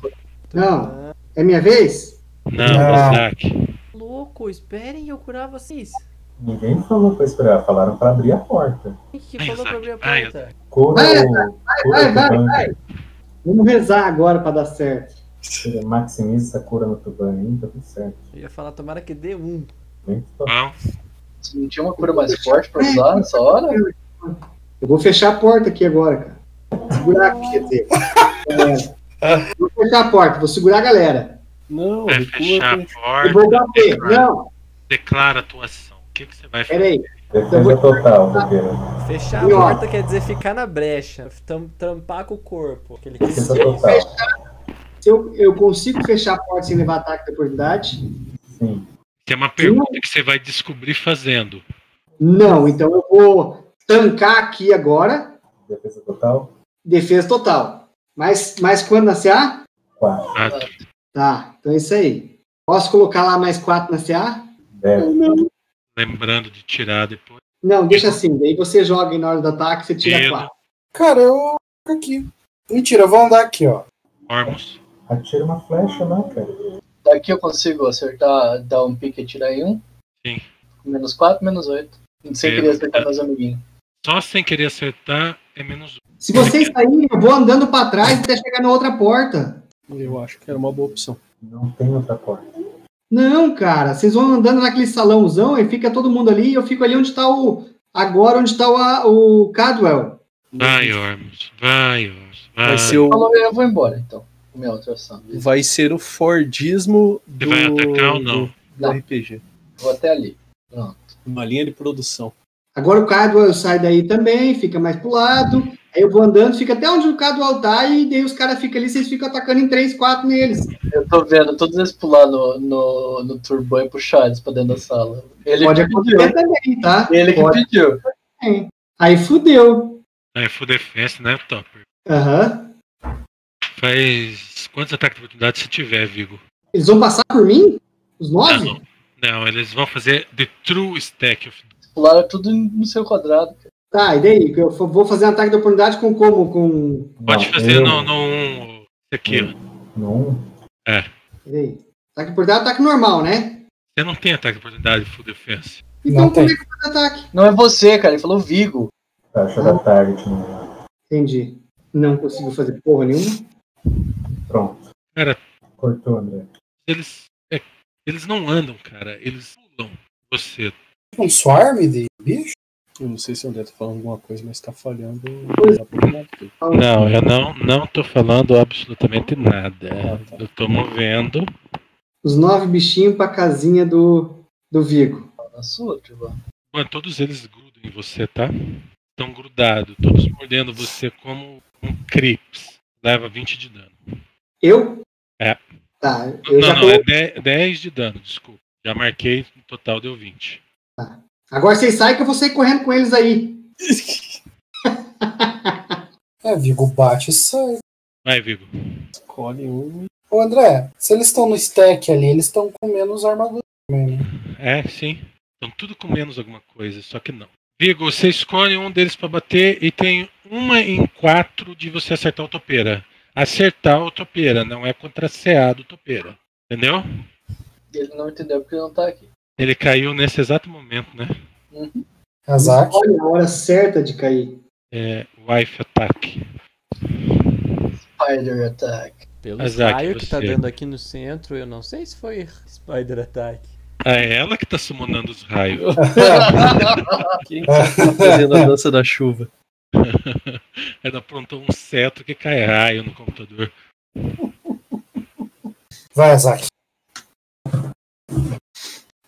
Não. É minha vez?
não, Azak.
Louco, esperem eu curar vocês.
Ninguém falou pra esperar, falaram pra abrir a porta.
Quem que
Ai,
falou pra abrir a
Isaac, ai,
porta?
Cura
Vai,
o.
Vai,
Cura o
vai,
Tuban.
vai. Vamos rezar agora pra dar certo.
Maximiza essa cura no Tuban aí, tá tudo certo.
Eu ia falar, tomara que dê um.
Bem que tá.
Bom,
Você não tinha uma cura mais forte pra usar nessa hora?
Eu vou fechar a porta aqui agora, cara. Vou Segurar aqui, quer dizer. É. Vou fechar a porta, vou segurar a galera.
Não,
vai fechar
recua.
a
E vou
porta.
bater. Não,
Declara a tua ação. O que, que você vai fazer?
peraí.
Defesa total, Roqueiro.
Fechar a
E, ó.
porta quer dizer ficar na brecha. Tam- trampar com o corpo. Aquele que
Defesa
fez.
total.
Se eu, eu consigo fechar a porta sem levar ataque de oportunidade?
Sim.
Tem é uma pergunta que você vai descobrir fazendo.
Não, então eu vou tancar aqui agora,
Defesa total,
defesa total. Mas, mas quando na CA?
4.
Quatro.
Tá, então é isso aí. Posso colocar lá mais quatro na CA?
Deve.
Lembrando de tirar depois.
Não, deixa assim. Daí você joga aí na hora do ataque, você tira
Medo.
quatro.
Cara, eu fico aqui. Mentira, eu vou andar aqui, ó.
Ormus.
Atira uma flecha lá, cara.
Daqui eu consigo acertar, dar um pique e tirar em um.
Sim.
Menos 4, menos 8. Não sei
É.
queria acertar meus amiguinhos.
Só sem querer acertar é menos um.
Se vocês saírem, eu vou andando pra trás até chegar na outra porta.
Eu acho que era uma boa opção.
Não tem outra porta.
Não, cara, vocês vão andando naquele salãozão e fica todo mundo ali e eu fico ali onde tá o. Agora onde tá o, a- o Cadwell.
um. Vai, Ormus. Vai, Ormus. Vai.
Vai ser o,
Falou, eu vou embora então. com Minha outra ação.
vai ser o Fordismo do,
Você vai atacar ou não?
do- do RPG.
Vou até ali.
Uma linha de produção.
Agora o Cadwell sai daí também, fica mais pro lado. Aí eu vou andando, fica até onde o Cadwell tá e daí os caras ficam ali, vocês ficam atacando em três, quatro neles.
Eu tô vendo todos eles pular no, no, no turbão e puxar eles pra dentro da sala. Ele
Pode
que pediu.
acontecer também, tá?
Ele que
Pode.
pediu.
também. Aí fudeu.
É full defense, né, Topper?
Aham.
Faz quantos ataques de oportunidade você tiver, Vigo?
Eles vão passar por mim? Os nove?
Não, não, eles vão fazer The True Stack of
Pularam tudo no seu quadrado.
Tá, e daí? Eu f- vou fazer um ataque de oportunidade com como? Com.
Pode
Não,
fazer
eu- um,
no, no um, isso aqui, ó.
Não.
Peraí. Ataque de oportunidade é ataque normal, né?
Você não tem ataque de oportunidade full defense.
Então
Não
como
tem.
é que faz ataque?
Não é você, cara. Ele falou Vigo.
Tá, deixa eu dar target no.
Entendi. Não consigo fazer porra nenhuma.
Pronto.
Cara.
Cortou, André.
Eles, é, eles não andam, cara. Eles pulam você.
Um swarm de bicho?
Eu não sei se o André tá falando alguma coisa, mas tá falhando.
é.
Não, eu não, não tô falando absolutamente nada. Eu tô movendo.
Os nove bichinhos pra casinha do, do Vigo.
Na sua, Tribão.
Mano, todos eles grudam em você, tá? Estão grudados, todos mordendo você como um Crips. Leva 20 de dano.
Eu?
É.
Tá, eu já
Não, não,
coloquei.
é 10, de dano, desculpa. Já marquei, no total deu 20.
Agora vocês saem que eu vou sair correndo com eles aí.
É, Vigo bate e sai.
Vai, Vigo.
Escolhe um.
Ô, André, se eles estão no stack ali, eles estão com menos armadura também, né?
É, sim. Estão tudo com menos alguma coisa, só que não. Vigo, você escolhe um deles pra bater e tem uma em quatro de você acertar o topeira. Acertar o topeira, não é contracear do topeira. Entendeu?
Ele não entendeu porque ele não tá aqui.
Ele caiu nesse exato momento, né?
[laughs]
Azak.
Olha a hora certa de cair.
É, wife attack.
Spider Attack.
Pelo
Azak,
raio que tá
você.
dando aqui no centro, eu não sei se foi Spider Attack.
Ah, é ela que tá summonando os raios.
É.
Quem que tá fazendo
É.
a dança da chuva?
Ela aprontou um cetro que cai raio no computador.
É. Vai, Azak.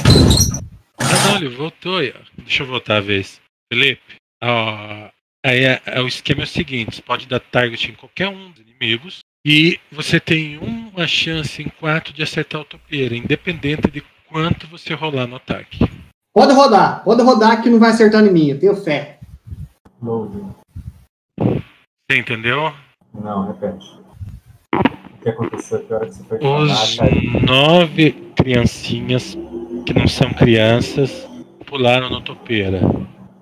Ah, não, ele voltou. aí, ó. Deixa eu voltar a vez. Felipe, ó, aí é- é o esquema é o seguinte: você pode dar target em qualquer um dos inimigos e você tem um uma chance em 4 de acertar o topeira, independente de quanto você rolar no ataque.
Pode rodar, pode rodar que não vai acertar em mim, eu tenho fé.
Loading.
Você entendeu?
Não, repete. O que aconteceu? Que hora que você foi
Os
falar, cara?
nove criancinhas que não são crianças pularam no topeira.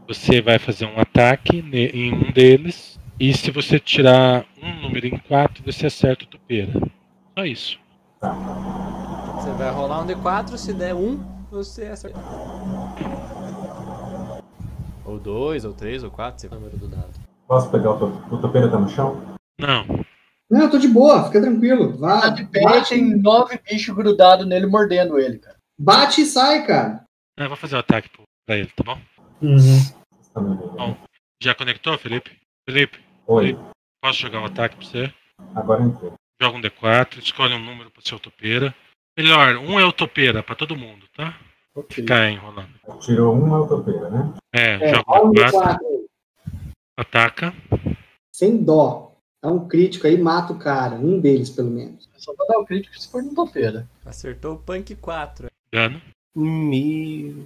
Você vai fazer um ataque ne- em um deles e se você tirar um número em quatro, você acerta o topeira. Só isso.
Você vai rolar um D4, se der um, você acerta.
Ou dois, ou três, ou quatro, sei lá o número do dado.
Posso pegar o, to... o topeiro tá no chão?
Não.
Não, eu tô de boa, fica tranquilo. Vá,
Tá de pé,
bate,
tem nove bichos grudados nele mordendo ele, cara.
bate e sai, cara.
Não, eu vou fazer o ataque pro- pra ele, tá bom?
Vocês estão me ouvindo, né?
Já conectou, Felipe? Felipe,
Oi,
posso jogar um ataque pra você?
agora eu entrei.
Joga um D4, escolhe um número pro seu topeira. Melhor, um é o topeira pra todo mundo, tá?
Ok.
Ficar enrolando.
Tirou um é o topeiro, né?
É,
É,
joga
rola
um
um
D4,
D4,
ataca.
sem dó. Dá um crítico aí, mata o cara. Um deles, pelo menos.
Só pra dar o crítico se for no topeira.
Acertou o Punk 4.
Dano.
Me...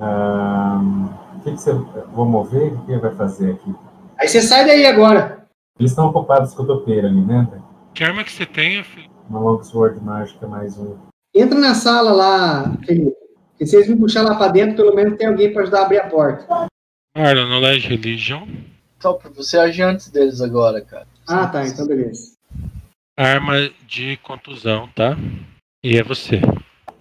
Ahn, O que, que você. Vou mover? O que ele vai fazer aqui?
Aí você sai daí agora.
Eles estão ocupados com o topeiro ali, né?
Que arma que você tem, Felipe?
Uma Longsword mágica mais um.
Entra na sala lá, Felipe. Se vocês me puxar lá pra dentro, pelo menos tem alguém pra ajudar a abrir a porta.
Marlon, Knowledge Religion.
Só pra você agir antes deles agora, cara.
Ah, tá, então beleza.
Arma de contusão, tá? E é você.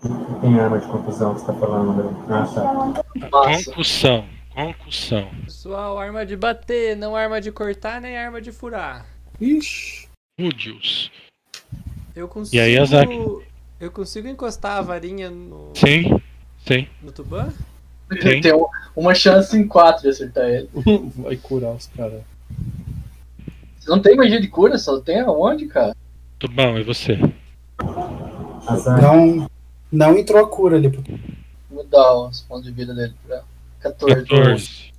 O que tem arma de confusão que você tá falando? né? Ah, tá.
Massa.
Concussão. Concussão.
Pessoal, arma de bater, não arma de cortar, nem arma de furar.
Ixi.
Rúdios.
Eu consigo.
aí, azar.
Eu consigo encostar a varinha no,
Sim, sim.
no Tuban?
Tem.
Tem um- uma chance em quatro de acertar ele.
Vai curar os caras.
Você não tem magia de cura, só tem aonde, cara?
Tubão, é você.
Azar.
Não, não entrou a cura ali. porque-
Mudar os pontos de vida dele pra 14.
14.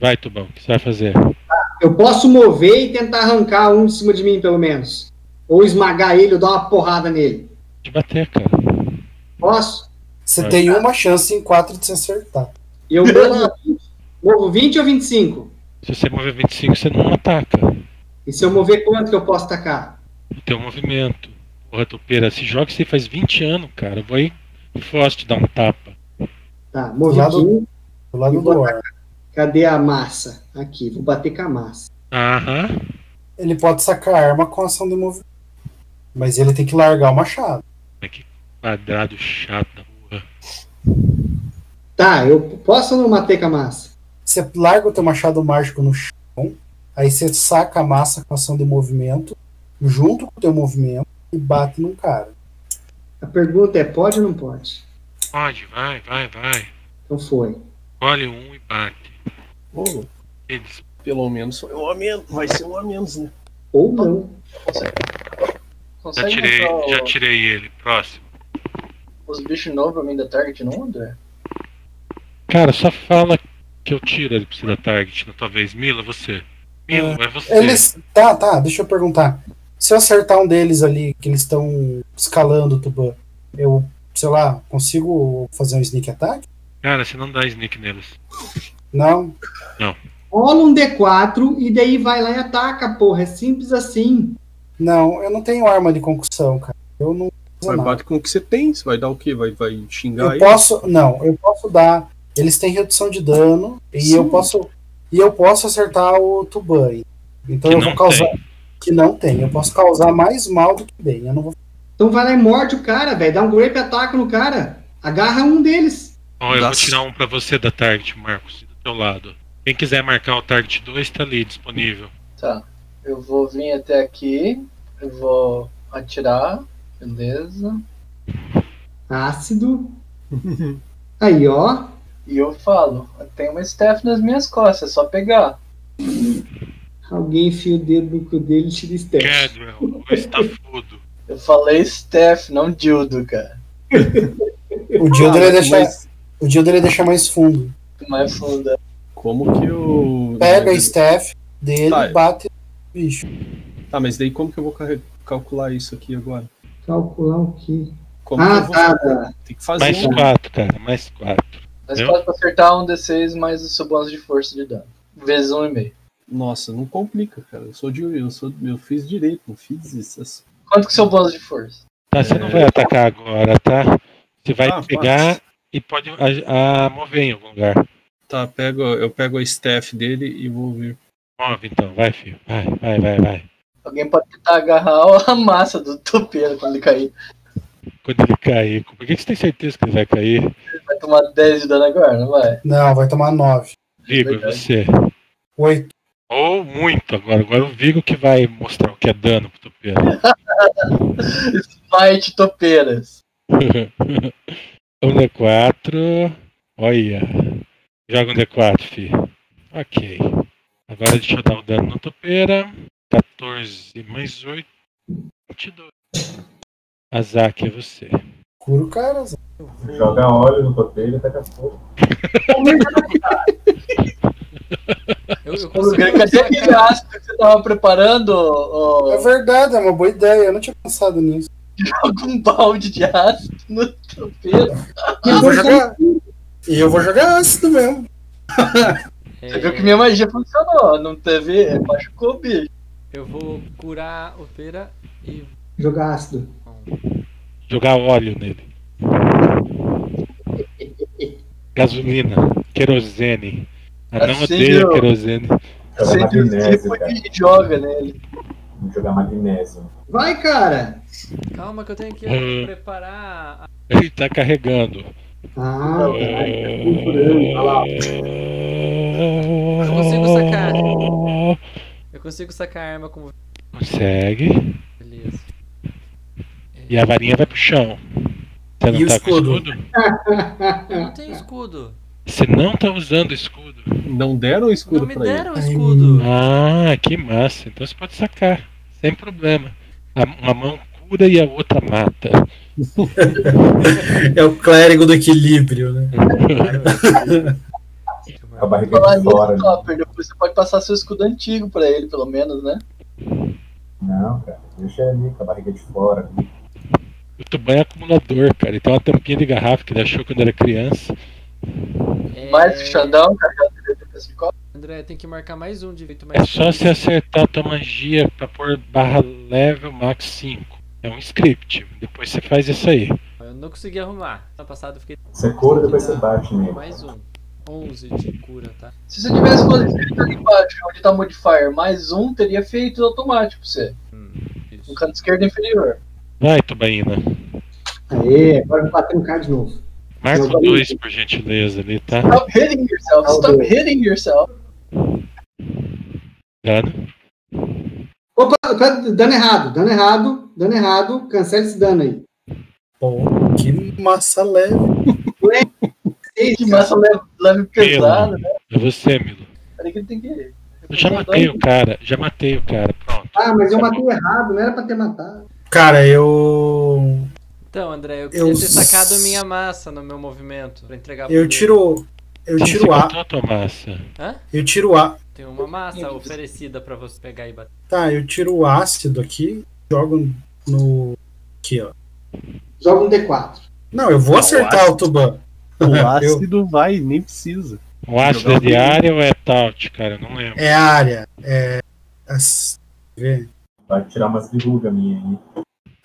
Vai, Tubão, o que você vai fazer?
Eu posso mover e tentar arrancar um de cima de mim, pelo menos. Ou esmagar ele ou dar uma porrada nele.
Te bater, cara.
Posso?
Você
Vai.
É.
tem uma chance em quatro de se acertar.
Eu morro, morro 20 ou 25?
Se você mover 25, você não ataca.
E se eu mover quanto que eu posso tacar?
O teu um movimento. Porra, Topeira, se joga você faz 20 anos, cara. Eu vou aí em Fost dar um tapa.
Tá, movi
Lá do-
15.
Do lado do ar.
Cadê a massa? Aqui, vou bater com a massa.
Aham.
Ele pode sacar a arma com ação de movimento. Mas ele tem que largar o machado.
Quadrado chato da porra.
Tá, eu posso ou não bater com a massa?
Você larga o teu machado mágico no chão, aí você saca a massa com ação de movimento, junto com o teu movimento, e bate num cara.
A pergunta é: pode ou não pode?
Pode, vai, vai, vai.
Então foi.
Escolhe um e bate.
Ô,
Eles
pelo menos foi um a menos. Vai ser um a menos, né?
Ou não.
Já
Consegue
tirei,
matar o-
já tirei ele. Próximo.
os bichos novos pra mim da Target, é? não, André?
Cara, só fala que eu tiro ele pra você dar target na tua vez. Mila, você. Mila, é você.
Eles. Tá, tá, deixa eu perguntar. Se eu acertar um deles ali, que eles estão escalando o Tuban, eu, sei lá, consigo fazer um sneak attack?
Cara, você não dá sneak neles.
Não.
Rola um D4 e daí vai lá e ataca, porra. É simples assim.
Não, eu não tenho arma de concussão, cara. Eu não. uso
Vai
nada.
bater com o que você tem. Você vai dar o quê? Vai, vai xingar
Eu
ele?
posso, não, eu posso dar. Eles têm redução de dano e
Sim.
eu posso e eu posso acertar o Tuban. Então
Que
eu vou
não
causar que não tem. Eu posso causar mais mal do que bem. Eu não vou.
Então vai lá e morde o cara, velho. Dá um grape ataque no cara. Agarra um deles.
Ó, eu vou
Nossa.
tirar um pra você da target, Marcos, do teu lado. Quem quiser marcar o target 2, tá ali disponível.
Tá. Eu vou vir até aqui. Eu vou atirar. Beleza.
Ácido. Aí, ó.
E eu falo, tem uma staff nas minhas costas, é só pegar.
Alguém enfia o dedo no cu dele e tira staff.
Cadwell, tá o estafudo.
Eu falei staff, não dildo, cara.
O Dildo ele
mas-
deixa, o Dildo ele deixa mais fundo.
Hum.
Mais funda.
Como que o.
Uhum. Pega a staff dele
Tá.
e bate no bicho.
Tá, mas daí como que eu vou carre- calcular isso aqui agora.
Calcular o quê?
Como
Ah,
que eu vou-
tá, tá.
Tem que fazer
Mais
um.
quatro, cara, mais quatro.
Mas
Eu?
pode acertar um D6 mais o seu bônus de força de dano. Vezes 1,5.
Nossa, não complica, cara. Eu sou de. Eu, sou, eu fiz direito, não fiz isso. assim.
Quanto que é o seu bônus de força?
Tá, você não vai atacar agora, tá? Você vai
Ah,
pegar
pode.
e pode a, a mover em algum lugar.
Tá, pego, eu pego a staff dele e vou vir.
Move então, vai, filho. Vai, vai, vai, vai.
Alguém pode tentar agarrar a [laughs] massa do topeiro quando ele cair.
Quando ele cair. Por que que você tem certeza que ele vai cair?
Vai tomar 10 de dano agora, não vai?
Não, vai tomar 9.
Vigo, é
Verdade.
você.
8.
Ou muito agora. Agora o Vigo que vai mostrar o que é dano pro Topeiro. [laughs]
Smite topeiras.
um D4. Olha. Joga um D4, fi. Ok. Agora deixa eu dar o dano na topeira. 14 mais 8. 22. Azaki, é você.
Cura o cara. Zé.
Joga óleo no coteiro e tá taca fogo.
Eu, eu
Ô,
consigo
Greg, Cadê
lançar,
aquele
cara.
ácido que você tava preparando? ô,
É verdade, é uma boa ideia. Eu não tinha pensado nisso.
algum balde de ácido no topeiro? Ah,
E eu vou jogar. Ah, E eu vou jogar ácido mesmo.
Você viu que minha magia funcionou, não teve. Machucou o bicho.
Eu vou curar o Pera e.
Jogar ácido.
Jogar óleo nele. Gasolina. Querosene. Ah, não
Assim,
odeio
ó.
querosene.
Joga
Você
magnésio, cara.
e joga né? nele.
Vamos jogar magnésio.
Vai, cara!
Calma que eu tenho que
Hum.
preparar. a-
Ele tá carregando.
Ah, tá. Confurando, olha lá.
Eu consigo sacar. Eu consigo sacar a arma como.
Consegue.
Beleza.
E a varinha vai pro chão. Você não
E o
tá com
escudo?
escudo?
Eu não tenho escudo.
Você não tá usando escudo.
Não deram o escudo
Não me
pra ele.
deram escudo.
Ah, que massa. Então você pode sacar. Sem problema. A, uma mão cura e a outra mata.
É o clérigo do equilíbrio, né?
Com a barriga
Falar
de
nisso,
fora. né?
Topper, depois você pode passar seu escudo antigo pra ele, pelo menos, né?
né? Não, cara. Deixa ali com a barriga de fora. ali.
O Tuban é acumulador, cara. Ele tem uma tampinha de garrafa que ele achou quando era criança.
É,
Mais que o Xandão, carregado direito do pescoal.
André, tem que marcar mais um de feito mais.
É só você acertar a tua magia pra pôr barra level max 5. É um script. Depois você faz isso aí.
Eu não consegui arrumar. Ano passado eu fiquei
Você cura, depois você bate nele.
mais um. 11 de cura, tá?
Se você tivesse escrito ali embaixo, onde tá modifier, mais um teria feito automático pra você.
Isso.
No canto esquerdo é inferior.
Vai, Tubaína.
Aê, agora eu vou bater no cara de novo.
Marca o
Joga
2, por gentileza, ali, tá?
Stop hitting yourself, stop hitting yourself.
Dano.
Opa, tá dando errado, dando errado, dando errado. Cancela esse dano aí.
Pô, que massa leve.
Que massa leve, leve pesada, né?
É você, Milo.
Peraí que ele tem que.
Eu já matei o cara, já matei o cara, pronto.
Ah, mas eu matei errado, não era pra ter matado.
Cara, eu.
Então, André, eu queria
Eu
ter sacado
s-
minha massa no meu movimento pra
Tá
entregar pro
Eu
meu.
tiro. Eu
Você
tiro A.
botou a tua massa.
Hã?
Eu tiro A.
Tem uma massa oferecida pra você pegar e bater.
Tá, eu tiro o ácido aqui, jogo no. Aqui, ó.
Joga um D4.
Não, eu vou
Não,
acertar
ácido.
o Tuban.
O
[laughs] Eu-
ácido vai, nem precisa.
O ácido é
Jogar o
de área ou é taut, cara? Eu não lembro.
É a área. É. as- quer ver?
Vai tirar umas birugas minha aí.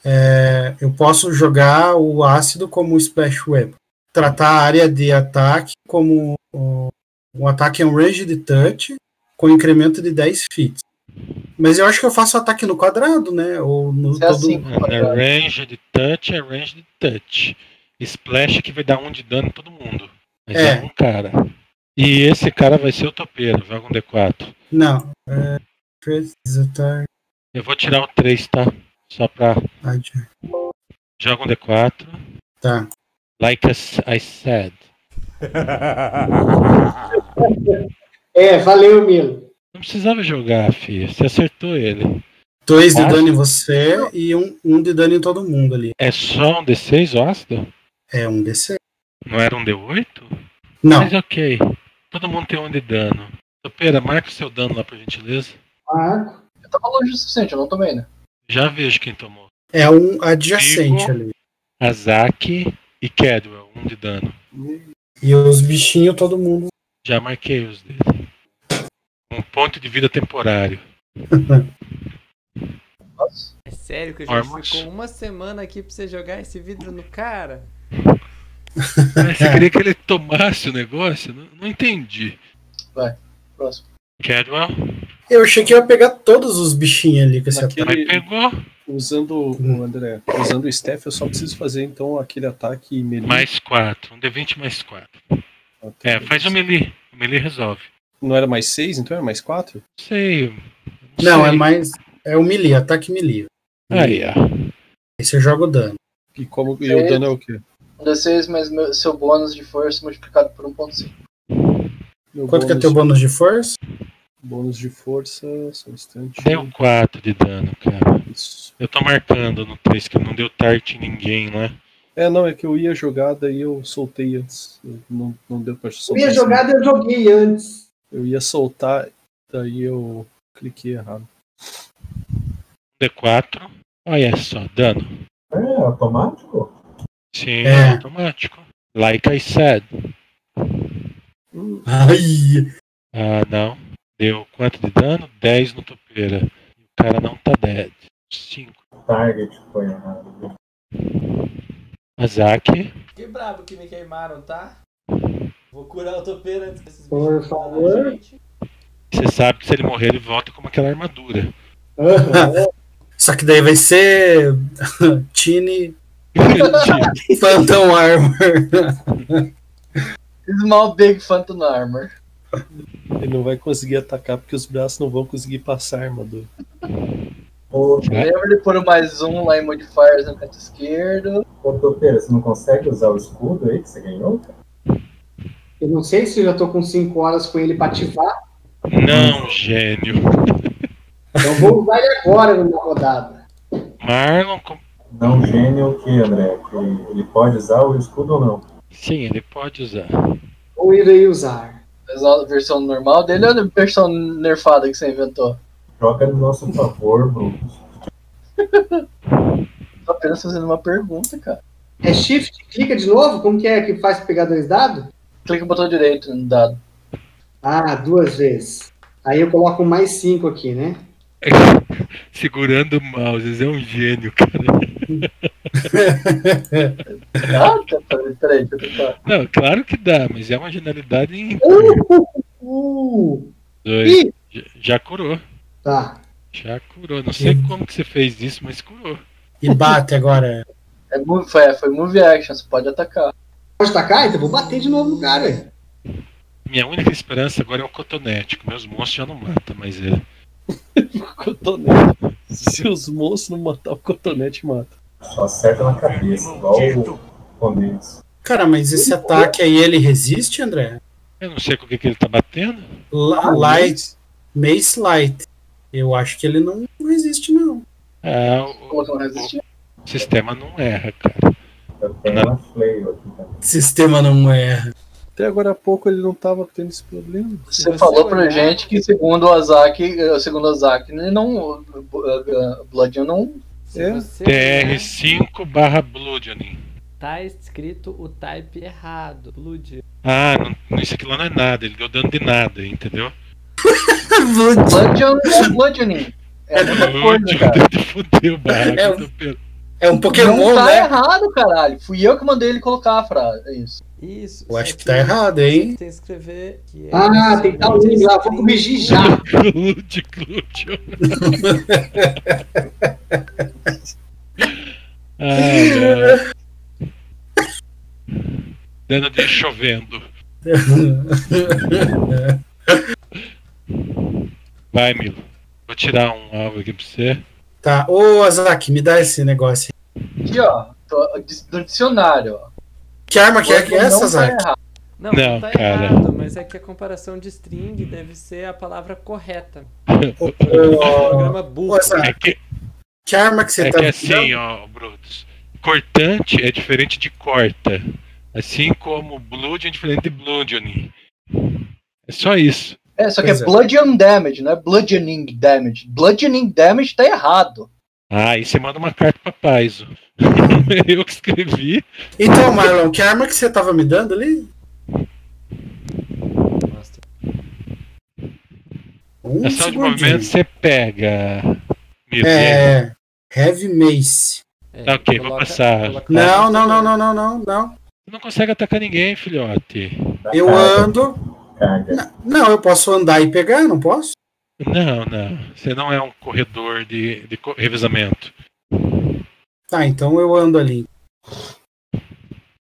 É, eu posso jogar o ácido como splash web. Tratar a área de ataque como. o- Um ataque é um range de touch com incremento de 10 feet. Mas eu acho que eu faço ataque no quadrado, né? Ou no
Você é assim,
Mano, é range de touch, é range de touch. Splash que vai dar um de dano em todo mundo. Mas é,
É.
um cara. E esse cara vai ser o topeiro, joga um D4.
Não. É, três attack,
Eu vou tirar o 3, tá? Só pra.
add-
Joga um D4.
Tá.
Like as I said.
É, valeu, Milo.
Não precisava jogar, filho. Você acertou ele.
Dois de
Ácido?
dano em você e um, um de dano em todo mundo ali.
É só um D6 o ácido?
É um DC.
Não era um D8?
Não,
Mas ok. Todo mundo tem um de dano. Topeira, marca o seu dano lá, por gentileza.
Marco.
Eu tava longe o suficiente, eu não tomei, né?
Já vejo quem tomou.
É um adjacente
Igor,
ali.
Azaki e Cadwell, um de dano.
E os bichinhos, todo mundo.
Já marquei os dele. Um ponto de vida temporário.
É sério que a gente
Armas.
ficou uma semana aqui pra você jogar esse vidro no cara?
Mas você queria que ele tomasse o negócio? Não, não entendi.
Vai, próximo.
Cadwell,
Eu achei que ia pegar todos os bichinhos ali com esse é ataque.
mas
Naquele-
pegou.
Usando o André, usando o Steph, eu só preciso fazer então aquele ataque melee.
Mais 4. Um D20 mais 4. É, faz o melee. O melee resolve.
Não era mais seis, então era mais quatro?
Não sei.
Não,
sei.
é mais. É o melee, ataque melee.
Aí, ó.
Aí você joga o dano.
E como e o dano é o quê?
Um D6, mas meu- seu bônus de força multiplicado por 1.5.
Meu
Quanto que é
bônus-
teu bônus de força?
Bônus de força, só um instante.
Deu 4 de dano, cara.
Isso.
Eu tô marcando no 3 que não deu tart em ninguém, né?
É, não, é que eu ia jogar, daí eu soltei antes. Eu Não, não deu pra
Eu
soltar.
ia
assim.
jogar, eu joguei antes.
Eu ia soltar, daí eu cliquei errado.
D4. Um Olha só, dano.
É automático?
Sim,
É.
automático. Like I said.
Ai!
Ah, não. Deu quanto de dano? 10 no topeira. O cara não tá dead. 5.
Target foi errado.
Azaki.
Que brabo que me queimaram, tá? Vou curar o topeira antes desses
Por
bichos matar
favor.
a gente.
Você sabe que se ele morrer, ele volta com aquela armadura.
[laughs] Só que daí vai ser. [laughs] Tine Phantom Armor.
Small Big Phantom Armor.
Ele não vai conseguir atacar porque os braços não vão conseguir passar a armadura.
Ô,
É.
Lembra de pôr o mais um lá em Modifiers no canto esquerdo.
ô Topeira, você não consegue usar o escudo aí que você ganhou?
Eu não sei se eu já tô com 5 horas com ele pra ativar.
não, gênio.
Então vou usar ele agora numa rodada.
Marlon. com-
Não um gênio que, André? Que ele pode usar o escudo ou não?
Sim, ele pode usar. [laughs]
Ou irei usar.
Mas a versão normal dele ou a versão nerfada que você inventou?
Joga no nosso favor, Bruno.
Tô apenas fazendo uma pergunta, cara.
É shift, clica de novo? Como que é que faz pra pegar dois dados?
Clica no botão direito no dado.
Ah, duas vezes. Aí eu coloco um mais 5 aqui, né?
Segurando o mouse, é um gênio, cara.
Ah, tá, peraí, peraí, deixa eu tentar.
Não, claro que dá, mas é uma genialidade em
Uh,
dois.
ih!
Já- Já curou.
Tá.
Já curou. Não sei como que você fez isso, mas curou.
E bate agora.
É move, foi, foi move action, você pode atacar.
Pode tacar? Então vou bater de novo no cara. velho.
Minha única esperança agora é o cotonete. que Meus monstros já não matam, mas é. ele.
[laughs] Cotonete. Se os monstros não matar o cotonete, mata.
Só acerta na cabeça, igual o Comex.
Cara, mas esse ataque aí ele resiste, André?
Eu não sei com o que, que ele tá batendo.
L- light. Mace Light. Eu acho que ele não resiste, não.
Ah, o,
Como não um resistir?
o sistema não erra, cara.
Eu tenho uma flail aqui também.
Sistema não é.
[laughs]
erra.
Até agora há pouco ele não tava tendo esse problema. um
Você,
Se você
falou pra
né?
olhar-
gente que segundo o Azaki, eh, segundo o Azaki, ele não, o o- o Bloodinho não
Se
É.
você olhar,
TR5 barra Bludgeoning.
tá escrito o type errado. Blood.
Ah, não, não, isso aqui lá não é nada. Ele deu dano de nada, entendeu?
Bludgeon é Bludgeoning. É a mesma
Uhum.
coisa, cara.
Bludgeoning [laughs] fudeu o barraco.
É,
do pelo.
É um Pokémon,
não tá
né?
errado, caralho. Fui eu que mandei ele colocar a frase. É isso.
Isso.
Eu acho
só
que tá errado, hein? [laughs]
Tem que escrever que é.
Ah, tem que dar um nome lá. Vou corrigir já. [laughs]
Clude, clude. [laughs] Ai, ai. Dano de chovendo. Vai, Milo. Vou tirar um alvo aqui pra você.
Tá. Ô, Azaki, me dá esse negócio. aí.
Aqui, ó. Tô, no dicionário, ó.
Que arma que é que é
Não
essa,
tá
Azaki?
errado.
Não,
Não,
não tá
cara.
errado, mas é que a comparação de string deve ser a palavra correta.
Ô,
Programa
ô,
burro.
Azaki,
É que,
que arma que você
é
tá
que assim, ó, Brutus. Cortante é diferente de corta. Assim como blood é diferente de bludgeoning. É só isso.
É, só que
Pois
é
é.
bludgeon damage, não é bludgeoning damage. Bludgeoning damage tá errado.
Ah, aí você manda uma carta pra Paizo. [laughs] Eu que escrevi.
Então, Marlon, que arma que você tava me dando ali?
Master.
Ação
Um
É de
segundinho.
movimento você pega. Mira,
É. Heavy Mace.
É,
Tá ok, vou passar.
coloca-
Não, não, não, não, não, não, não.
Você não consegue atacar ninguém, filhote.
Eu ando.
Carga.
Não, eu posso andar e pegar, não posso?
Não, não. Você não é um corredor de, de co- revezamento.
Tá, então eu ando ali.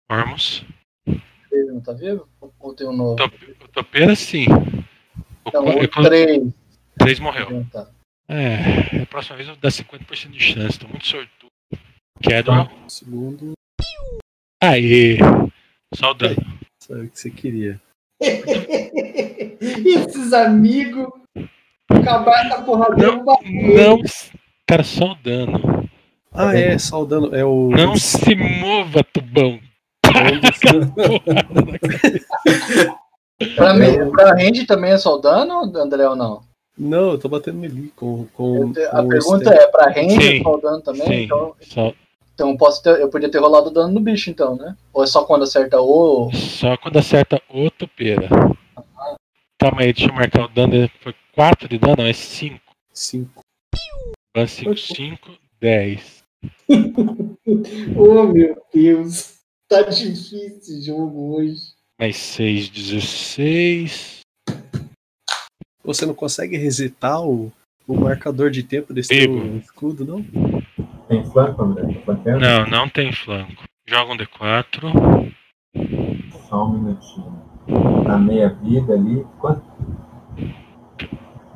Ormus.
Ele não tá vivo? Ou tem um novo?
O topeira, sim. O,
Então,
co- eu
o
colo-
3.
três morreu.
Não, tá.
É, a próxima vez eu vou dar 50% de chance. Tô muito sortudo. Quero.
Segundo,
Aí. Só o dano.
sabe o que você queria.
Esses amigos. Acabar essa porra dele.
Não, não. Cara, só o dano.
Ah, é, saudando. É o.
Não se mova, tubão.
Pra, mim, pra range também é só o dano, André, ou não?
Não, eu tô batendo melee com. com,
Eu te- a
com
pergunta
esse-
é, pra range
Sim.
é só o dano também?
Sim,
Então,
só,
então eu, posso ter- eu podia ter rolado o dano no bicho, então, né? Ou é só quando acerta o...
só quando acerta o topeira. Calma aí, deixa eu marcar o dano. dele. Foi 4 de dano? Não, é 5.
Cinco.
Ban 5, 5, 10.
Oh, meu Deus. Tá difícil esse jogo hoje.
Mais 6, 16.
Você não consegue resetar o, o marcador de tempo desse
Digo.
teu escudo, não?
Tem flanco, André? Tem flanqueando?
Não, não tem flanco. Joga um D4.
Só um minutinho. Na meia vida ali. Quanto?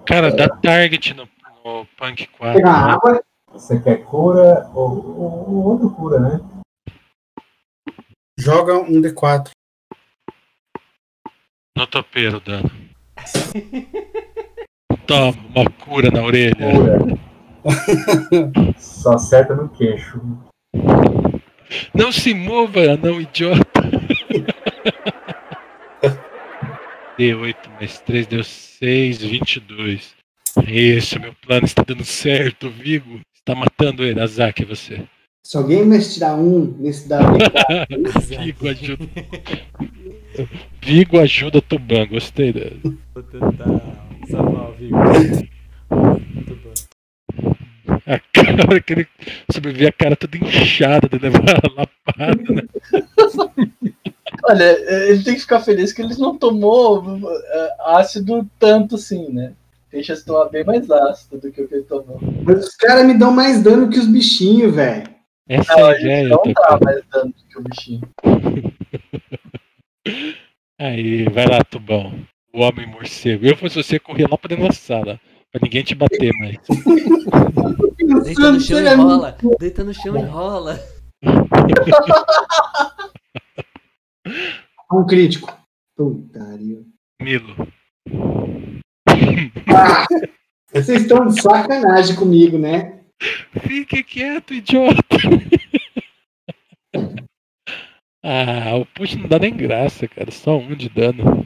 Cara, dá target no, no Punk 4.
Pegar
né?
água.
Você quer cura ou, ou, ou outro cura, né?
Joga um D4.
No topeiro, dano. Toma, uma cura na orelha.
Cura. Só acerta no queixo.
Não se mova, não idiota. D8 mais 3 deu 6, 22. Isso, meu plano está dando certo, Vigo. Está matando ele, Azaki, você.
Se alguém mais tirar um nesse dado,
Vigo ajuda. Vigo ajuda Tuban, gostei dela.
Vou tentar salvar o Vigo. Muito bom.
A cara que ele sobrevive, a cara toda inchada de levar a lapada, né?
Olha, é, ele tem que ficar feliz que eles não tomou eh, ácido tanto assim, né? Tem chance de tomar bem mais ácido do que o que ele tomou.
[laughs] mas os caras me dão mais dano que os bichinhos, velho.
Essa
Não,
é
a
a
gente
ideia.
não dá
Tuban.
mais dano do que o bichinho.
Aí, vai lá, Tubão. O homem morcego. Eu fosse você, corria lá pra dentro da sala. Pra ninguém te bater mais.
Deita tá no chão e
Sério?
rola. Deita no chão e rola.
Um crítico. Putaria.
Milo.
Vocês estão de sacanagem comigo, né?
Fique quieto, idiota. [laughs] ah, o push não dá nem graça, cara. Só um de dano.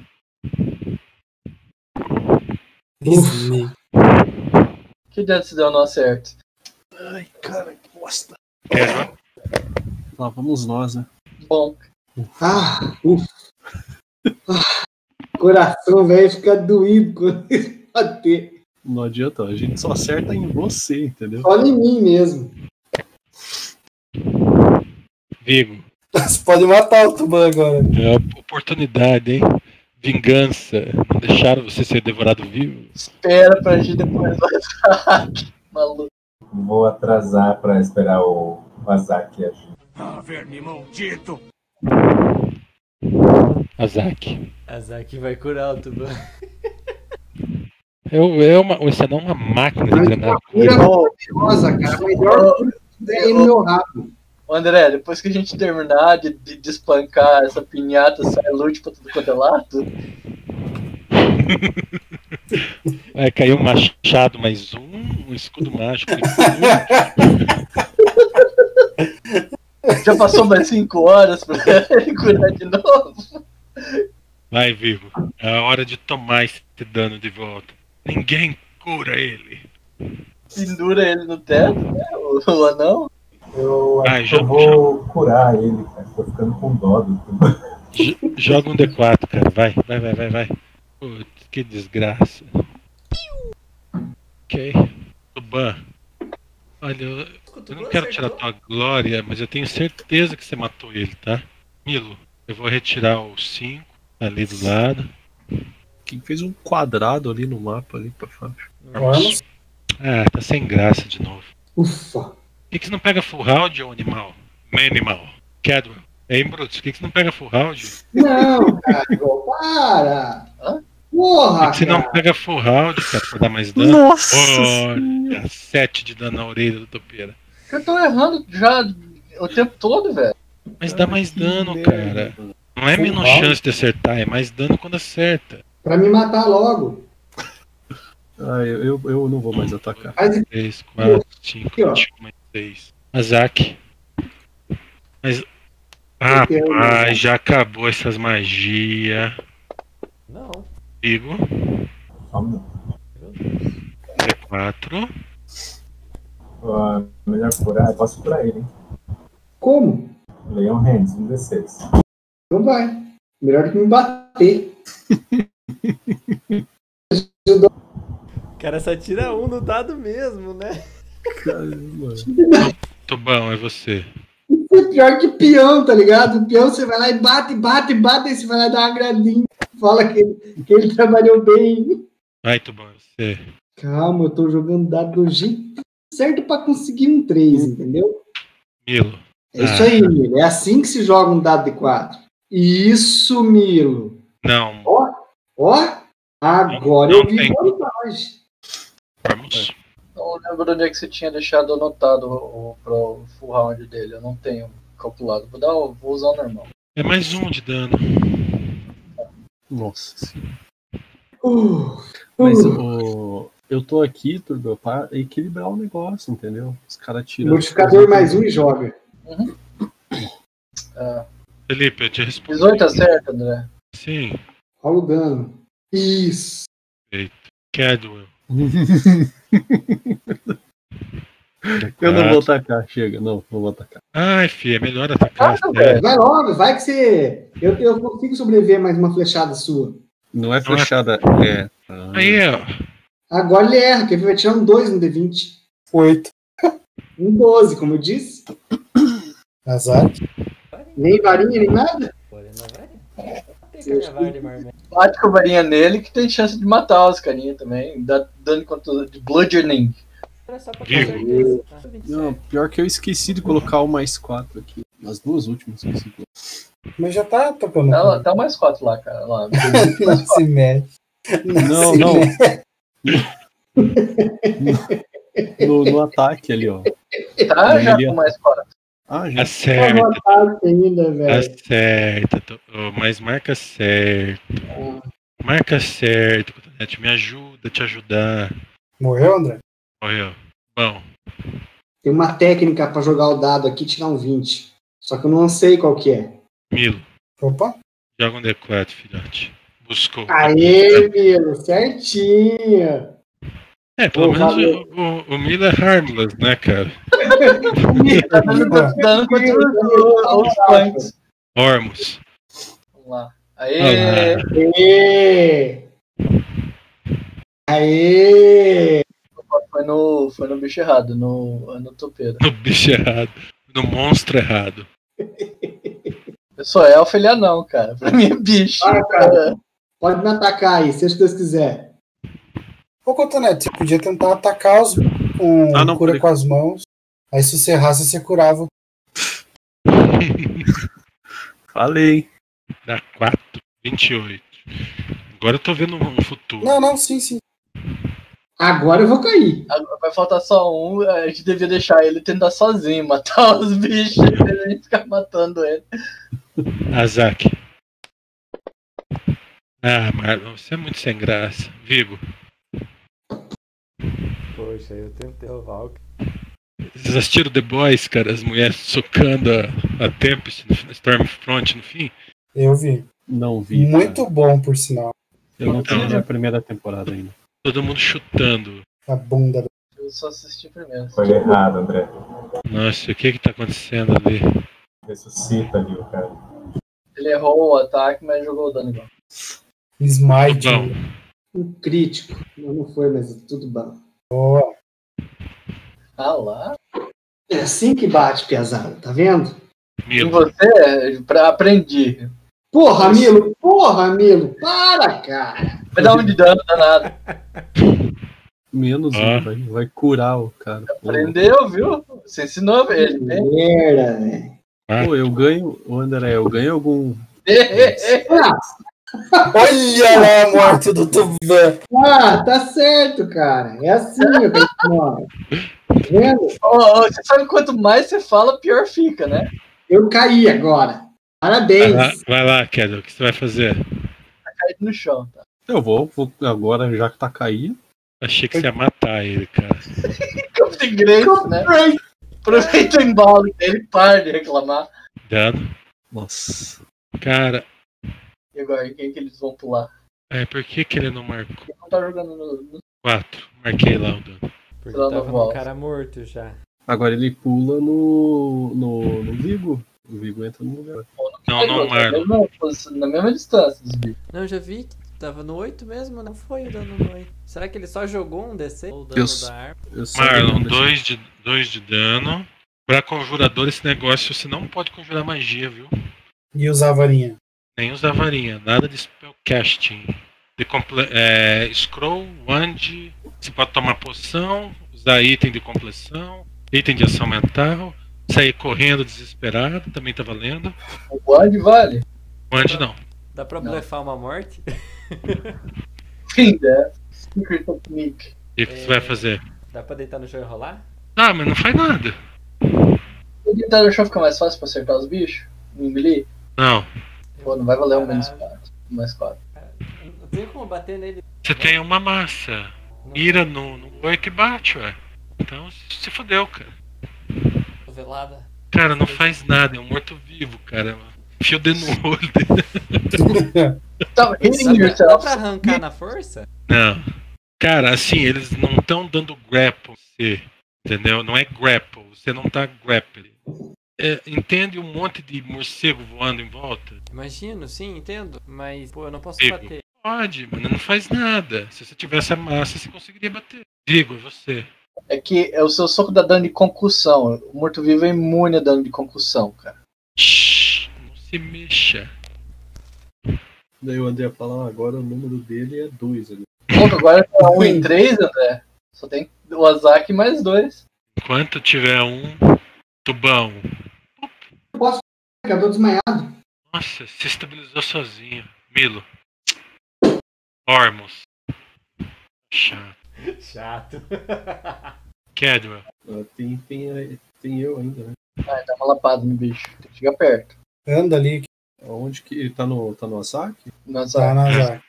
Ih,
Que dano se deu no acerto?
Ai, cara, que bosta.
Quer jogar?
Lá vamos nós, né?
Bom,
Ah, ufa. Ah, coração, velho, fica doído quando [laughs] eles bater.
Não adianta, a gente só acerta em você, entendeu?
Olha em mim mesmo.
Vigo.
Você pode matar o Tuban agora.
É uma oportunidade, hein? Vingança. Não deixaram você ser devorado vivo?
espera pra gente depois do ataque. Maluco.
Vou atrasar pra esperar o Azaki agir.
Ah, verme maldito!
Azaki.
Azaki vai curar o Tuban.
Eu, é uma, você não é uma máquina de granada.
Cura maravilhosa, cara. Melhor cura que tem é no meu rabo.
Ô, André, depois que a gente terminar de, de, de espancar essa pinhata, sai loot pra tudo quanto é lado,
Vai cair um machado mais um, um escudo
[laughs]
mágico.
já passou mais 5 horas pra [laughs] ele curar de novo.
Vai, Vigo. É a hora de tomar esse dano de volta. Ninguém cura ele.
Pendura ele no teto, né? ô? o, o anão?
Eu acho
Ah,
que
já-
eu vou curar ele, cara. Tô ficando com dó do
J- Joga um D4, cara. Vai, vai, vai, vai, vai. Putz, que desgraça. Ok. Tuban. Olha, eu, eu não quero tirar tua glória, mas eu tenho certeza que você matou ele, tá? Milo, eu vou retirar o 5 ali do lado.
Quem fez um quadrado ali no mapa ali pra Fábio?
Vamos.
Ah, tá sem graça de novo.
Ufa.
Por que, que você não pega full round, ô animal? Manimal. Cadwell. Hein, Brutus? Por que, que você não pega full round? Por
Não, cara, para.
Hã?
Porra,
que, que você
Ah, cara.
não pega full round, cara, pra dar mais dano?
Nossa!
Olha, 7 de dano na orelha do topeira.
Eu tô errando já o tempo todo, velho.
Mas dá mais dano, cara. Não é
Full
menos
Uhum.
round?
chance de acertar, é mais dano quando acerta.
Pra me matar logo.
Ah, eu, eu, eu não vou mais atacar.
Faz isso
3, 4, 5,
Aqui, ó.
5, 6. Azak. Mas.
tenho um, né?
Rapaz, já acabou essas magias.
Não.
Digo,
A
é D4.
Ah, melhor curar, eu posso curar ele, hein?
como?
Leon Hands, 16.
Não Então vai. Melhor do que me bater.
O cara só tira um no dado mesmo, né?
Caramba.
Tubão, é você.
É pior que peão, tá ligado? Peão você vai lá e bate, bate, bate, aí você vai lá dar uma gradinha. Fala que ele, que ele trabalhou bem.
Vai, Tubão, é você.
Calma, eu tô jogando dado do jeito certo pra conseguir um 3, entendeu?
Milo.
É isso
Ah.
aí, Milo. É assim que se joga um dado de 4. Isso, Milo.
Não,
Ó, agora
Não
eu vi
tem.
vantagem.
vamos.
Não lembro onde é que você tinha deixado anotado o, o, pro full round dele. Eu não tenho calculado. Vou, dar, o- vou usar o normal.
É mais um de dano.
Nossa senhora.
Uh,
Mas
uh,
ô, eu tô aqui, Turbo, pra equilibrar o negócio, entendeu? Os caras tirando.
modificador mais um e joga.
Ah,
Felipe, eu te respondo.
18 acerta, tá André.
Sim.
Rola o dano. Isso.
Cadwell.
Eu não vou atacar, chega. Não, não vou atacar.
Ai, fi, é melhor atacar.
Claro,
sério.
É.
Vai logo, vai que você. Eu, eu consigo sobreviver mais uma flechada sua.
Não é
Não é-
flechada, é. Ah,
Aí, ó.
Agora ele erra, que ele vai tirar um 2 no D20.
Oito.
Um 12, como eu
[coughs]
disse.
Azar.
Nem varinha, nem nada.
Olha, não vai. Tem que levar ele, Marmelo.
Bate com a varinha nele que tem chance de matar os carinha também. Dá dano contra de bludgeoning.
Era só pra ter
Digo.
certeza. tá?
Não, pior que eu esqueci de colocar o mais 4 aqui. Nas duas últimas, eu esqueci. de colocar.
Mas já tá tocando.
Dá, dá mais 4 lá, cara. Lá.
Não se mete.
Não,
se
[laughs] não.
mete.
No, no ataque ali, ó.
Tá já com mais 4.
Ah, já.
Tá
Acerta,
vantagem ainda, velho.
acerta. tô- ô, mas marca certo. Marca certo, Cotonete. Me ajuda, te ajudar.
Morreu, André?
Morreu. Bom,
Tem uma técnica pra jogar o dado aqui e tirar um 20. Só que eu não sei qual que é.
Milo,
Opa.
joga um D4, filhote. Buscou.
Aê, Milo, certinho.
É, pelo
Ô,
menos
valeu.
o, o, o Milo é harmless, né, cara?
Tá dando
Opa.
dano contra os- os
tá?
flanks.
Ormus. [laughs]
Vamos lá. Aê!
Aê. Aê.
Foi no, foi no bicho errado, no, no topeira.
No bicho errado. No monstro errado.
Eu sou elfo, ele é anão, cara. Pra mim é bicho.
Ah, cara. Pode me atacar aí, seja o que Deus quiser.
Ô, Cotonete, você podia tentar atacar os com
Ah, não,
cura
peraí.
com as mãos. Aí se você errasse, você curava.
Falei.
Dá 4, 28. Agora eu tô vendo um futuro.
Não, não, sim, sim.
Agora eu vou cair.
Agora Vai faltar só um, a gente devia deixar ele tentar sozinho, [laughs] matar os bichos, em vez de a gente ficar matando ele.
Azak. Ah, Marlon, você é muito sem graça. Vigo,
Poxa, eu tentei o Valk.
vocês assistiram The Boys, cara? As mulheres socando a, a Tempest no, Stormfront no fim?
Eu vi.
Não vi. cara.
Muito bom, por sinal.
Eu não
Então,
terminei a primeira temporada ainda.
Todo mundo chutando.
A bunda.
Eu só assisti primeiro.
Foi errado, André.
Nossa, o que que tá acontecendo ali?
Ressuscita ali o cara.
Ele errou o ataque, mas jogou o dano igual.
Smite.
Bom,
Então.
Um crítico. Não, não foi, mas tudo bom.
Ó,
Ah lá.
É assim que bate, Piazada, tá vendo?
E
Milo,
você, pra aprendi.
Porra, Milo! Porra, Milo! Para, cara!
Vai dar um de dano danado.
Menos
Ah.
um, vai, vai curar o cara. né?
Aprendeu, viu? Você ensinou ele, né?
Merda, né? velho.
Pô, eu ganho, ô, André, eu ganho algum.
Olha lá a morte do Tuban.
Ah, tá certo, cara. É assim, meu mano. Tá vendo?
Ó, ó, você sabe quanto mais você fala, pior fica, né?
Eu caí agora.
vai lá,
Parabéns.
vai lá Kedro, o que você vai fazer?
Cai no chão, tá?
Eu vou, vou agora, já que tá caído.
Achei que você ia matar ele, cara.
Campo de Grace, né? Aproveita o embalo dele, para de reclamar.
Dano.
Nossa.
Cara,
E agora, quem que eles vão pular?
é, por que, que ele não marcou?
Ele não tá jogando no. no-
4. Marquei lá o dano.
Lá
tá
Porque
no
tava
Valve.
um cara morto já.
Agora ele pula no. no, no Vigo. O Vigo entra no lugar.
Não, não
na,
marco.
né? mesma, posição- na mesma distância dos bichos.
Não, já vi que tava no 8 mesmo, não foi o dano no 8. Será que ele só jogou um DC? Ou o dano
Deus.
da arma?
Eu sei que
Marlon,
não deixa-
2 de, dois de dano. Pra conjurador, esse negócio você não pode conjurar magia, viu?
E usar a varinha.
Nem usar varinha, nada de spellcasting. De comple- é, scroll, wand, você pode tomar poção, usar item de compleção, item de ação mental, sair correndo desesperado, também tá valendo.
O Bode vale.
Wand não.
Dá pra
Não.
blefar uma morte? [laughs]
Fim dessa. Secret Technique.
E o
É.
que você vai fazer?
Dá pra deitar no chão e rolar?
Ah, mas não faz nada.
O tentar deixar ficar mais fácil pra acertar os bichos? No melee?
Não.
Pô, não vai valer um menos
Ah,
4. Mais 4.
Não tem como bater nele.
Você tem uma massa. Mira no, no boi que bate, ué. Então se fodeu, cara.
Novelada.
Cara, não faz nada, é um morto-vivo, cara. Fio o dedo no olho [laughs] dele.
Tava
Dá
hitting
pra,
é
dá
Tá, yourself.
pra arrancar na força?
Não. Cara, assim, eles não estão dando grapple, você, entendeu? Não é grapple, você não tá grapple. É, entende um monte de morcego voando em volta?
Imagino, sim, entendo. Mas, pô, eu não posso
Digo.
bater.
Pode, mano, não faz nada. Se você tivesse a massa, você conseguiria bater. Digo, é você.
É que é o seu soco dá dano de concussão. O morto-vivo é imune a dano de concussão, cara.
Shhh, não se mexa.
Daí o André fala, ah, agora o número dele é 2 ali.
Pô, agora tá 1 em 3, André. Só tem o Azaki mais 2.
Enquanto tiver um tubão.
Acabou desmaiado.
Nossa, se estabilizou sozinho. Milo. Ormus. Chato.
Chato.
Cadwell.
Ah, Tem, tem, tem eu ainda, né?
Ai, dá uma lapada no bicho. Tem que chegar perto.
Anda ali,
Onde que. Tá no, tá no Asaki?
No
tá
Azaki.
É.
na azar.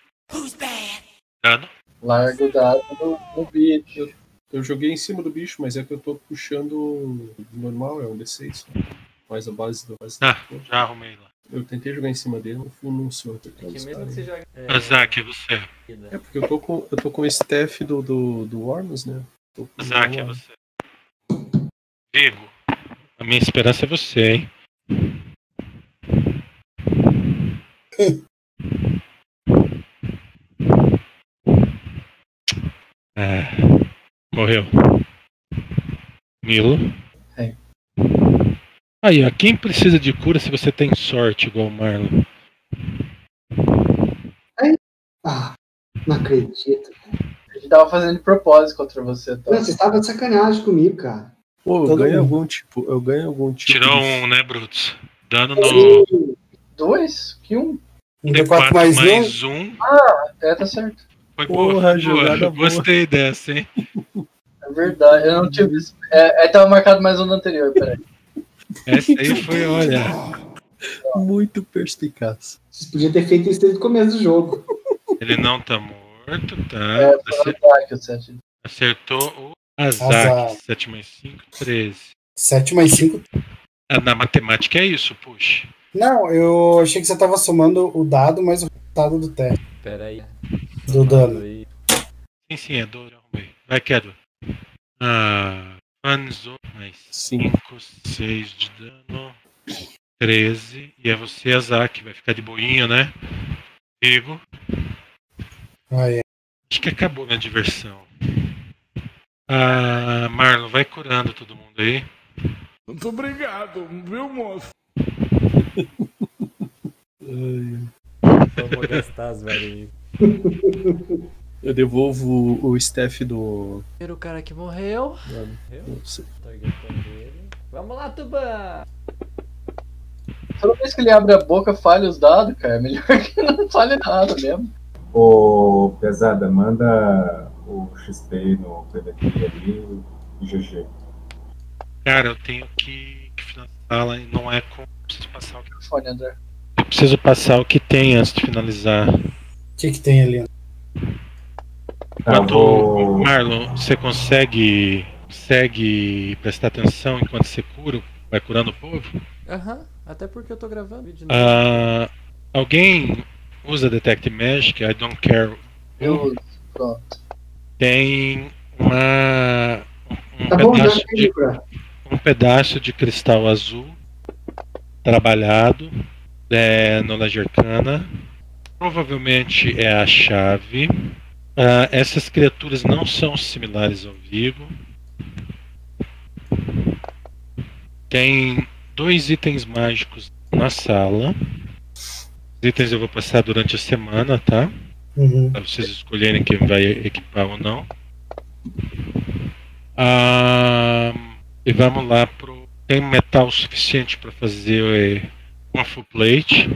Dano?
Larga o dado no, no bicho.
Eu joguei em cima do bicho, mas é que eu tô puxando o normal, é um D6. né? Mais a base do. Base
Tá,
do-
já arrumei lá.
Eu tentei jogar em cima dele, não fui num surto.
É que mesmo que você jogue. É,
Azaki, você.
É porque eu tô com, eu tô com o staff do, do, do Ormus, né? Tô com
Isaac, é você. Digo. A minha esperança é você, hein? Ah, morreu. Milo.
Sim.
Aí, ó, quem precisa de cura se você tem sorte igual o Marlon?
Ah, não acredito.
A gente tava fazendo de propósito contra você, tá?
Não, você estava de sacanagem comigo, cara.
Pô, eu
Todo
ganho
mundo.
algum tipo. Eu ganho algum tipo.
Tirou
de-
um, né, Brutus? Dano no
Dois? Que um?
Um
D4
D4 mais um.
mais um.
É, tá certo.
Foi
Porra,
boa, foi boa. [laughs]
jogada boa.
Gostei dessa, hein?
É verdade. Eu não tinha visto. É, é tava marcado mais um no anterior, peraí.
Essa aí foi, olha.
Muito perspicaz.
Vocês podiam ter feito isso desde o começo do jogo.
Ele não tá morto,
É,
tá?
foi
Acer-
o Azaki o sete.
Acertou o
Azar.
Azak. 7 mais 5, 13.
7 mais 5.
Ah, Na matemática é isso, puxa.
Não, eu achei que você tava somando o dado mais o resultado do teste.
É,
Pera aí.
Do dano.
Sim, sim, é dor, eu arrumei. Vai, Kedro. Ah, Fanzo, mais
Sim.
5, 6 de dano. 13. E é você, Azak, vai ficar de boinha, né? Digo.
Ai,
Acho que acabou minha diversão. Ah, Marlon, vai curando todo mundo aí.
Muito obrigado, viu, moço?
Vamos gastar as velhinhas.
[laughs] Eu devolvo o- o staff do.
Primeiro cara que morreu.
não sei.
Targetando ele.
Vamos lá, Tuban!
Toda vez que ele abre a boca, falha os dados, cara. [laughs] Melhor que não falhe nada mesmo.
Ô, Pesada, manda o XP no PVP ali e GG.
Cara, eu tenho que, que finalizar e não é com. Preciso passar o que
Fone, André.
eu preciso passar o que tem antes de finalizar.
O que, que tem ali?
Tá,
Enquanto,
vou-
Marlon, você consegue, consegue prestar atenção enquanto você cura, vai curando o povo?
Aham, até porque eu tô gravando vídeo. né?
Ah, alguém usa Detect Magic? I don't care.
Eu, pronto.
Tem uma, um,
Tá bom, já
pedaço
tem
de,
pra-
um pedaço de cristal azul trabalhado é, no Lajercana. Provavelmente é a chave. Ah, essas criaturas não são similares ao Vigo. Tem dois itens mágicos na sala. Os itens eu vou passar durante a semana, tá?
Uhum.
Pra vocês escolherem quem vai equipar ou não. Ah, e vamos lá pro. Tem metal suficiente para fazer eh, uma full plate.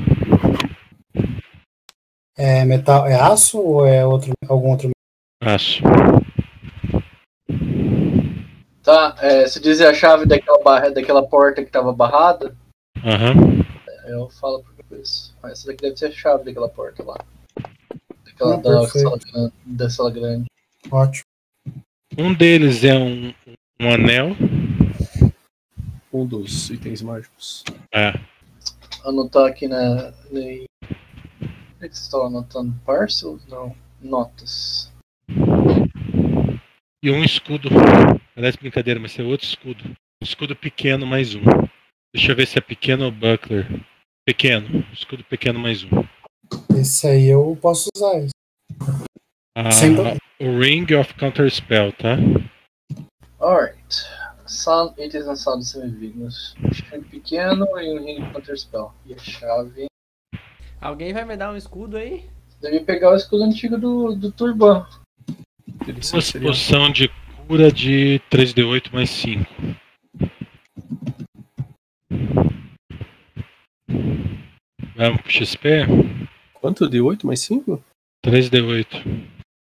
É metal, é aço ou é outro, algum outro?
Aço.
Tá, é, se diz a chave daquela, barra, daquela porta que tava barrada,
Aham.
eu falo por isso. Ah, Essa daqui deve ser a chave daquela porta lá. Daquela
Não,
da,
perfeito.
sala, gran- da sala grande.
Ótimo.
Um deles é um, um anel.
Um dos itens mágicos.
É.
Anotar aqui na. na... Onde é que vocês estão anotando? Parcel? Não. Notas.
E um escudo. Parece brincadeira, mas é outro escudo. Um escudo pequeno mais um. Deixa eu ver se é pequeno ou buckler. Pequeno. Escudo pequeno mais um.
Esse aí eu posso usar. Esse.
Ah,
Sem problema.
o Ring of Counter Spell, tá?
Alright. Sal, itens na sala de semivignos. Um ring pequeno e um ring counter spell. E a chave.
Alguém vai me dar um escudo aí?
Devia pegar o escudo antigo do, do Turban.
Ele
Uma
seria-
poção de cura de 3D8 mais 5. Vamos pro XP?
Quanto? De 8 mais 5?
3D8.